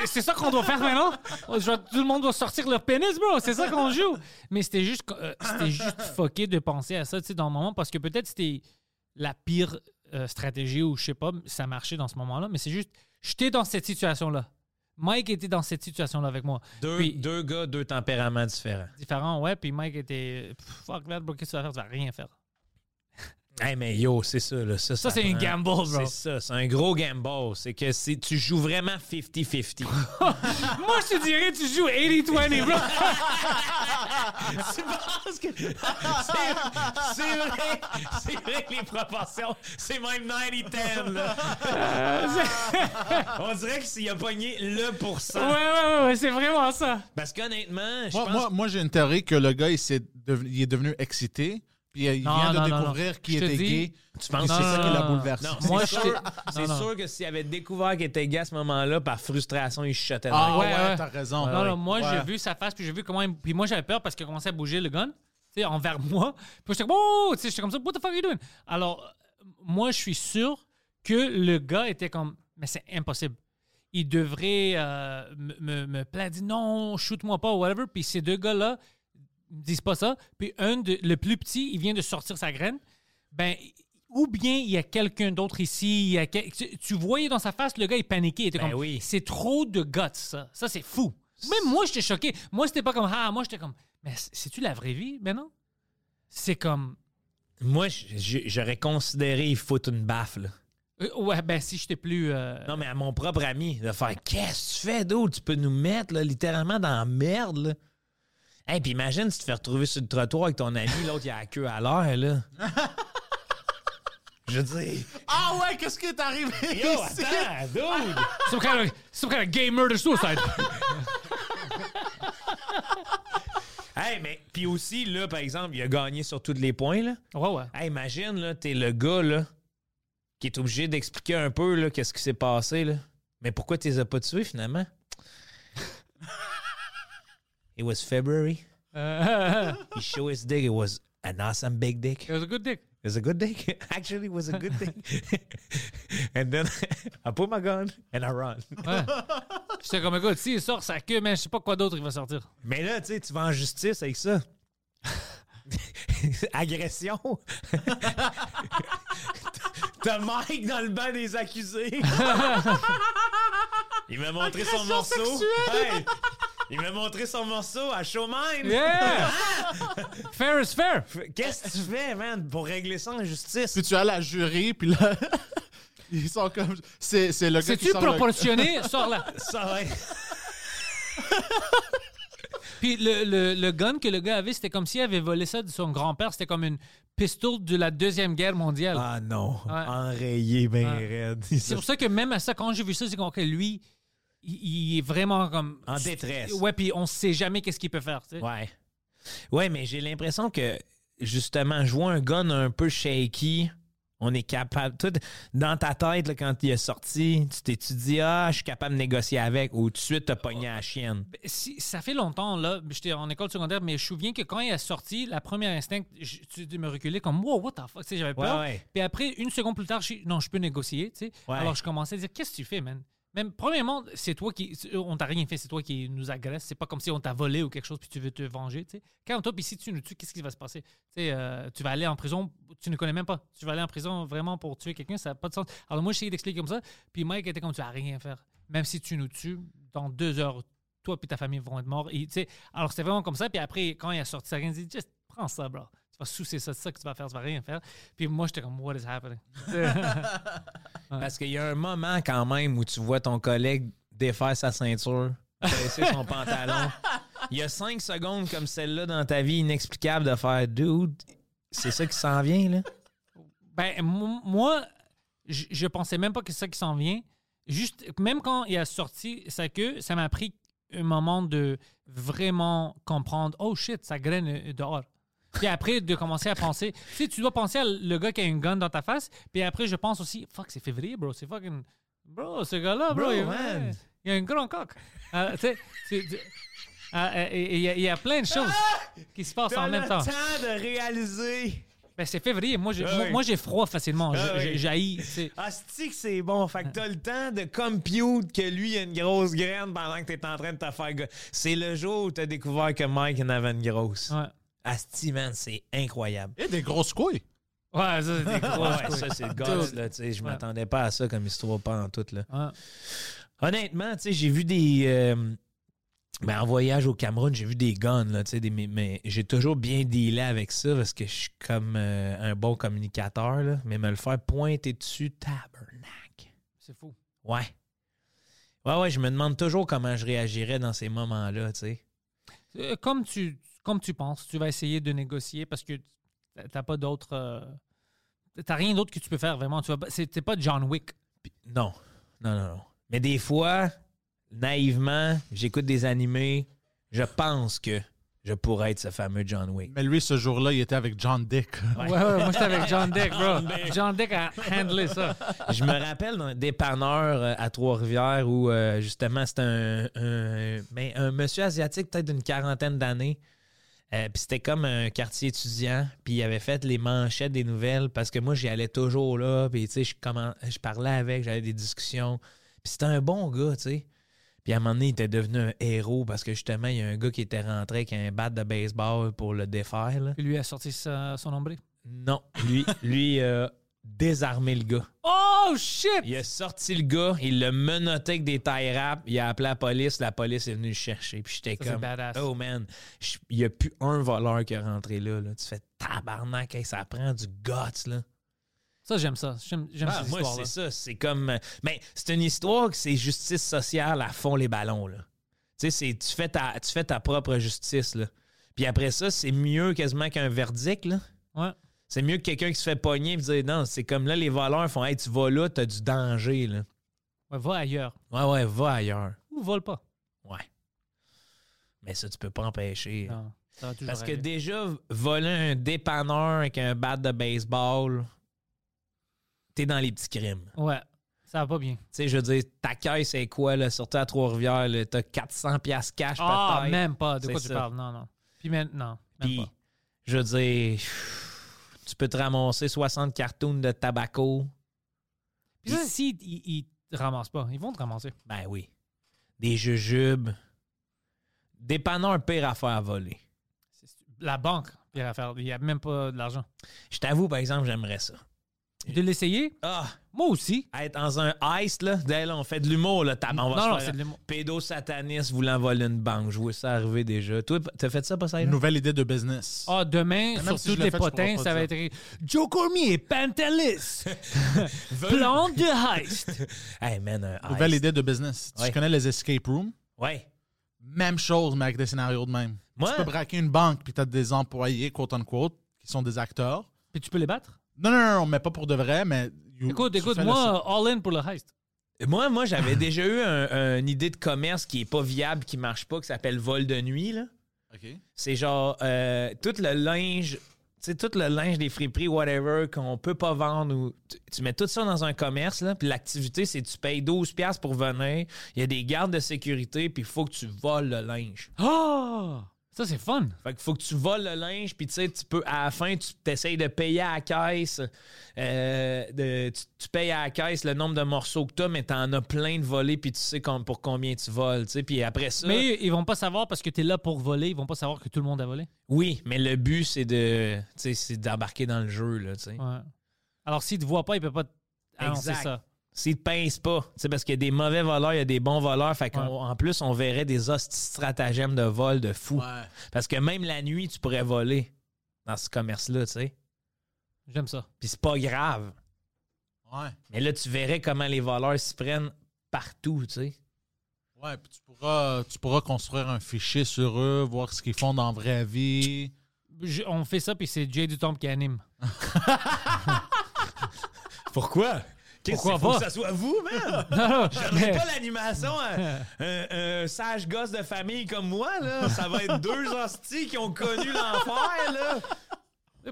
B: Et C'est ça qu'on doit faire maintenant. Je vois- tout le monde doit sortir leur pénis, bro. C'est ça qu'on joue. Mais c'était juste, que- euh, c'était juste fucké de penser à ça, tu sais, dans le moment, parce que peut-être c'était la pire euh, stratégie ou je sais pas, ça marchait dans ce moment-là. Mais c'est juste, j'étais dans cette situation-là. Mike était dans cette situation-là avec moi.
C: Deux,
B: Puis-
C: deux gars, deux tempéraments différents.
B: Différent, ouais. Puis Mike était, Pff, fuck that, bro, qu'est-ce que tu vas faire? Tu vas rien faire.
C: Hey, mais yo, c'est ça, là. Ça,
B: Ça,
C: ça
B: c'est une
C: prend-
B: gamble, bro.
C: Ben, C'est ça, c'est un gros gamble. C'est que c'est- tu joues vraiment 50-50.
B: Moi, je te dirais, tu joues 80-20,
C: <laughs>
B: bro.
C: tu penses que. <laughs> c'est c'est vrai, c'est vrai que les proportions, c'est même 90-10, là. On dirait que s'il a pogné le
B: Ouais,
C: pourcent.
B: ouais, ouais, ouais, c'est vraiment ça.
C: Parce qu'honnêtement, je
D: Moi,
C: pense.
D: moi, moi, j'ai une théorie que le gars, il, s'est devenu- il est devenu excité, puis il
B: Non,
D: vient
B: non, non,
D: de découvrir
B: non.
D: qu'il
B: Je te
D: était
B: dis-
C: tu
D: gay. Puis
C: penses
B: Non,
D: c'est ça
B: non,
D: qui l'a
B: non, non.
D: bouleversé.
C: Non,
B: Moi,
C: c'est sûr,
B: j'étais-
C: c'est
B: non, non.
C: sûr que s'il avait découvert qu'il était gay à ce moment-là, par frustration, il chutait
D: Ah
C: dans
D: ouais,
B: Ouais, ouais.
D: t'as raison.
B: Non, non, moi,
D: Ouais.
B: j'ai vu sa face, puis j'ai vu comment. il- Puis moi, j'avais peur parce qu'il commençait à bouger le gun, tu sais, envers <laughs> moi. Puis j'étais comme, oh, tu sais, j'étais comme ça, what the fuck are you doing? Alors, euh, moi, je suis sûr que le gars était comme, mais c'est impossible. Il devrait euh, me, me, me plaindre, dire, non, shoot-moi pas, whatever. Puis ces deux gars-là, me disent pas ça. Puis un de, le plus petit, il vient de sortir sa graine. Ben, ou bien il y a quelqu'un d'autre ici. il y a quel- tu, tu voyais dans sa face, le gars, il paniquait. Il était
C: Ben
B: comme,
C: oui.
B: c'est trop de guts, ça. Ça, c'est fou. Même moi, j'étais choqué. Moi, c'était pas comme, ah, moi, j'étais comme, mais c- c'est-tu la vraie vie? Ben non. C'est comme,
C: Moi, j- j- j'aurais considéré il faut une baffe, là.
B: euh, ouais, ben si j'étais plus. euh, <laughs>
C: Non, mais à mon propre ami, de faire Qu'est-ce que tu fais d'autre? Tu peux nous mettre là, littéralement dans la merde. Là. Hey, puis imagine si tu te fais retrouver sur le trottoir avec ton ami, l'autre, il a la queue à l'heure. là. <laughs> Je dis
D: Ah ouais, qu'est-ce qui est arrivé ici?
C: dude!
B: Some kind of, some kind of gay murder
C: <laughs>
B: suicide.
C: hey, mais puis aussi, là, par exemple, il a gagné sur tous les points. Là.
B: ouais, ouais.
C: Hey, imagine, là, t'es le gars là, qui est obligé d'expliquer un peu là, qu'est-ce qui s'est passé. Là. Mais pourquoi tu les as pas tués <laughs> finalement? It was February.
B: Euh, <laughs>
C: He showed his dick. It was an awesome big dick.
B: it was a good dick.
C: It was a good dick. <laughs> Actually, it was a good dick. <laughs> and then <laughs> I put my gun and I run.
B: Ouais. J'étais comme, écoute, s'il sort sa queue, mais je sais pas quoi d'autre il va sortir.
C: Mais là, tu sais, tu vas en justice avec ça. <laughs> Agression. <laughs> T'as Mike dans le banc des <laughs> accusés. Il m'a montré son morceau. Hey, il m'a montré son morceau à Showman.
B: Yeah! fair is fair.
C: Qu'est-ce que tu fais, man, pour régler ça en justice?
D: Puis tu as la jury, puis là, <laughs> ils sont comme... C'est c'est le gars qui
B: C'est-tu
D: sort le-
C: <laughs>
B: proportionné? Sors là.
C: Ça va être-
B: Puis le, le, le gun que le gars avait, c'était comme s'il avait volé ça de son grand-père. C'était comme une pistole de la Deuxième Guerre mondiale.
C: Ah non, enrayé, ben raide.
B: C'est pour ça que même à ça, quand j'ai vu ça, c'est comme que lui, il, il est vraiment comme...
C: En détresse.
B: Ouais, puis on sait jamais qu'est-ce qu'il peut faire. tu sais.
C: Ouais. Ouais, mais j'ai l'impression que, justement, jouer un gun un peu shaky, on est capable. Tout, dans ta tête, là, quand il est sorti, tu t'es tu dis, ah, je suis capable de négocier avec, ou tout de suite, t'as pogné à la chienne.
B: Si- ça fait longtemps, là, j'étais en école secondaire, mais je me souviens que quand il est sorti, la première instinct, je- tu de me reculer comme, wow, what the fuck, tu sais, j'avais peur.
C: Ouais, ouais.
B: Puis après, une seconde plus tard, je suis, non, je peux négocier, tu sais.
C: Ouais.
B: Alors je commençais à dire, qu'est-ce que tu fais, man? Même, premièrement, c'est toi qui. On t'a rien fait, c'est toi qui nous agresse. C'est pas comme si on t'a volé ou quelque chose, puis tu veux te venger, tu sais. Quand toi, puis si tu nous tues, qu'est-ce qui va se passer? Tu sais, euh, tu vas aller en prison, tu ne connais même pas. Tu vas aller en prison vraiment pour tuer quelqu'un, ça n'a pas de sens. Alors moi, j'essayais d'expliquer comme ça, puis Mike était comme, tu as rien à faire. Même si tu nous tues, dans deux heures, toi puis ta famille vont être morts. Et, tu sais, alors c'était vraiment comme ça. Puis après, quand il a sorti sa graine, il dit Just prends ça, bro. Tu vas soucier ça, c'est ça que tu vas faire, tu vas rien faire. Puis moi, j'étais comme What is happening?
C: Parce qu'il y a un moment, quand même, où tu vois ton collègue défaire sa ceinture, baisser <laughs> son pantalon. Il y a cinq secondes comme celle-là dans ta vie inexplicable de faire, dude, c'est ça qui s'en vient, là.
B: ben, m- moi, je je pensais même pas que c'est ça qui s'en vient. Juste, même quand il a sorti sa queue, ça m'a pris un moment de vraiment comprendre Oh shit, ça graine euh, dehors. Puis après, de commencer à penser. Tu sais, tu dois penser à le gars qui a une gun dans ta face. Puis après, je pense aussi Fuck, c'est février, bro. C'est fucking. Bro, ce gars-là, bro,
C: Bro,
B: il,
C: man.
B: il a un grand coq. Euh, tu sais, tu- tu- ah, euh, et- et il y, a- il y a plein de choses qui se passent en même temps.
C: de réaliser
B: Ben, c'est février. Moi, j'ai-
C: Ah
B: moi,
C: oui.
B: moi, j'ai froid facilement.
C: Ah
B: Je-
C: oui.
B: je- J'haïs. tu sais.
C: Asti Ah, que c'est bon. Fait que t'as le temps de compute que lui il a une grosse graine pendant que t'es en train de te faire... go- C'est le jour où t'as découvert que Mike en avait une grosse.
B: Ouais.
C: Asti, man, c'est incroyable.
D: Et des grosses couilles.
B: Ouais, ça, c'est des
C: Ouais,
B: gros.
C: ouais, ça, c'est le gosse, là, tu sais. Je
B: Ouais.
C: m'attendais pas à ça comme histoire, pas en tout, là.
B: Ouais.
C: Honnêtement, tu sais, j'ai vu des... euh, ben, en voyage au Cameroun, j'ai vu des guns, là, tu sais, des- mais, mais j'ai toujours bien dealé avec ça parce que je suis comme euh, un bon communicateur, là, mais me le faire pointer dessus, tabernacle.
B: C'est fou.
C: Ouais. Ouais, ouais, je me demande toujours comment je réagirais dans ces moments-là, tu sais.
B: Euh, Comme tu, comme tu penses, tu vas essayer de négocier parce que t'as pas d'autre. euh, T'as rien d'autre que tu peux faire vraiment. Tu vas pas- c'est- T'es pas John Wick.
C: Puis- non, non, non, non. Mais des fois, naïvement, j'écoute des animés, je pense que je pourrais être ce fameux John Wick.
D: Mais lui, ce jour-là, il était avec John Dick.
B: Ouais, ouais, moi j'étais avec
C: <laughs>
B: John Deck, bro. John Deck a handlé ça.
C: je me rappelle d'un dépanneur euh, à Trois-Rivières où, euh, justement, c'était un, un- mais un monsieur asiatique, peut-être d'une quarantaine d'années. Euh, puis c'était comme un quartier étudiant. Puis il avait fait les manchettes des nouvelles parce que moi, j'y allais toujours là. Puis, tu sais, je, commen- je parlais avec, j'avais des discussions. Puis c'était un bon gars, tu sais. Puis à un moment donné, il était devenu un héros parce que justement, il y a un gars qui était rentré avec un bat de baseball pour le défaire. là.
B: Puis lui a sorti sa- son ombré.
C: Non, lui, lui il a désarmé le gars.
B: Oh shit!
C: Il a sorti le gars, il l'a menotté avec des tie wraps, il a appelé la police, la police est venue le chercher. Puis j'étais
B: Ça, c'est
C: comme,
B: badass.
C: oh man, je- il n'y a plus un voleur qui est rentré là. là. Tu fais tabarnak, hey, ça prend du guts. Là.
B: Ça, j'aime ça. J'aime j'aime
C: Ah,
B: cette
C: moi,
B: histoire-là.
C: c'est ça. C'est comme. euh, Mais c'est une histoire que c'est justice sociale à fond les ballons. Là. Tu sais, c'est- tu fais, ta, tu fais ta propre justice. Là. Puis après ça, c'est mieux quasiment qu'un verdict. Là.
B: Ouais.
C: C'est mieux que quelqu'un qui se fait pogner et dire non, c'est comme là, les voleurs font Hey, tu vas là, t'as du danger. Là.
B: Ouais, va ailleurs.
C: Ouais, ouais, va ailleurs.
B: Ou vole pas.
C: Ouais. Mais ça, tu peux pas empêcher.
B: Non, ça va toujours
C: Parce que
B: arriver.
C: déjà, voler un dépanneur avec un bat de baseball, t'es dans les petits crimes.
B: Ouais, ça va pas bien.
C: Tu sais, je veux dire, ta caisse, c'est quoi, là, surtout à Trois-Rivières, là, t'as 400 piastres cash
B: Ah,
C: peut-être.
B: même pas. De
C: C'est
B: quoi tu
C: ça.
B: parles? Non, non. Puis maintenant, même
C: Puis,
B: pas.
C: je veux dire, pff, tu peux te ramasser 60 cartoons de tabaco.
B: Puis s'ils ils, ils te ramassent pas, ils vont te ramasser.
C: Ben oui. Des jujubes. Dépanneur, pire affaire à voler.
B: La banque, pire affaire. Il n'y a même pas de l'argent.
C: Je t'avoue, par exemple, j'aimerais ça.
B: De l'essayer,
C: Ah,
B: moi aussi.
C: être dans un ice, là. Dès là, on fait de l'humour, là. tab- on va
B: Non,
C: se
B: non,
C: faire-
B: c'est de l'humour.
C: Pédosataniste voulant voler une banque. Je vois ça arriver déjà. Toi, t'as fait ça, pas ça?
D: Une nouvelle idée de business.
B: Ah, demain,
D: Même
B: sur
D: si
B: tous
D: je l'ai
B: les
D: fait, je
B: potins,
D: pourrais pas
B: ça va
D: dire.
B: être Joe Cormier, Pantelis, plan de heist.
C: Hey, man, un heist.
D: nouvelle idée de business.
C: Ouais.
D: Tu connais les escape rooms?
C: Ouais.
D: Même chose, mais avec des scénarios de même.
C: Moi,
D: Tu peux braquer une banque, puis tu as des employés, quote-unquote, qui sont des acteurs.
B: Puis tu peux les battre?
D: Non, non, non, mais pas pour de vrai, mais... you-
B: Écoute,
D: Mm. tu
B: écoute,
D: fais le
B: moi, all in pour le heist.
C: Moi, moi j'avais déjà eu un- une idée de commerce qui est pas viable, qui marche pas, qui s'appelle vol de nuit. là.
D: sc- OK.
C: C'est genre euh, tout le linge, tu sais, tout le linge des friperies, whatever, qu'on peut pas vendre. Ou, tu, tu mets tout ça dans un commerce, là, puis l'activité, c'est tu payes 12$ piastres pour venir, il y a des gardes de sécurité, puis il faut que tu voles le linge.
B: Oh! Ça, c'est fun.
C: Fait qu'il faut que tu voles le linge, puis tu sais, tu peux, à la fin, tu t'essayes de payer à la caisse. euh, de- tu, tu payes à la caisse le nombre de morceaux que t'as, mais t'en as plein de volés, puis tu sais com- pour combien tu voles, tu sais. Puis après ça,
B: Mais ils vont pas savoir parce que t'es là pour voler. Ils vont pas savoir que tout le monde a volé.
C: oui, mais le but, c'est de, tu sais, c'est d'embarquer dans le jeu, là, tu sais.
B: Ouais. Alors, s'ils te voient pas, ils peuvent pas t- annoncer
C: Exact.
B: ça.
C: S'ils te pincent pas, tu sais, parce qu'il y a des mauvais voleurs, il y a des bons voleurs, fait qu'en
B: Ouais.
C: en plus, on verrait des hosties stratagèmes de vol de fou.
D: Ouais.
C: Parce que même la nuit, tu pourrais voler dans ce commerce-là, tu sais.
B: J'aime ça.
C: Puis c'est pas grave.
D: Ouais.
C: Mais là, tu verrais comment les voleurs s'y prennent partout, tu sais.
D: Ouais, puis tu pourras, tu pourras construire un fichier sur eux, voir ce qu'ils font dans la vraie vie.
B: Je- on fait ça, puis c'est Jay Dutombe qui anime. <laughs>
C: Pourquoi?
B: Pourquoi
C: Faut
B: pas?
C: que ça soit vous, <laughs> man!
B: Non, Ah, non,
C: C'est
B: mais-
C: pas l'animation, euh,
B: <laughs>
C: un, un- un sage gosse de famille comme moi, là. Ça va être deux
B: <laughs>
C: hosties qui ont connu l'enfer, là.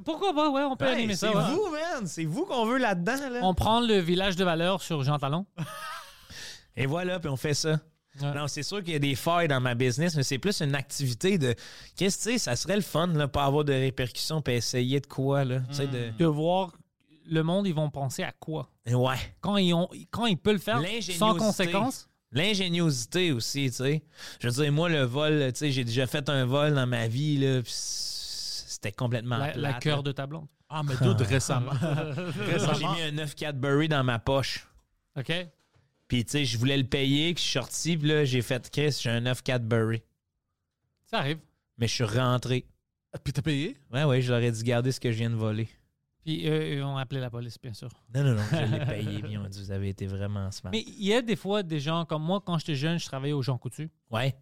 B: Pourquoi pas? Ouais, on peut
C: Hey,
B: animer
C: c'est
B: ça. ouais.
C: vous, hein? man! C'est vous qu'on veut là-dedans, là.
B: On prend le village de valeur sur Jean Talon.
C: Et voilà, puis on fait ça.
B: Ouais.
C: Non, c'est sûr qu'il y a des failles dans ma business, mais c'est plus une activité de. Qu'est-ce que tu sais, ça serait le fun, là, pas avoir de répercussions, puis essayer de quoi, là. Tu sais, de.
B: De voir le monde, ils vont penser à quoi?
C: Ouais.
B: Quand ils, ont, quand ils peuvent le faire sans
C: L'ingéniosité.
B: conséquence,
C: L'ingéniosité aussi, tu sais. Je veux dire, moi, le vol, tu sais, j'ai déjà fait un vol dans ma vie, là, puis c'était complètement
B: la, la
C: Ah, plate,
B: cœur
C: là.
B: de ta blonde.
D: Ah, mais
B: <laughs>
D: d'autres récemment.
C: Non, J'ai mis un 9 Cadbury dans ma poche.
B: OK?
C: Puis, tu sais, je voulais le payer, que je suis sorti, puis là, j'ai fait, Chris, j'ai un 9 Cadbury.
B: Ça arrive.
C: Mais je suis rentré.
D: Puis t'as payé?
C: Ouais, ouais, je leur ai dit, garder ce que je viens de voler.
B: Puis euh, ils ont appelé la police, bien sûr.
C: Non, non, non, je l'ai payé, puis on dit, vous avez été vraiment smart.
B: Mais il y a des fois des gens comme moi, quand j'étais jeune, je travaillais aux gens coutus.
C: Ouais.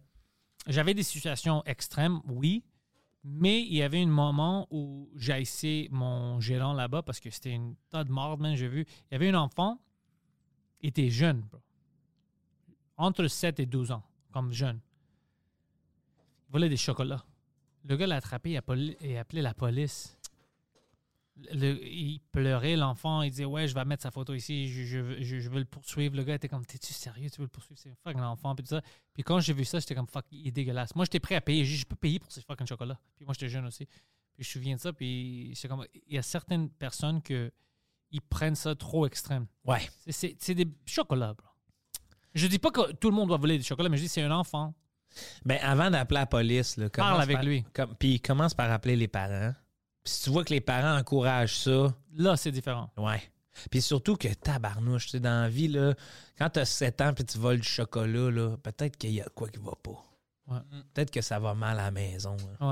B: J'avais des situations extrêmes, oui, mais il y avait un moment où j'haïssais mon gérant là-bas parce que c'était une tas de marde, man, j'ai vu. Il y avait un enfant, il était jeune, bro. Entre 7 et 12 ans, comme jeune. Il volait des chocolats. Le gars l'a attrapé il a poli- et appelé la police. Le- il pleurait, l'enfant. Il disait Ouais, je vais mettre sa photo ici, je, je veux- je- je veux le poursuivre. Le gars était comme T'es-tu sérieux Tu veux le poursuivre C'est un fucking enfant. Puis, tout ça. puis quand j'ai vu ça, j'étais comme Fuck, il est dégueulasse. Moi, j'étais prêt à payer. J'ai dit, Je peux payer pour ces fucking chocolats. Puis moi, j'étais jeune aussi. Puis je me souviens de ça. Puis c'est comme Il y a certaines personnes que ils prennent ça trop extrême.
C: Ouais.
B: C'est- C'est c'est des chocolats, bro. Je dis pas que tout le monde doit voler du chocolat, mais je dis c'est un enfant.
C: Mais Ben, avant d'appeler la police, là,
B: Parle
C: commence
B: avec
C: par-
B: lui.
C: comme- puis commence par appeler les parents. Puis si tu vois que les parents encouragent ça,
B: Là, c'est différent.
C: ouais. Puis surtout que tabarnouche, tu sais, dans la vie, là, quand t'as 7 ans puis tu voles du chocolat, là, peut-être qu'il y a quoi qui va pas.
B: Ouais.
C: Peut-être que ça va mal à la maison. hein. là.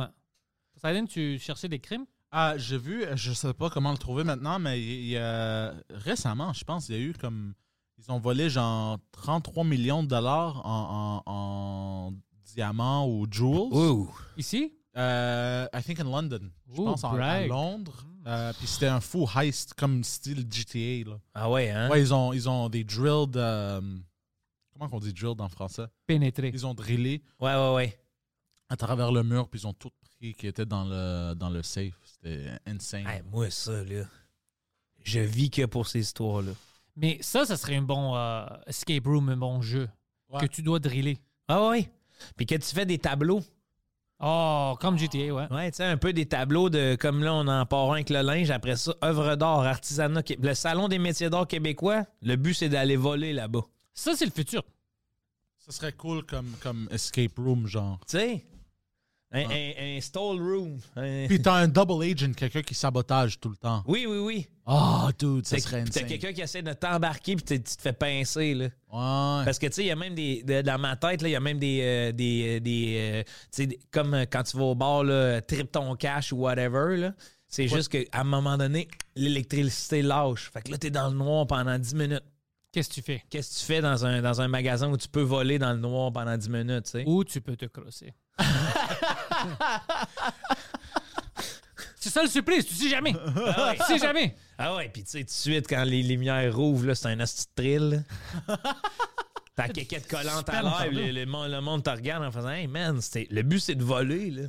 B: Ouais. Silent, tu cherchais des crimes?
D: Ah, j'ai vu, je sais pas comment le trouver maintenant, mais il y a- récemment, je pense, il y a eu comme. Ils ont volé genre 33 millions de dollars en, en- en diamants ou jewels.
B: Ici?
D: Euh, I think in London. Je
B: Ooh,
D: pense en, à
B: brag.
D: Londres. Euh, Puis c'était un fou heist, comme style GTA. Là.
C: Ah ouais, hein?
D: Ouais, ils ont, ils ont des drilled. euh, comment qu'on dit drilled en français
B: Pénétré.
D: Ils ont drillé
C: Ouais, ouais, ouais.
D: à travers le mur, puis ils ont tout pris qui était dans le, dans le safe. C'était insane.
C: Hey, moi, ça, là, je vis que pour ces histoires-là.
B: Mais ça, ça serait un bon euh, escape room, un bon jeu
D: Ouais.
B: que tu dois driller.
C: Ah ouais. Puis que tu fais des tableaux.
B: Oh, comme GTA, ouais.
C: Ouais, tu sais, un peu des tableaux de comme là, on en part un avec le linge, après ça, œuvre d'art, artisanat, qué- le salon des métiers d'art québécois, le but c'est d'aller voler là-bas.
B: Ça, c'est le futur.
D: Ça serait cool comme, comme escape room, genre.
C: Tu sais? Un, un- un stall room. un-
D: Puis t'as un double agent, quelqu'un qui sabotage tout le temps.
C: Oui, oui, oui.
D: Oh, dude, ça
C: T'as
D: serait
C: t'as
D: insane.
C: quelqu'un qui essaie de t'embarquer puis t'es- tu te fais pincer, là.
D: Ouais.
C: Parce que, tu sais, il y a même des. de- dans ma tête, là, il y a même des. euh, des, euh, des euh, tu sais, des- comme euh, quand tu vas au bar, là, trip ton cash ou whatever, là. C'est juste qu'à un moment donné, l'électricité lâche. Fait que là, t'es dans le noir pendant 10 minutes.
B: Qu'est-ce que tu fais?
C: Qu'est-ce que tu fais dans un, dans un magasin où tu peux voler dans le noir pendant 10 minutes, tu sais?
B: Ou tu peux te
C: <laughs>
B: crosser. c'est ça le surprise, tu sais jamais.
C: Ah ouais,
B: Tu sais jamais.
C: ah ouais puis tu sais, tout de suite, quand les lumières rouvrent, là, c'est un hostie de thrill.
B: <laughs>
C: T'as quelqu'un collante à
B: Super
C: l'air,
B: entendu.
C: le, le monde le monde te regarde en faisant Hey man, c'était- le but c'est de voler, là.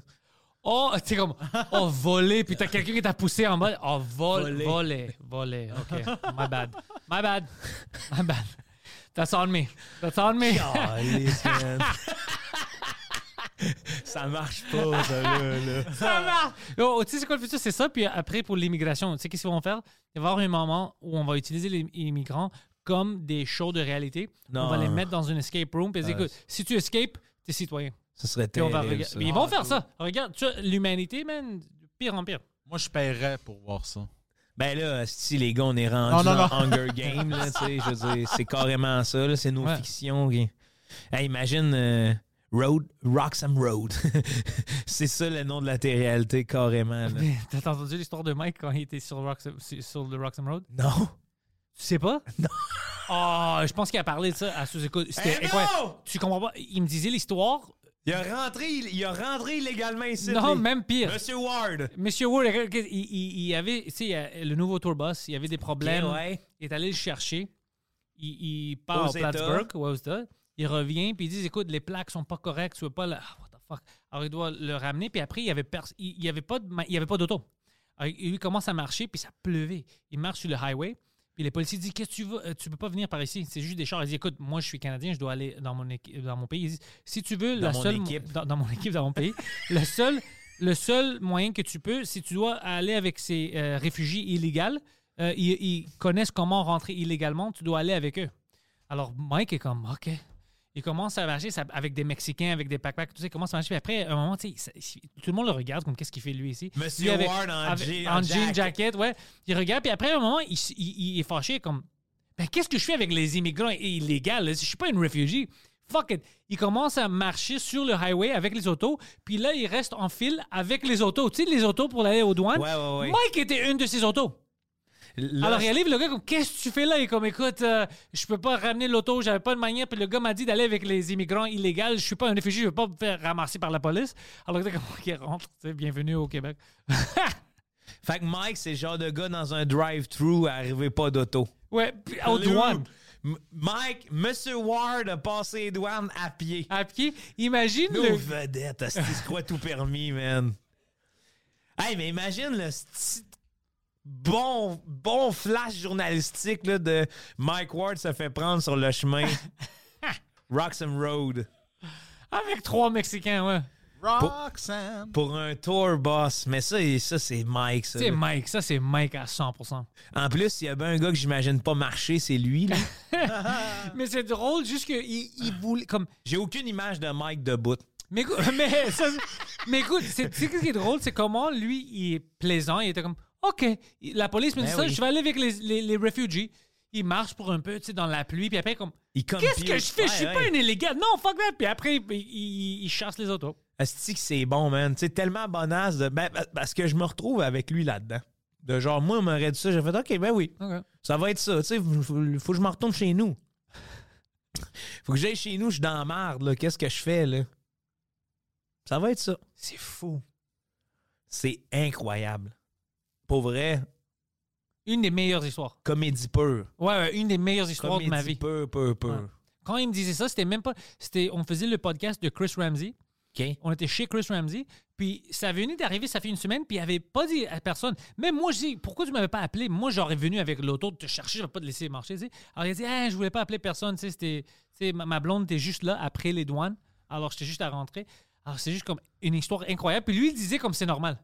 B: Oh, c'est comme, oh, voler, puis t'as quelqu'un qui t'a poussé en mode, oh, vol,
C: Voler.
B: voler, voler. OK, my bad. My bad. My bad. That's on me. That's on me. <laughs>
C: Calice, man. ça marche pas, ça, là. là.
B: Ça marche. Yo, Tu sais, c'est quoi le futur? C'est ça. Puis après, pour l'immigration, tu sais, qu'est-ce qu'ils vont faire? Il va y avoir un moment où on va utiliser les immigrants comme des shows de réalité. On
C: Non.
B: va les mettre dans une escape room. Puis ils disent,
C: Ouais.
B: écoute, si tu escapes, t'es citoyen.
C: Ça serait
B: Puis on
C: terrible.
B: va regarder-
C: ça. Ah,
B: Mais ils vont faire ça. Regarde, tu vois, l'humanité, man, de pire en pire.
D: Moi, je paierais pour voir ça.
C: Ben là, si les gars, on est rendu
D: Non, non,
C: dans
D: non.
C: Hunger Games, là, tu sais, je veux dire, c'est carrément ça, là, c'est nos
B: Ouais.
C: fictions. qui- Hey, imagine euh, Road, Roxham Road. <laughs> c'est ça le nom de la télé-réalité, carrément. là.
B: Mais <laughs> T'as entendu l'histoire de Mike quand il était sur, Roxham- sur- sur le Roxham Road?
C: <laughs> Non.
B: Tu sais
C: <laughs>
B: pas? Non. Oh, je pense qu'il a parlé de ça à sous-écoute. C'était
C: Eh
B: incroyable.
C: non!
B: Tu comprends pas? Il me disait l'histoire.
C: Il a rentré, il a rentré illégalement ici.
B: Non,
C: les-
B: même pire.
C: Monsieur Ward.
B: Monsieur Wood, il, il- il avait, tu sais, il y a le nouveau tour bus, il y avait des problèmes.
C: Ok, ouais.
B: Il est allé le chercher. Il, il part
C: Aux
B: à
C: États.
B: Plattsburgh, ouais, aux États. Il revient, puis ils disent écoute, les plaques sont pas correctes, tu veux pas le. Ah, what the fuck. Alors, il doit le ramener, puis après, il y avait, pers- il, il y avait pas de ma- il y avait pas d'auto. Alors, il il commence à marcher, puis ça pleuvait. Il marche sur le highway, puis les policiers disent Qu'est-ce que tu veux Euh, Tu peux pas venir par ici. C'est juste des chars. Ils disent Écoute, moi, je suis Canadien, je dois aller dans mon, équi- dans mon pays. Ils disent Si tu veux, la
C: mon
B: seule.
C: équipe.
B: Dans, dans mon équipe, dans mon
C: <laughs>
B: pays. le seul. Le seul moyen que tu peux, si tu dois aller avec ces euh, réfugiés illégaux, euh, ils, ils connaissent comment rentrer illégalement, tu dois aller avec eux. Alors Mike est comme, OK. Il commence à marcher ça- avec des Mexicains, avec des backpacks, tout ça, il commence à marcher. Puis après, à un moment, tu sais, ça- tout le monde le regarde comme qu'est-ce qu'il fait lui ici.
C: Monsieur
B: Lui, avec-
C: Ward en,
B: avec-
C: jean,
B: en jean jacket, ouais. Il regarde, puis après, à un moment, il, s- il- il est fâché, comme, ben, qu'est-ce que je fais avec les immigrants illégaux? là? Je suis pas une réfugiée. Fuck it. Il commence à marcher sur le highway avec les autos, puis là, il reste en file avec les autos. Tu sais, les autos pour aller aux douanes.
C: Ouais, ouais, ouais.
B: Mike était une de ces autos.
C: Là,
B: Alors, il arrive, Ah, le gars, comme, qu'est-ce que tu fais là? Il est comme, écoute, euh, je peux pas ramener l'auto, j'avais pas de manière. Puis le gars m'a dit d'aller avec les immigrants illégaux. Je suis pas un réfugié, je veux pas me faire ramasser par la police. Alors, t'es comme, ok, rentre, tu sais, bienvenue au Québec. <laughs>
C: Fait que Mike, c'est le genre de gars dans un drive-thru, arrivé pas d'auto.
B: Ouais, puis aux douanes.
C: M- Mike, Monsieur Ward a passé les douanes à pied.
B: À pied, imagine
C: Nos
B: le.
C: vedettes, hostie, se croient tout permis, man. Hey, mais imagine le sti- bon, bon flash journalistique là, de Mike Ward se fait prendre
B: <laughs>
C: sur le chemin. Roxham Road.
B: Avec trois Mexicains, ouais.
D: Roxanne.
C: Pour un tour boss. Mais ça, il- ça c'est Mike. Ça,
B: C'est
C: là.
B: Mike, ça c'est Mike à 100%.
C: en plus, s'il y a bien un gars que j'imagine pas marcher, c'est
B: <laughs>
C: lui. là.
B: Mais c'est drôle, juste qu'il il voulait. Comme,
C: J'ai aucune image de Mike debout.
B: mais, écou- <laughs> mais, ça- mais écoute, c'est- tu sais ce qui est drôle, c'est comment lui, il est plaisant. Il était comme, OK, il- la police me dit
C: Ben
B: ça,
C: oui.
B: je vais aller avec les, les, les refugees. Il marche pour un peu, tu sais, dans la pluie, puis après, comme,
C: Il comme
B: qu'est-ce
C: pire.
B: que je fais? je suis
C: Ouais,
B: pas
C: ouais.
B: un illégal. Non, fuck that. Puis après, il, il- il chasse les autos.
C: Asti que c'est bon, man. Tu sais, tellement bonasse de. ben, ben, parce que je me retrouve avec lui là-dedans. De genre, moi, on m'aurait dit ça. J'ai fait, OK, ben oui, ça va être ça. Tu sais, faut, faut- faut que je me retourne chez nous. Faut que j'aille chez nous, je suis dans la marde, là. Qu'est-ce que je fais, là? Ça va être ça.
B: C'est fou.
C: C'est incroyable. Pour vrai,
B: Une des meilleures histoires.
C: comédie pure.
B: Ouais, ouais, une des meilleures histoires
C: Comédie
B: de ma vie.
C: pure, pure, pure.
B: Quand il me disait ça, c'était même pas. C'était, on faisait le podcast de Chris Ramsey.
C: OK?
B: On était chez Chris Ramsey. Puis ça venait d'arriver, ça fait une semaine, puis il avait pas dit à personne. Même moi, je dis, pourquoi tu m'avais pas appelé? Moi, j'aurais venu avec l'auto de te chercher, je vais pas te laisser marcher. tu sais. Alors il a dit, Hey, je voulais pas appeler personne, tu sais, c'était, tu sais, ma, ma blonde était juste là après les douanes. Alors j'étais juste à rentrer. Alors c'est juste comme une histoire incroyable. Puis lui, il disait comme c'est normal.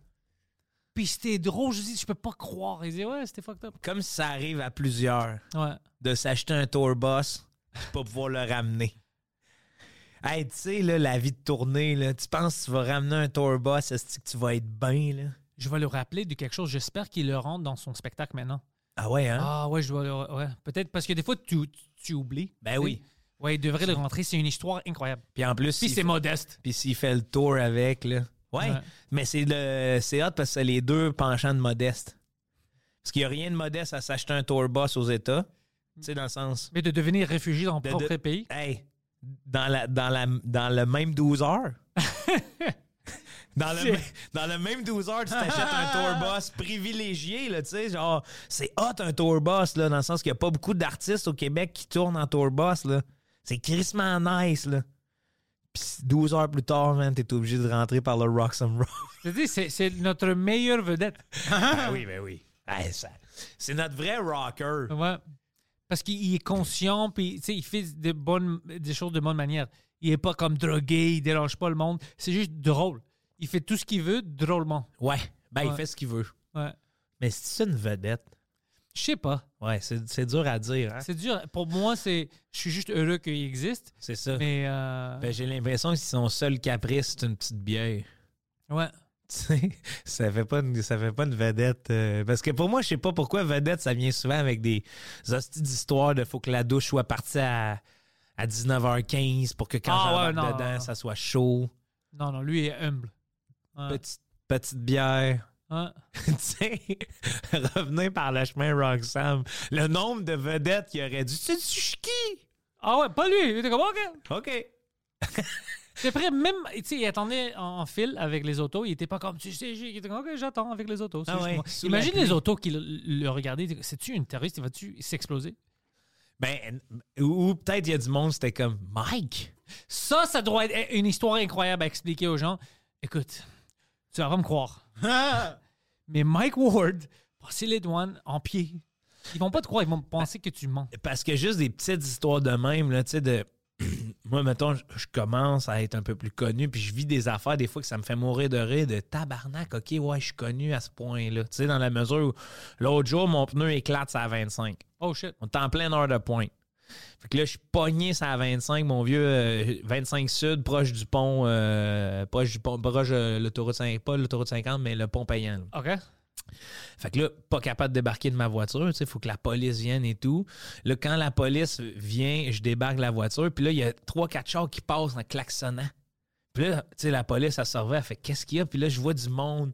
B: Puis c'était drôle, je dis, je peux pas croire. Il disait, ouais, c'était fucked up.
C: Comme ça arrive à plusieurs.
B: Ouais.
C: de s'acheter un tour bus pour pouvoir le ramener. Hey, tu sais, là, la vie de tournée, là, tu penses que tu vas ramener un tour bus, est-ce que tu vas être bien, là?
B: Je vais le rappeler de quelque chose. J'espère qu'il le rentre dans son spectacle maintenant.
C: Ah ouais, hein?
B: Ah ouais, je dois le. Ouais. Peut-être parce que des fois, tu, tu oublies.
C: Ben
B: Tu sais.
C: oui.
B: Ouais, il devrait le rentrer. C'est une histoire incroyable.
C: Puis en plus,
B: Puis
C: s'il
B: c'est
C: fait-
B: modeste.
C: puis s'il fait le tour avec, là. Ouais,
B: Ouais.
C: mais c'est le c'est hot parce que c'est les deux penchants de modeste. Parce qu'il n'y a rien de modeste à s'acheter un tour bus aux États. Tu sais, dans le sens...
B: Mais de devenir réfugié dans
C: De-
B: son propre
C: de-
B: pays.
C: Hey, dans, la, dans, la, dans le même 12 <laughs> heures. Dans le,
B: C'est-
C: même- dans le même 12 heures, tu t'achètes un tour bus privilégié, là, tu sais, genre, c'est hot un tour bus, là, dans le sens qu'il n'y a pas beaucoup d'artistes au Québec qui tournent en tour bus, là. C'est crissement nice, là. Puis 12 heures plus tard, man, t'es obligé de rentrer par le Roxham Rock.
B: Je te dis, c'est, c'est notre meilleure vedette.
C: <laughs> ah oui, ben oui. Hey, ça- c'est notre vrai rocker.
B: Ouais. Parce qu'il il est conscient, puis tu sais, il fait des, bonnes, des choses de bonne manière. Il est pas comme drogué, il dérange pas le monde. C'est juste drôle. Il fait tout ce qu'il veut drôlement.
C: Ouais, ben il
B: Ouais.
C: fait ce qu'il veut.
B: Ouais.
C: Mais c'est une vedette.
B: Je sais pas.
C: Ouais, c'est c'est dur à dire, hein?
B: C'est dur. Pour moi, c'est. Je suis juste heureux qu'il existe.
C: C'est ça.
B: Mais. euh,
C: Ben, j'ai l'impression que son seul caprice, c'est une petite bière. <laughs>
B: ouais.
C: Tu sais, ça fait pas une, ça fait pas une vedette. euh, parce que pour moi, je sais pas pourquoi vedette, ça vient souvent avec des hosties d'histoire de faut que la douche soit partie à, à 19h15 pour que quand
B: Ah ouais,
C: j'embarque
B: non,
C: dedans,
B: non.
C: ça soit chaud.
B: Non, non, lui il est humble. Ouais.
C: Petite, petite bière. <laughs>
B: Ouais.
C: tu sais, <laughs> revenez par le chemin Roxham. Le nombre de vedettes qui auraient dû. C'est du Suzuki!
B: Ah ouais, pas lui. Il était comme, OK.
C: OK.
B: C'est après, même, tu sais, il attendait en, en file avec les autos. Il était pas comme, tu sais, j'ai- il était comme, OK, j'attends avec les autos. c'est
C: Ah
B: juste
C: ouais,
B: moi.
C: sous la
B: Imagine
C: pluie.
B: les autos qui le, le regardaient. il était, C'est-tu une terroriste? Il va-tu s'exploser?
C: Ben, ou, ou peut-être il y a du monde, c'était comme Mike.
B: Ça, ça doit être une histoire incroyable à expliquer aux gens. Écoute, tu vas pas me croire. <laughs>
C: Ah!
B: Mais Mike Ward, passer les douanes en pied. Ils vont pas te croire. Ils vont penser que tu mens.
C: Parce que juste des petites histoires de même, là, tu sais, de. <clears throat> Moi, mettons, je je commence à être un peu plus connu, puis je vis des affaires des fois que ça me fait mourir de rire, de tabarnak, ok, ouais, je suis connu à ce point-là. Tu sais, dans la mesure où l'autre jour, mon pneu éclate, ça à 25.
B: Oh shit.
C: On est en pleine heure de pointe. Fait que là, je suis pogné ça à 25, mon vieux euh, 25 Sud, proche du pont, euh, proche du pont, proche de l'autoroute 5, pas l'autoroute 50, mais le pont payant. là.
B: OK.
C: Fait que là, pas capable de débarquer de ma voiture, tu sais, faut que la police vienne et tout. Là, quand la police vient, je débarque de la voiture, puis là, il y a trois, quatre chars qui passent en klaxonnant. Puis là, tu sais, la police, elle se elle fait qu'est-ce qu'il y a? Puis là, je vois du monde.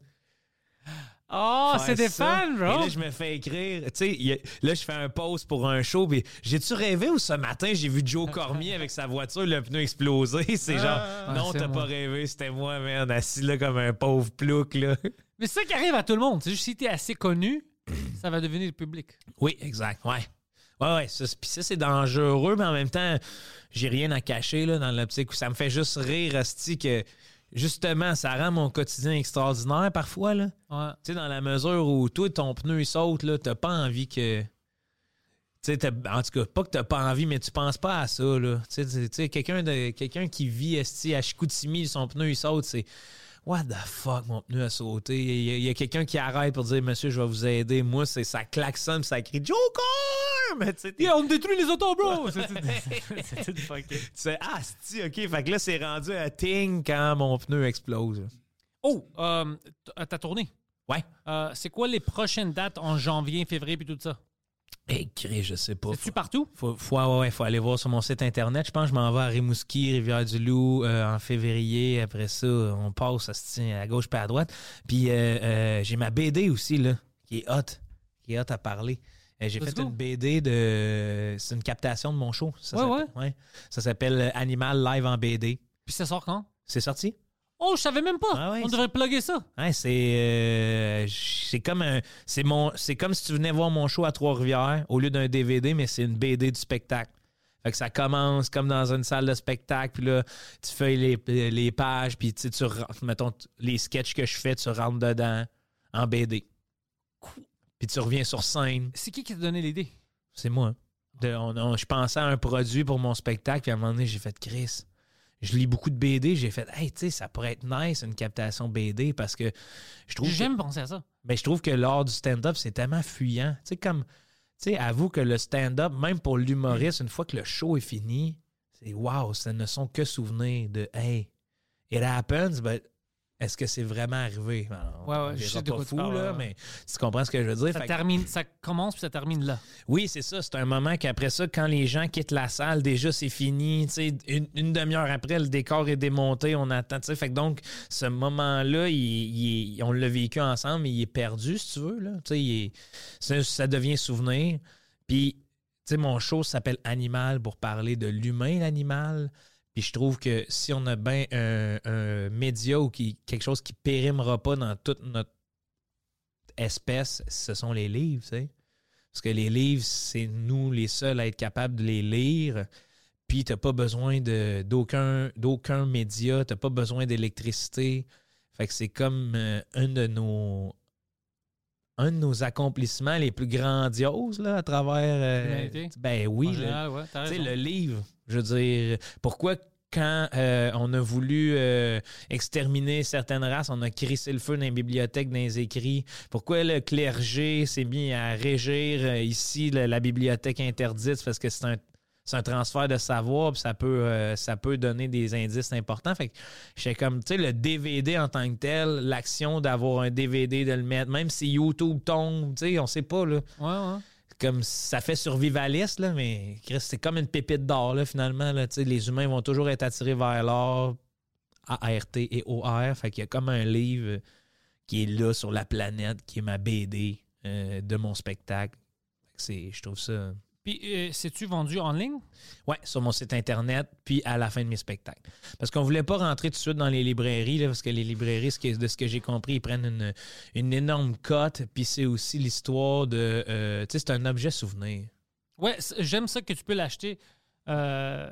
B: Oh,
C: faire
B: c'est des
C: ça.
B: fans,
C: Et
B: bro.
C: là, je me fais écrire. Tu sais, il y a- là, je fais un pause pour un show, puis j'ai-tu rêvé ou ce matin, j'ai vu Joe Cormier avec sa voiture, le pneu explosé? <laughs> C'est genre,
B: Ouais,
C: non,
B: Ah. c'est
C: t'as
B: moi.
C: pas rêvé, c'était moi, man, assis là comme un pauvre plouc, là.
B: Mais c'est ça qui arrive à tout le monde. C'est juste si t'es assez connu, ça va devenir public.
C: Oui, exact. Ouais. Ouais, ouais. ça, c'est- Puis ça, c'est dangereux, mais en même temps, j'ai rien à cacher là, dans l'optique où ça me fait juste rire, hostie, que justement, ça rend mon quotidien extraordinaire parfois. Là.
B: Ouais.
C: Tu sais, dans la mesure où toi, ton pneu il saute, là, t'as pas envie que. Tu sais, t'as- en tout cas, pas que t'as pas envie, mais tu penses pas à ça, là. Tu sais, Tu sais, quelqu'un de- quelqu'un qui vit esti, à Chicoutimi, son pneu, il saute, c'est « What the fuck, mon pneu a sauté? » Il y a- il y a, quelqu'un qui arrête pour dire « Monsieur, je vais vous aider. » Moi, c'est ça klaxonne, ça crie « Joker! » Mais tu sais, t'es-
B: Yeah, on détruit les autos,
C: <laughs>
B: bro! C'est- <laughs> c'est- c'est tout fucké.
C: tu sais, « Ah, esti, OK. » Fait que là, c'est rendu à « ting » quand mon pneu explose.
B: Oh, euh, t- euh, ta tournée.
C: Ouais.
B: Euh, c'est quoi les prochaines dates en janvier, février, puis tout ça?
C: Hey, crée, Eh, je sais pas.
B: C'est-tu partout?
C: Faut, faut, ouais, ouais, faut aller voir sur mon site internet. Je pense que je m'en vais à Rimouski, Rivière-du-Loup euh, en février. Après ça, on passe asti, à, gauche puis à droite. Puis euh, euh, j'ai ma BD aussi, là, qui est hot, qui est hot à parler. Euh, j'ai
B: Let's
C: fait
B: go.
C: une BD de. C'est une captation de mon show. Ça
B: Ouais,
C: s'appelle- ouais. Ça s'appelle Animal Live en BD.
B: Puis ça sort quand?
C: C'est sorti?
B: Oh, je savais même pas!
C: Ah ouais,
B: on
C: c'est-
B: devrait plugger ça!
C: Ouais, Hein, c'est euh, c'est comme un c'est mon c'est comme si tu venais voir mon show à Trois-Rivières au lieu d'un DVD mais c'est une BD du spectacle. Fait que ça commence comme dans une salle de spectacle puis là tu feuilles les, les pages puis tu sais, tu rentres mettons tu- les sketchs que je fais tu rentres dedans en BD. Puis tu reviens sur scène,
B: C'est qui qui t'a donné l'idée?
C: c'est moi. De- on- on- je pensais à un produit pour mon spectacle puis à un moment donné j'ai fait Chris je lis beaucoup de BD, j'ai fait, hey, tu sais, ça pourrait être nice une captation BD parce que je trouve.
B: J'ai
C: que-
B: jamais pensé à ça.
C: mais je trouve que l'art du stand-up, c'est tellement fuyant. Tu sais, comme, tu sais, avoue que le stand-up, même pour l'humoriste, une fois que le show est fini, c'est wow, ce ne sont que souvenirs de hey, it happens, but est-ce que c'est vraiment arrivé? Alors,
B: Ouais, ouais,
C: on
B: je
C: dira
B: sais de
C: pas
B: quoi tu
C: fou,
B: parles,
C: là,
B: ouais.
C: mais tu comprends ce que je veux dire?
B: Ça,
C: Fait que-
B: termine, ça commence puis ça termine là.
C: oui, c'est ça. C'est un moment qu'après ça, quand les gens quittent la salle, déjà c'est fini. Tu sais, une, une demi-heure après, le décor est démonté, on attend. tu sais. Fait que donc, ce moment-là, il- il est- on l'a vécu ensemble, mais il est perdu, si tu veux. Là. Tu sais, il est- ça, ça devient souvenir. Puis, tu sais, mon show s'appelle Animal pour parler de l'humain, l'animal. Puis je trouve que si on a bien un, un média ou qui, quelque chose qui périmera pas dans toute notre espèce, ce sont les livres, tu sais. Parce que les livres, c'est nous les seuls à être capables de les lire. Puis t'as pas besoin de- d'aucun d'aucun média, t'as pas besoin d'électricité. Fait que c'est comme euh, un de nos un de nos accomplissements les plus grandioses là, à travers. euh,
B: L'humanité.
C: ben oui,
B: en
C: le-
B: général, ouais, t'as
C: tu sais,
B: raison.
C: le livre, je veux dire, pourquoi quand euh, on a voulu euh, exterminer certaines races, on a crissé le feu dans les bibliothèques, dans les écrits? Pourquoi le clergé s'est mis à régir euh, ici le- la bibliothèque interdite? C'est Parce que c'est un, c'est un transfert de savoir, puis ça peut, euh, ça peut donner des indices importants. Fait que j'étais comme, tu sais, le DVD en tant que tel, l'action d'avoir un DVD, de le mettre, même si YouTube tombe, tu sais, on sait pas, là
B: Ouais, ouais.
C: comme ça fait survivaliste, là, mais Chris, c'est comme une pépite d'or, là, finalement. Là, Tu sais, les humains vont toujours être attirés vers l'or, ART et OR. Fait qu'il y a comme un livre euh, qui est là sur la planète, qui est ma BD euh, de mon spectacle. Fait que c'est- Je trouve ça.
B: Puis, euh, c'est-tu vendu en ligne?
C: Ouais, sur mon site internet, puis à la fin de mes spectacles. Parce qu'on voulait pas rentrer tout de suite dans les librairies, là, parce que les librairies, ce que- de ce que j'ai compris, ils prennent une, une énorme cote, puis c'est aussi l'histoire de. euh, tu sais, c'est un objet souvenir.
B: Ouais, c- j'aime ça que tu peux l'acheter euh,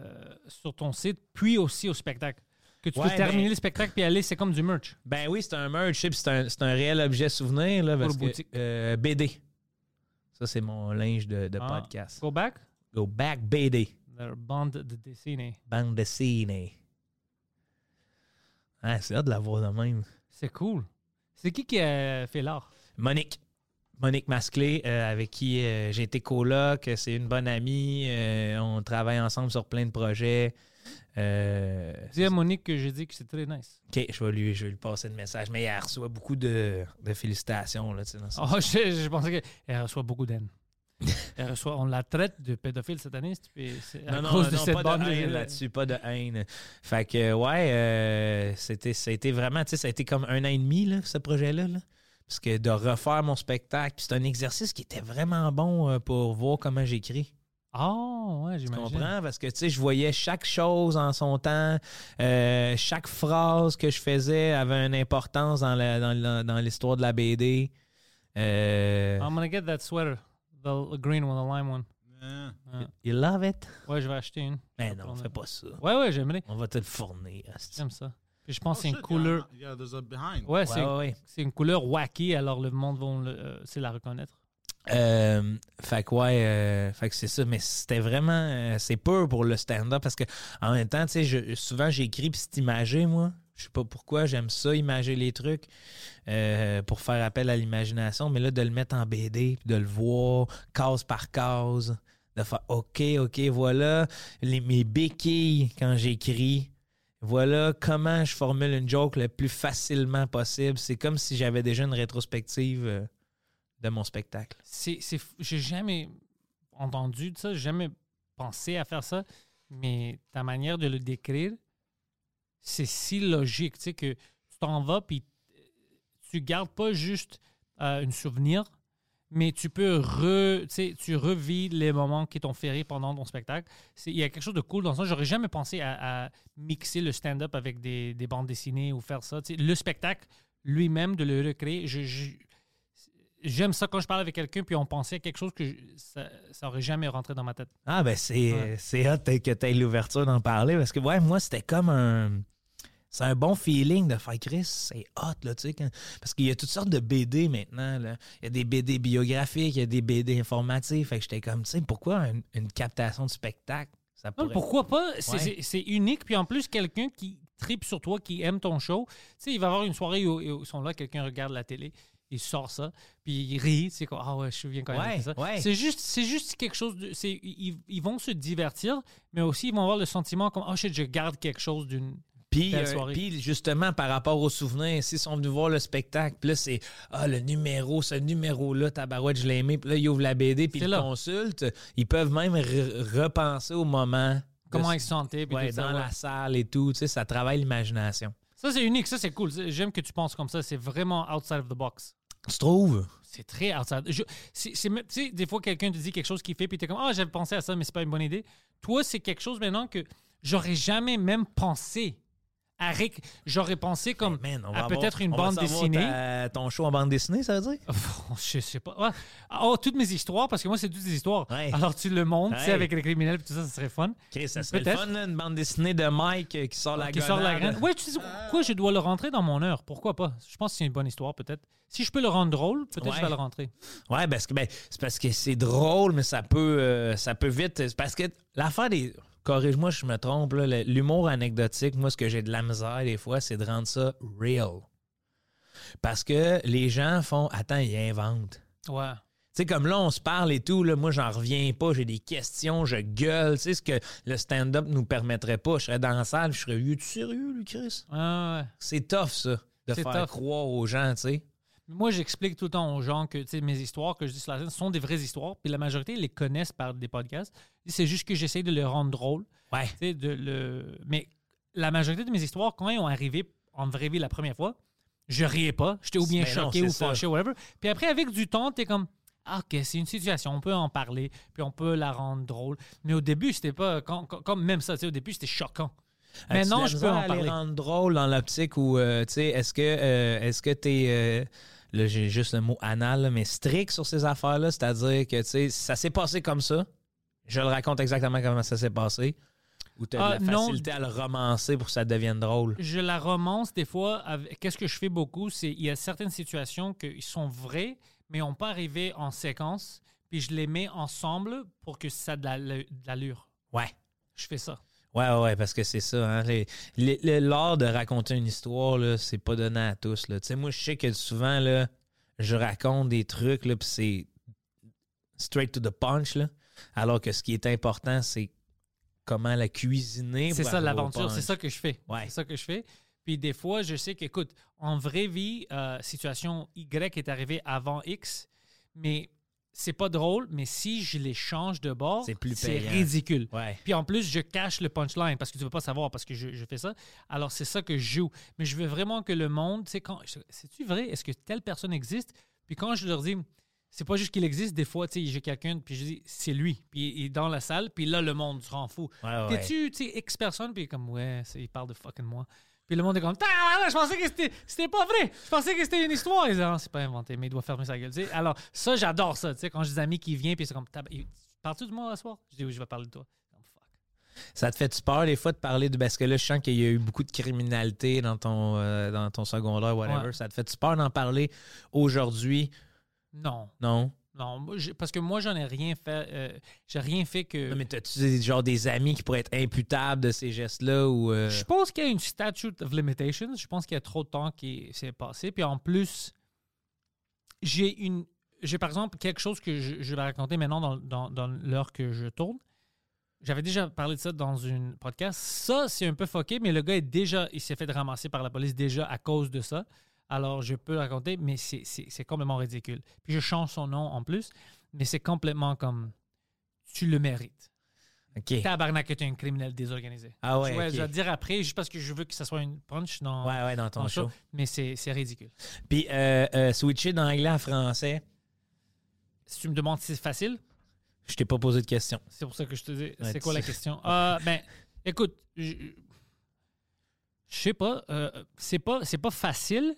B: sur ton site, puis aussi au spectacle. Que tu
C: Ouais,
B: peux
C: mais-
B: terminer le spectacle puis aller, c'est comme du merch.
C: Ben oui, c'est un merch, c'est c'est un, c'est un réel objet souvenir. Là, parce
B: le
C: que,
B: boutique.
C: euh, BD. Ça, c'est mon linge de, de
B: Ah.
C: podcast.
B: Go back,
C: Go back, BD.
B: leur bande de dessinée.
C: Bande dessinée. Ah, c'est hâte de la voir de même.
B: C'est cool. C'est qui qui a fait l'art?
C: Monique. Monique Masclé, euh, avec qui euh, j'ai été coloc. C'est une bonne amie. euh, on travaille ensemble sur plein de projets. Euh,
B: Dis à Monique que j'ai dit que c'est très nice.
C: OK, je vais, lui, je vais lui passer le message. Mais elle reçoit beaucoup de, de félicitations. Là, tu sais, dans ce-
B: Oh, je, je pensais qu'elle reçoit beaucoup
C: <laughs>
B: d'aide. Elle reçoit, on la traite de pédophile cette année, c'est- c'est à
C: Non, non,
B: cause de
C: non,
B: cette
C: pas
B: bande
C: de haine là-dessus, pas de haine. Fait que, ouais, euh, c'était, ça a été vraiment, tu sais, ça a été comme un an et demi, là, ce projet-là. là. Parce que de refaire mon spectacle, puis c'est un exercice qui était vraiment bon euh, pour voir comment j'écris.
B: Oh, ouais,
C: Tu
B: j'imagine.
C: comprends? Parce que, tu sais, je voyais chaque chose en son temps. euh, chaque phrase que je faisais avait une importance dans, la- dans, la- dans l'histoire de la BD. Euh,
B: I'm gonna get that sweater. The green one, the lime one.
D: Hein.
C: you love it?
B: Ouais, je vais acheter une.
C: Mais
B: Je vais
C: non,
B: prendre
C: fais
B: une.
C: pas ça.
B: Ouais, ouais, j'aimerais.
C: On va te le fournir. hostie.
B: J'aime ça. Puis je pense que c'est
D: Oh,
B: une
D: shit,
B: couleur.
D: Yeah, there's a behind.
B: Ouais, c'est
C: Ouais, ouais.
B: c'est une couleur wacky, alors le monde va le- euh, c'est la reconnaître.
C: Euh, fait que ouais, euh, fait que c'est ça, mais c'était vraiment, euh, c'est peur pour le stand-up parce que en même temps, tu sais, je- souvent j'écris puis c'est imagé, moi. Je sais pas pourquoi, j'aime ça, imager les trucs euh, pour faire appel à l'imagination, mais là, de le mettre en BD, puis de le voir case par case, de faire OK, OK, voilà les, mes béquilles quand j'écris. Voilà comment je formule une joke le plus facilement possible. C'est comme si j'avais déjà une rétrospective euh, de mon spectacle.
B: C'est, c'est, fou. j'ai jamais entendu de ça, j'ai jamais pensé à faire ça, mais ta manière de le décrire, c'est si logique, tu sais, que tu t'en vas, puis euh, tu gardes pas juste euh, un souvenir, mais tu peux re, tu sais, tu revis les moments qui t'ont fait rire pendant ton spectacle. C'est- Il y a quelque chose de cool dans ça. J'aurais jamais pensé à, à mixer le stand-up avec des, des bandes dessinées ou faire ça. tu sais. le spectacle lui-même, de le recréer, je- je- j'aime ça quand je parle avec quelqu'un puis on pensait à quelque chose que je- ça, ça aurait jamais rentré dans ma tête.
C: Ah, ben c'est
B: Ouais.
C: c'est hot que tu aies l'ouverture d'en parler parce que, ouais, moi, c'était comme un. C'est un bon feeling de faire Chris, c'est hot, là, tu sais. quand- Parce qu'il y a toutes sortes de BD maintenant, là. Il y a des BD biographiques, il y a des BD informatifs. Fait que j'étais comme, tu sais, pourquoi un- une captation de spectacle? Ça
B: Non,
C: pourrait...
B: pourquoi pas C'est
C: Ouais.
B: c'est- c'est unique puis en plus quelqu'un qui tripe sur toi, qui aime ton show, tu sais, il va avoir une soirée où où ils sont là, quelqu'un regarde la télé, il sort ça, puis il rit, c'est quoi Ah ouais, je me souviens quand même
C: Ouais,
B: de ça.
C: ouais.
B: C'est juste, c'est juste quelque chose. De, c'est- ils, ils vont se divertir, mais aussi ils vont avoir le sentiment comme oh shit, je garde quelque chose d'une.
C: Puis,
B: Belle
C: euh,
B: soirée.
C: puis justement, par rapport aux souvenirs, s'ils sont venus voir le spectacle, puis là, c'est Ah, le numéro, ce numéro-là, tabarouette, je l'ai aimé. Puis là, ils ouvrent la BD, puis
B: C'est
C: ils
B: là.
C: le consultent. Ils peuvent même re- repenser au moment.
B: Comment
C: de-
B: ils se sentaient puis
C: Ouais,
B: tout ça,
C: dans
B: ouais.
C: la salle et tout, tu sais, ça travaille l'imagination.
B: Ça c'est unique, ça c'est cool. C'est- J'aime que tu penses comme ça. C'est vraiment outside of the box.
C: Tu trouves?
B: C'est très outside. Je- c'est- c'est même- tu sais, des fois, quelqu'un te dit quelque chose qu'il fait, puis t'es comme, ah, j'avais pensé à ça, mais c'est pas une bonne idée. Toi, c'est quelque chose maintenant que j'aurais jamais même pensé. à ré- J'aurais pensé comme, <laughs>
C: Man, on
B: à
C: va
B: peut-être
C: avoir-
B: une
C: on va
B: bande
C: savoir
B: dessinée.
C: ta- ton show en bande dessinée, ça veut dire?
B: je sais pas. Ouais. Oh, toutes mes histoires, parce que moi, c'est toutes des histoires.
C: Ouais.
B: Alors, tu le montres, tu sais,
C: Ouais.
B: avec les criminels, puis tout ça, ça serait fun.
C: OK, ça serait le
B: Peut-être.
C: fun, là, une bande dessinée de Mike euh, qui sort la
B: qui sort la
C: grenade.
B: graine. Ouais, tu dis, quoi, je dois le rentrer dans mon heure. Pourquoi pas? Je pense que c'est une bonne histoire, peut-être. Si je peux le rendre drôle, peut-être
C: Ouais.
B: je vais le rentrer.
C: Ouais, parce que ben, c'est parce que c'est drôle, mais ça peut euh, ça peut vite. C'est parce que l'affaire des. Corrige-moi si je me trompe, là, le- l'humour anecdotique, moi ce que j'ai de la misère des fois, c'est de rendre ça real. Parce que les gens font Attends, ils inventent.
B: Ouais.
C: Tu sais, comme là, on se parle et tout, là, moi, j'en reviens pas, j'ai des questions, je gueule, tu sais, ce que le stand-up nous permettrait pas. Je serais dans la salle, je serais, tu sérieux, lui, Chris?
B: Ah, ouais.
C: C'est tough, ça, de
B: C'est
C: faire
B: tough.
C: croire aux gens, tu sais.
B: Moi, j'explique tout le temps aux gens que tu sais, mes histoires que je dis sur la scène sont des vraies histoires, puis la majorité les connaissent par des podcasts. C'est juste que j'essaie de les rendre drôles.
C: Ouais.
B: tu sais, De le... Mais la majorité de mes histoires, quand elles ont arrivé en vraie vie la première fois, je riais pas. J'étais ou bien
C: Mais Ben non,
B: choqué
C: c'est
B: ou
C: ça.
B: fâché, whatever. Puis après, avec du temps, t'es comme. Ah, ok, c'est une situation, on peut en parler, puis on peut la rendre drôle. Mais au début, c'était pas. quand- quand- Comme même ça, tu sais, au début, c'était choquant.
C: As-tu de
B: Maintenant,
C: la
B: je peux
C: misère
B: en
C: à les
B: parler.
C: rendre drôle dans l'optique où, euh, tu sais, est-ce que euh, est-ce que t'es euh, là j'ai juste le mot anal, là, mais strict sur ces affaires-là, c'est-à-dire que tu sais, ça s'est passé comme ça. Je le raconte exactement comment ça s'est passé. Ou t'as
B: Ah,
C: de la
B: non.
C: facilité à le romancer pour que ça devienne drôle.
B: Je la romance des fois. avec- Qu'est-ce que je fais beaucoup, c'est il y a certaines situations qui sont vraies, mais n'ont pas arrivé en séquence, puis je les mets ensemble pour que ça a de la- de l'allure.
C: Ouais.
B: Je fais ça.
C: Ouais, ouais, ouais, parce que c'est ça. Hein, les- les- le- l'art de raconter une histoire, là, c'est pas donné à tous. là. Tu sais, moi, je sais que souvent, là, je raconte des trucs, là, puis c'est straight to the punch. Là, alors que ce qui est important, c'est comment la cuisiner.
B: C'est
C: pour
B: ça
C: arriver au
B: l'aventure, c'est
C: punch.
B: ça que je fais.
C: Ouais.
B: C'est ça que je fais. Puis des fois, je sais qu'écoute, en vraie vie, euh, situation Y est arrivée avant X, mais c'est pas drôle, mais si je les change de bord,
C: C'est plus
B: c'est
C: payant.
B: ridicule.
C: Ouais.
B: Puis en plus, je cache le punchline parce que tu ne veux pas savoir parce que je, je fais ça. Alors, c'est ça que je joue. Mais je veux vraiment que le monde, tu sais, quand. C'est-tu vrai? Est-ce que telle personne existe? Puis quand je leur dis, c'est pas juste qu'il existe, des fois, tu sais, j'ai quelqu'un, puis je dis, c'est lui. Puis il est dans la salle, puis là, le monde se rend fou.
C: Ouais, Ah, ouais.
B: T'es-tu, tu sais, X personne? Puis il est comme, ouais, c'est- il parle de fucking moi. Puis le monde est comme, Tabarnak, je pensais que c'était, c'était pas vrai. Je pensais que c'était une histoire. Ils disent, non, c'est pas inventé, mais il doit fermer sa gueule. tu sais. Alors, ça, j'adore ça. Tu sais, quand j'ai des amis qui viennent, puis c'est comme, Tab- parles-tu de moi ce soir? Je dis, oui, je vais parler de toi. Comme, Fuck.
C: Ça te fait-tu peur des fois de parler de. Parce que là, je sens qu'il y a eu beaucoup de criminalité dans ton, euh, dans ton secondaire, whatever.
B: Ouais.
C: Ça te fait-tu peur d'en parler aujourd'hui?
B: Non.
C: Non.
B: Non, moi, j'ai- parce que moi, j'en ai rien fait. euh, j'ai rien fait que.
C: Non, mais t'as-tu des, genre des amis qui pourraient être imputables de ces gestes-là ou. euh,
B: Je pense qu'il y a une statute of limitations. Je pense qu'il y a trop de temps qui s'est passé. Puis en plus, j'ai une. J'ai par exemple quelque chose que je, je vais raconter maintenant dans, dans- dans l'heure que je tourne. J'avais déjà parlé de ça dans une podcast. Ça, c'est un peu foqué, mais le gars est déjà. Il s'est fait ramasser par la police déjà à cause de ça. Alors, je peux le raconter, mais c'est- c'est c'est complètement ridicule. Puis je change son nom en plus, mais c'est complètement comme. Tu le mérites.
C: Ok.
B: Tabarnak, que tu es un criminel désorganisé.
C: Ah ouais.
B: Je vais-
C: ok.
B: je vais le dire après, juste parce que je veux que ça soit une punch dans,
C: Ouais, ouais, dans ton
B: dans ça,
C: show.
B: mais c'est c'est ridicule.
C: Puis euh, euh, switcher d'anglais à français,
B: Si tu me demandes si c'est facile,
C: je t'ai pas posé de question.
B: c'est pour ça que je te dis,
C: Ouais,
B: c'est quoi la
C: tu-
B: question? Ah, ben, écoute, je je sais pas, euh, c'est pas, c'est pas facile,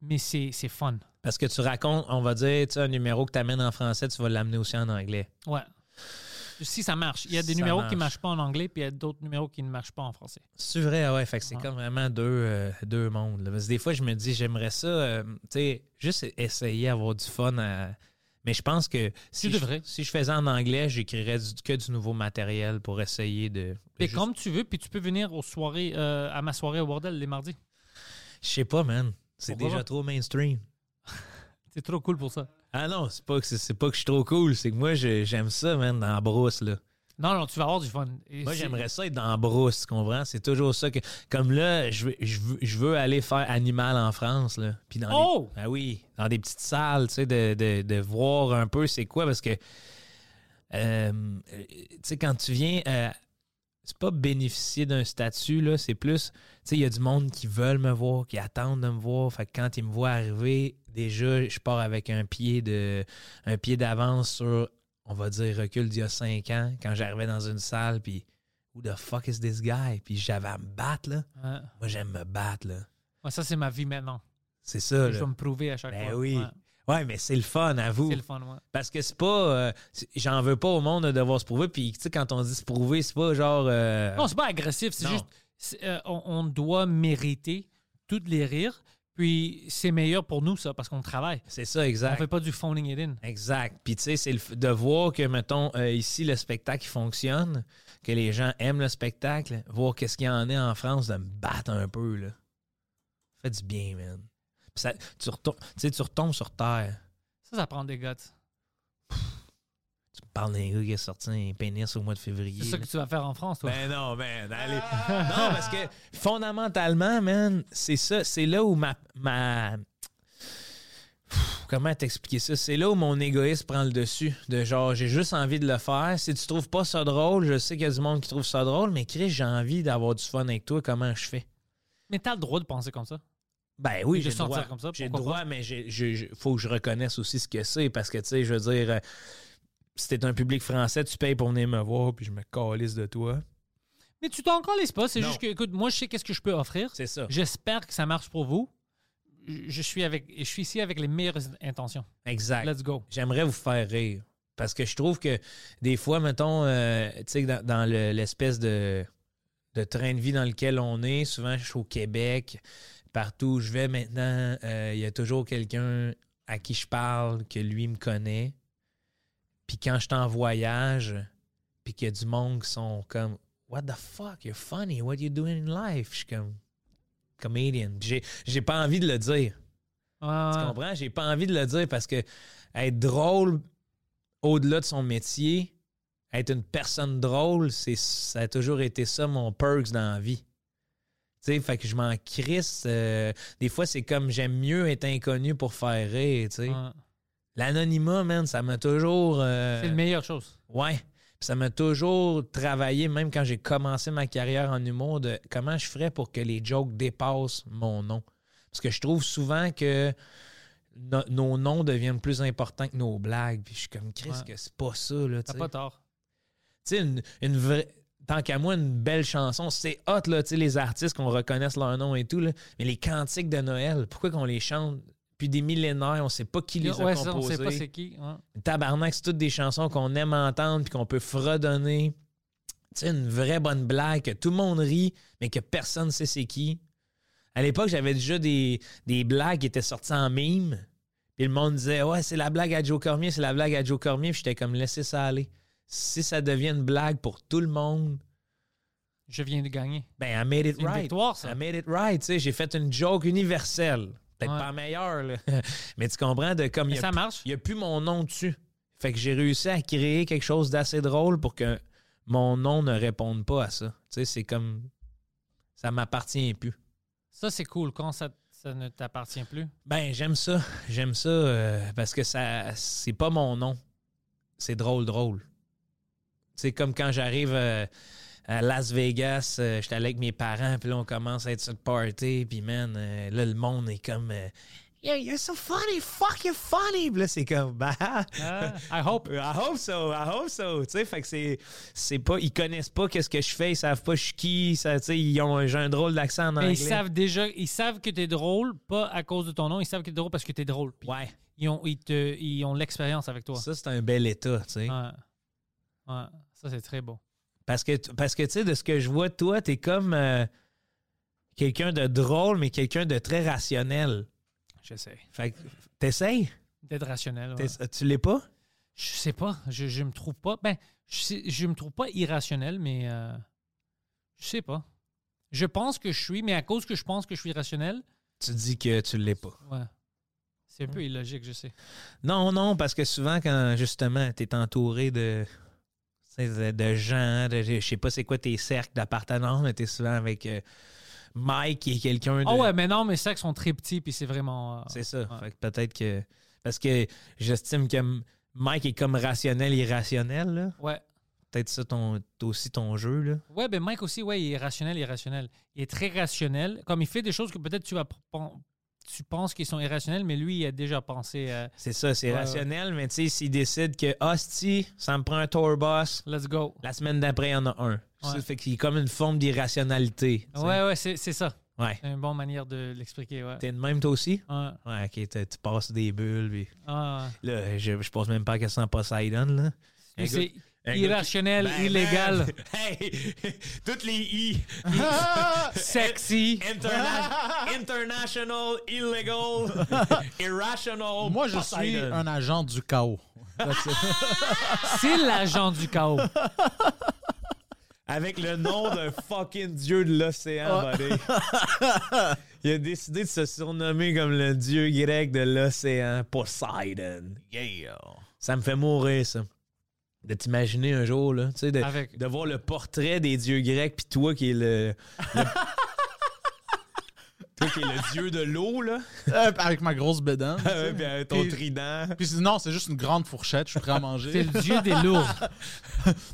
B: mais c'est c'est fun.
C: Parce que tu racontes, on va dire, tu sais, un numéro que tu amènes en français, tu vas l'amener aussi en anglais.
B: Ouais. Si ça marche. Il y a des
C: Ça
B: numéros qui ne
C: marche.
B: marchent pas en anglais, puis il y a d'autres numéros qui ne marchent pas en français.
C: C'est vrai, ah ouais. Fait que c'est
B: Ouais.
C: comme vraiment deux, euh, deux mondes. là. Parce que des fois, je me dis, j'aimerais ça, euh, tu sais, juste essayer d'avoir du fun. à- Mais je pense que si,
B: Tu devrais.
C: je, si je faisais en anglais, j'écrirais du- que du nouveau matériel pour essayer de.
B: Et
C: juste-
B: comme tu veux, puis tu peux venir aux soirées, euh, à ma soirée au bordel les mardis.
C: Je sais pas, man. C'est
B: Pourquoi
C: déjà
B: pas?
C: trop mainstream.
B: C'est trop cool pour ça.
C: Ah non, c'est pas que c'est- c'est pas que je suis trop cool, c'est que moi je- j'aime ça, man, dans la brousse, là.
B: Non, non, tu vas avoir du fun. Et
C: Moi,
B: c'est-
C: j'aimerais ça être dans la brousse, tu comprends? C'est toujours ça que. Comme là, je veux, je veux, je veux aller faire animal en France, là. Puis dans les-
B: Oh!
C: Ah oui, dans des petites salles, tu sais, de, de- de voir un peu c'est quoi, parce que. euh, euh, tu sais, quand tu viens. euh, c'est pas bénéficier d'un statut, là, c'est plus. Tu sais, il y a du monde qui veulent me voir, qui attendent de me voir. Fait que quand ils me voient arriver, déjà, je pars avec un pied de un pied d'avance sur, on va dire, recul d'il y a cinq ans, quand j'arrivais dans une salle, puis Who the fuck is this guy? Puis j'avais à me battre, là.
B: Ouais.
C: Moi, j'aime me battre, là.
B: euh, Ouais, ça, c'est ma vie maintenant.
C: C'est ça,
B: Je
C: là.
B: vais me prouver à chaque
C: Ben
B: fois.
C: oui.
B: Ouais.
C: Ouais, mais c'est le fun, à vous.
B: C'est le fun, ouais.
C: Parce que c'est pas. euh, c'est- J'en veux pas au monde de devoir se prouver. Puis, tu sais, quand on dit se prouver, c'est pas genre. euh,
B: Non, c'est pas agressif, c'est
C: non.
B: juste. c'est, euh, on, on doit mériter toutes les rires. Puis c'est meilleur pour nous, ça, parce qu'on travaille.
C: c'est ça,
B: On
C: exact.
B: fait pas du phoning it in.
C: Exact. Puis tu sais, c'est le f- de voir que, mettons, euh, ici, le spectacle il fonctionne, que les gens aiment le spectacle, voir qu'est-ce qu'il y en a en France, de me battre un peu, là. Ça fait du bien, man. Puis ça, tu, retombes, tu sais, tu retombes sur terre.
B: Ça, ça prend des guts.
C: Tu me parles d'un gars qui a sorti un pénis au mois de février.
B: C'est ça
C: là.
B: que tu Ah! vas faire en France, toi.
C: Ben non, man. Allez. non, parce que fondamentalement, man, c'est ça. C'est là où ma. ma... Pff, Comment t'expliquer ça? C'est là où mon égoïsme prend le dessus. De genre, j'ai juste envie de le faire. Si tu trouves pas ça drôle, je sais qu'il y a du monde qui trouve ça drôle, mais Chris, j'ai envie d'avoir du fun avec toi. Comment je fais?
B: Mais t'as le droit de penser comme ça.
C: Ben oui,
B: Et de
C: j'ai le
B: sentir
C: droit.
B: comme ça,
C: J'ai le
B: pourquoi
C: droit, mais il faut que je reconnaisse aussi ce que c'est parce que, tu sais, je veux dire, euh, si t'es un public français, tu payes pour venir me voir, puis je me calisse de toi.
B: Mais tu t'en laisses pas. C'est
C: Non.
B: juste que, écoute, moi, je sais qu'est-ce que je peux offrir.
C: C'est ça.
B: J'espère que ça marche pour vous. Je je suis, avec, je suis ici avec les meilleures intentions.
C: Exact.
B: Let's go.
C: j'aimerais vous faire rire. Parce que je trouve que des fois, mettons, euh, tu sais, dans, dans le- l'espèce de, de train de vie dans lequel on est, souvent je suis au Québec, partout où je vais maintenant, euh, il y a toujours quelqu'un à qui je parle, que lui me connaît. Puis quand je suis en voyage, puis qu'il y a du monde qui sont comme What the fuck, you're funny, what you doing in life? Je suis comme comedian. Puis J'ai j'ai pas envie de le dire. Tu
B: Ouais.
C: comprends? J'ai pas envie de le dire parce que être drôle au-delà de son métier, être une personne drôle, c'est ça a toujours été ça mon perks dans la vie. Tu sais, fait que je m'en crisse. euh, des fois, c'est comme j'aime mieux être inconnu pour faire rire, tu sais. Euh,
B: Ouais.
C: L'anonymat, man, ça m'a toujours. euh,
B: C'est la meilleure chose.
C: Ouais. Puis Ça m'a toujours travaillé, même quand j'ai commencé ma carrière en humour, de comment je ferais pour que les jokes dépassent mon nom. Parce que je trouve souvent que no- nos noms deviennent plus importants que nos blagues. Puis je suis comme, Chris,
B: Ouais.
C: que c'est pas ça, là, tu
B: T'as
C: sais.
B: pas tort.
C: Tu sais, une, une vraie... Tant qu'à moi, une belle chanson, c'est hot, là, tu sais, les artistes, qu'on reconnaisse leur nom et tout, là. Mais les cantiques de Noël, pourquoi qu'on les chante depuis des millénaires, on sait pas qui les a
B: ouais, ça, on
C: composés.
B: sait pas c'est qui. ouais.
C: Tabarnak, c'est toutes des chansons qu'on aime entendre puis qu'on peut fredonner. Tu sais, une vraie bonne blague que tout le monde rit, mais que personne ne sait c'est qui. À l'époque, j'avais déjà des, des blagues qui étaient sorties en mime. Puis le monde disait Ouais, c'est la blague à Joe Cormier, c'est la blague à Joe Cormier. Puis j'étais comme Laissez ça aller. Si ça devient une blague pour tout le monde,
B: Je viens de gagner.
C: ben, I made it
B: C'est une
C: right. Ah,
B: victoire, ça.
C: I made it right. tu sais, J'ai fait une joke universelle. Peut-être
B: Ouais.
C: pas meilleure, là. <laughs> Mais tu comprends de comme il
B: Mais
C: y a
B: ça marche.
C: il n'y a plus mon nom dessus. Fait que j'ai réussi à créer quelque chose d'assez drôle pour que mon nom ne réponde pas à ça. Tu sais, c'est comme. Ça m'appartient plus.
B: Ça, c'est cool quand ça, ça ne t'appartient plus.
C: Ben, j'aime ça. J'aime ça euh, parce que ça c'est pas mon nom. C'est drôle, drôle. C'est comme quand j'arrive euh, à Las Vegas, euh, j'étais avec mes parents, puis là, on commence à être sur le party, puis man, euh, là, le monde est comme. euh, Yeah, you're so funny, fuck, you're funny! Puis là, c'est comme, bah,
B: Ah, I hope.
C: I hope so, I hope so. Tu sais, fait que c'est, c'est pas, ils connaissent pas qu'est-ce que je fais, ils savent pas je suis qui, ça, tu sais, ils ont, un- j'ai un drôle d'accent en
B: Mais
C: anglais.
B: ils savent déjà, ils savent que t'es drôle, pas à cause de ton nom, ils savent que t'es drôle parce que t'es drôle. Puis
C: Ouais,
B: Ils ont, ils te, ils Ah. ont l'expérience avec toi.
C: ça c'est un bel état, tu sais.
B: Ouais. Ouais. Ça, c'est très beau.
C: Parce que, parce que tu sais, de ce que je vois, toi, t'es comme euh, quelqu'un de drôle, mais quelqu'un de très rationnel.
B: J'essaie.
C: Fait que, t'essayes?
B: D'être rationnel. ouais.
C: T'ess- Tu l'es pas?
B: Je sais pas. Je, je me trouve pas. Ben, je, sais- je me trouve pas irrationnel, mais euh, je sais pas. Je pense que je suis, mais à cause que je pense que je suis rationnel,
C: Tu dis que tu l'es pas.
B: ouais. C'est
C: Hmm.
B: un peu illogique, je sais.
C: Non, non, parce que souvent, quand justement, t'es entouré de, tu sais, de, de gens, de- je sais pas c'est quoi tes cercles d'appartenance, mais t'es souvent avec euh, Mike qui est quelqu'un de.
B: Ah ouais, mais non, mes sacs sont très petits, puis c'est vraiment. euh,
C: C'est ça.
B: Ouais.
C: Fait que peut-être que. Parce que j'estime que M- Mike est comme rationnel, irrationnel, là.
B: ouais.
C: Peut-être ça ton, aussi ton jeu, là.
B: Ouais, ben Mike aussi, ouais, il est rationnel, il est rationnel. Il est très rationnel. Comme il fait des choses que peut-être tu vas pen- tu penses qu'ils sont irrationnels, mais lui, il a déjà pensé euh,
C: C'est ça, c'est
B: Ouais, ouais.
C: rationnel, mais tu sais, s'il décide que hostie, ça me prend un tour boss,
B: Let's go.
C: la semaine d'après, il y en a un. Ça
B: Ouais.
C: fait qu'il est comme une forme d'irrationalité. tu sais.
B: Ouais, ouais, c'est c'est ça.
C: Ouais.
B: C'est une bonne manière de l'expliquer, ouais.
C: T'es de même, toi aussi?
B: Ouais,
C: Ouais, ok, t'as- tu passes des bulles. puis-
B: ouais.
C: Là, je, je pose même pas la question à Poseidon, là. Un
B: Lui,
C: gars-
B: C'est
C: un gars
B: irrationnel,
C: Ben,
B: illégal,
C: man! <laughs> Hey! Toutes les I!
D: <laughs>
B: sexy.
C: Interna- international, illegal, <laughs> irrational.
D: Moi, je suis
C: Poseidon.
D: un agent du chaos. That's it.
B: C'est l'agent du chaos.
C: Avec le nom <laughs> d'un fucking dieu de l'océan, buddy. Il a décidé de se surnommer comme le dieu grec de l'océan, Poseidon. Yeah! Ça me fait mourir, ça. De t'imaginer un jour, là, tu sais, de,
B: Avec-
C: de voir le portrait des dieux grecs, puis toi qui est le... <laughs> le- toi qui est le dieu de l'eau, <laughs> là,
D: Euh, Avec ma grosse bédane.
C: euh, puis, euh, ton
D: Puis-
C: trident.
D: <laughs> Puis c'est- non, c'est juste une grande fourchette, je suis prêt à
B: C'est
D: manger.
B: le dieu des lourds.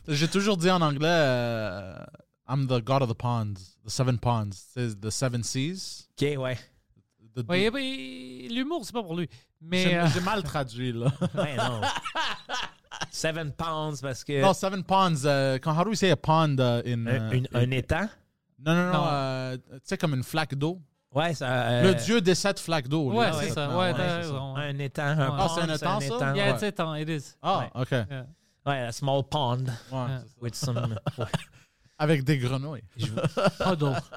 D: J'ai toujours dit en anglais euh, I'm the god of the ponds, the seven ponds, C'est the seven seas.
C: OK, ouais.
D: The-
B: Ouais, ouais, L'humour, c'est pas pour lui. Mais
D: J'ai
B: euh,
D: j'ai mal traduit,
B: <laughs>
D: là.
C: Ouais, non. <laughs> Seven pounds parce que...
D: Non, seven ponds. euh, quand how do we say a pond uh, in...
C: un,
D: uh,
C: une- un étang?
D: Non, non, non.
B: Non.
D: euh, tu sais, comme une flaque d'eau.
C: Ouais, ça... euh,
D: Le dieu des sept flaques d'eau.
B: ouais,
D: là,
B: c'est
D: sept
B: ça.
D: noms,
B: Ouais,
D: ouais.
B: t'as
C: c'est ça.
B: raison.
C: Un étang, un
B: Ouais.
C: pond,
B: Ah,
D: c'est un étang, ça?
C: Ouais.
B: yeah, it's it, hein, it is.
D: Ah, OK. Ouais,
B: Yeah.
C: Ouais, a small pond
B: Euh.
D: c'est ça.
C: with <laughs> some... Ouais.
D: Avec des grenouilles.
B: Pas d'autre.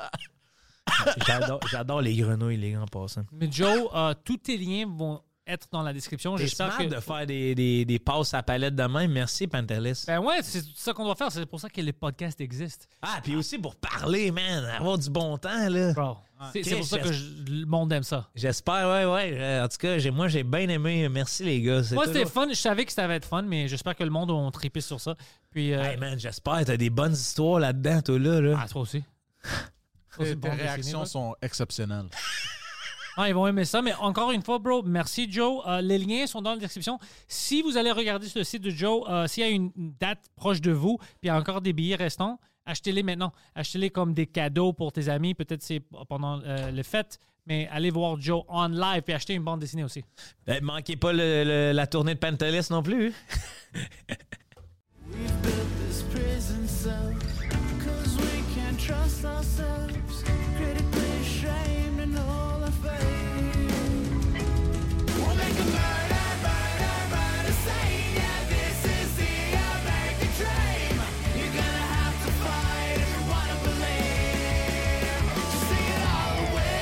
C: J'adore- J'adore les grenouilles, les gars, en passant.
B: Mais Joe, euh, tous tes liens vont être dans la description.
C: T'es
B: J'espère
C: smart
B: que.
C: de faire des, des, des passes à palette de main. Merci, Pantelis.
B: Ben ouais, c'est ça qu'on doit faire. C'est pour ça que les podcasts existent.
C: Ah, puis aussi pour parler, man. Avoir du bon temps, là.
B: Bro.
C: Ah,
B: C'est c'est pour ça que
C: Chris,
B: je- le monde aime ça.
C: J'espère, ouais, ouais. Euh, En tout cas, j'ai- moi, j'ai bien aimé. Merci, les gars. C'est
B: Moi, c'était
C: toujours-
B: fun. Je savais que ça allait être fun, mais j'espère que le monde a trippé sur ça. Puis. euh,
C: Hey, man, j'espère. T'as des bonnes histoires là-dedans, toi, là. là.
B: Ah, toi aussi. Toi aussi,
D: Tes
B: bon
D: tes
B: dessiné,
D: réactions
B: bro.
D: sont exceptionnelles.
B: Ah, ils vont aimer ça. Mais encore une fois, bro, merci Joe. Euh, les liens sont dans la description. Si vous allez regarder sur le site de Joe, euh, s'il y a une une date proche de vous, puis il y a encore des billets restants, achetez-les maintenant. Achetez-les comme des cadeaux pour tes amis. Peut-être c'est pendant euh, les fêtes. Mais allez voir Joe en live et achetez une bande dessinée aussi.
C: Ben, manquez pas le- le- la tournée de Pantelis non plus. hein.
A: We've built this prison cell 'cause we can't trust ourselves. Critically ashamed and all our faith. We'll make a murder, murder, murder scene. Yeah, this is the American dream. You're gonna have to fight if you wanna believe. To see it all away.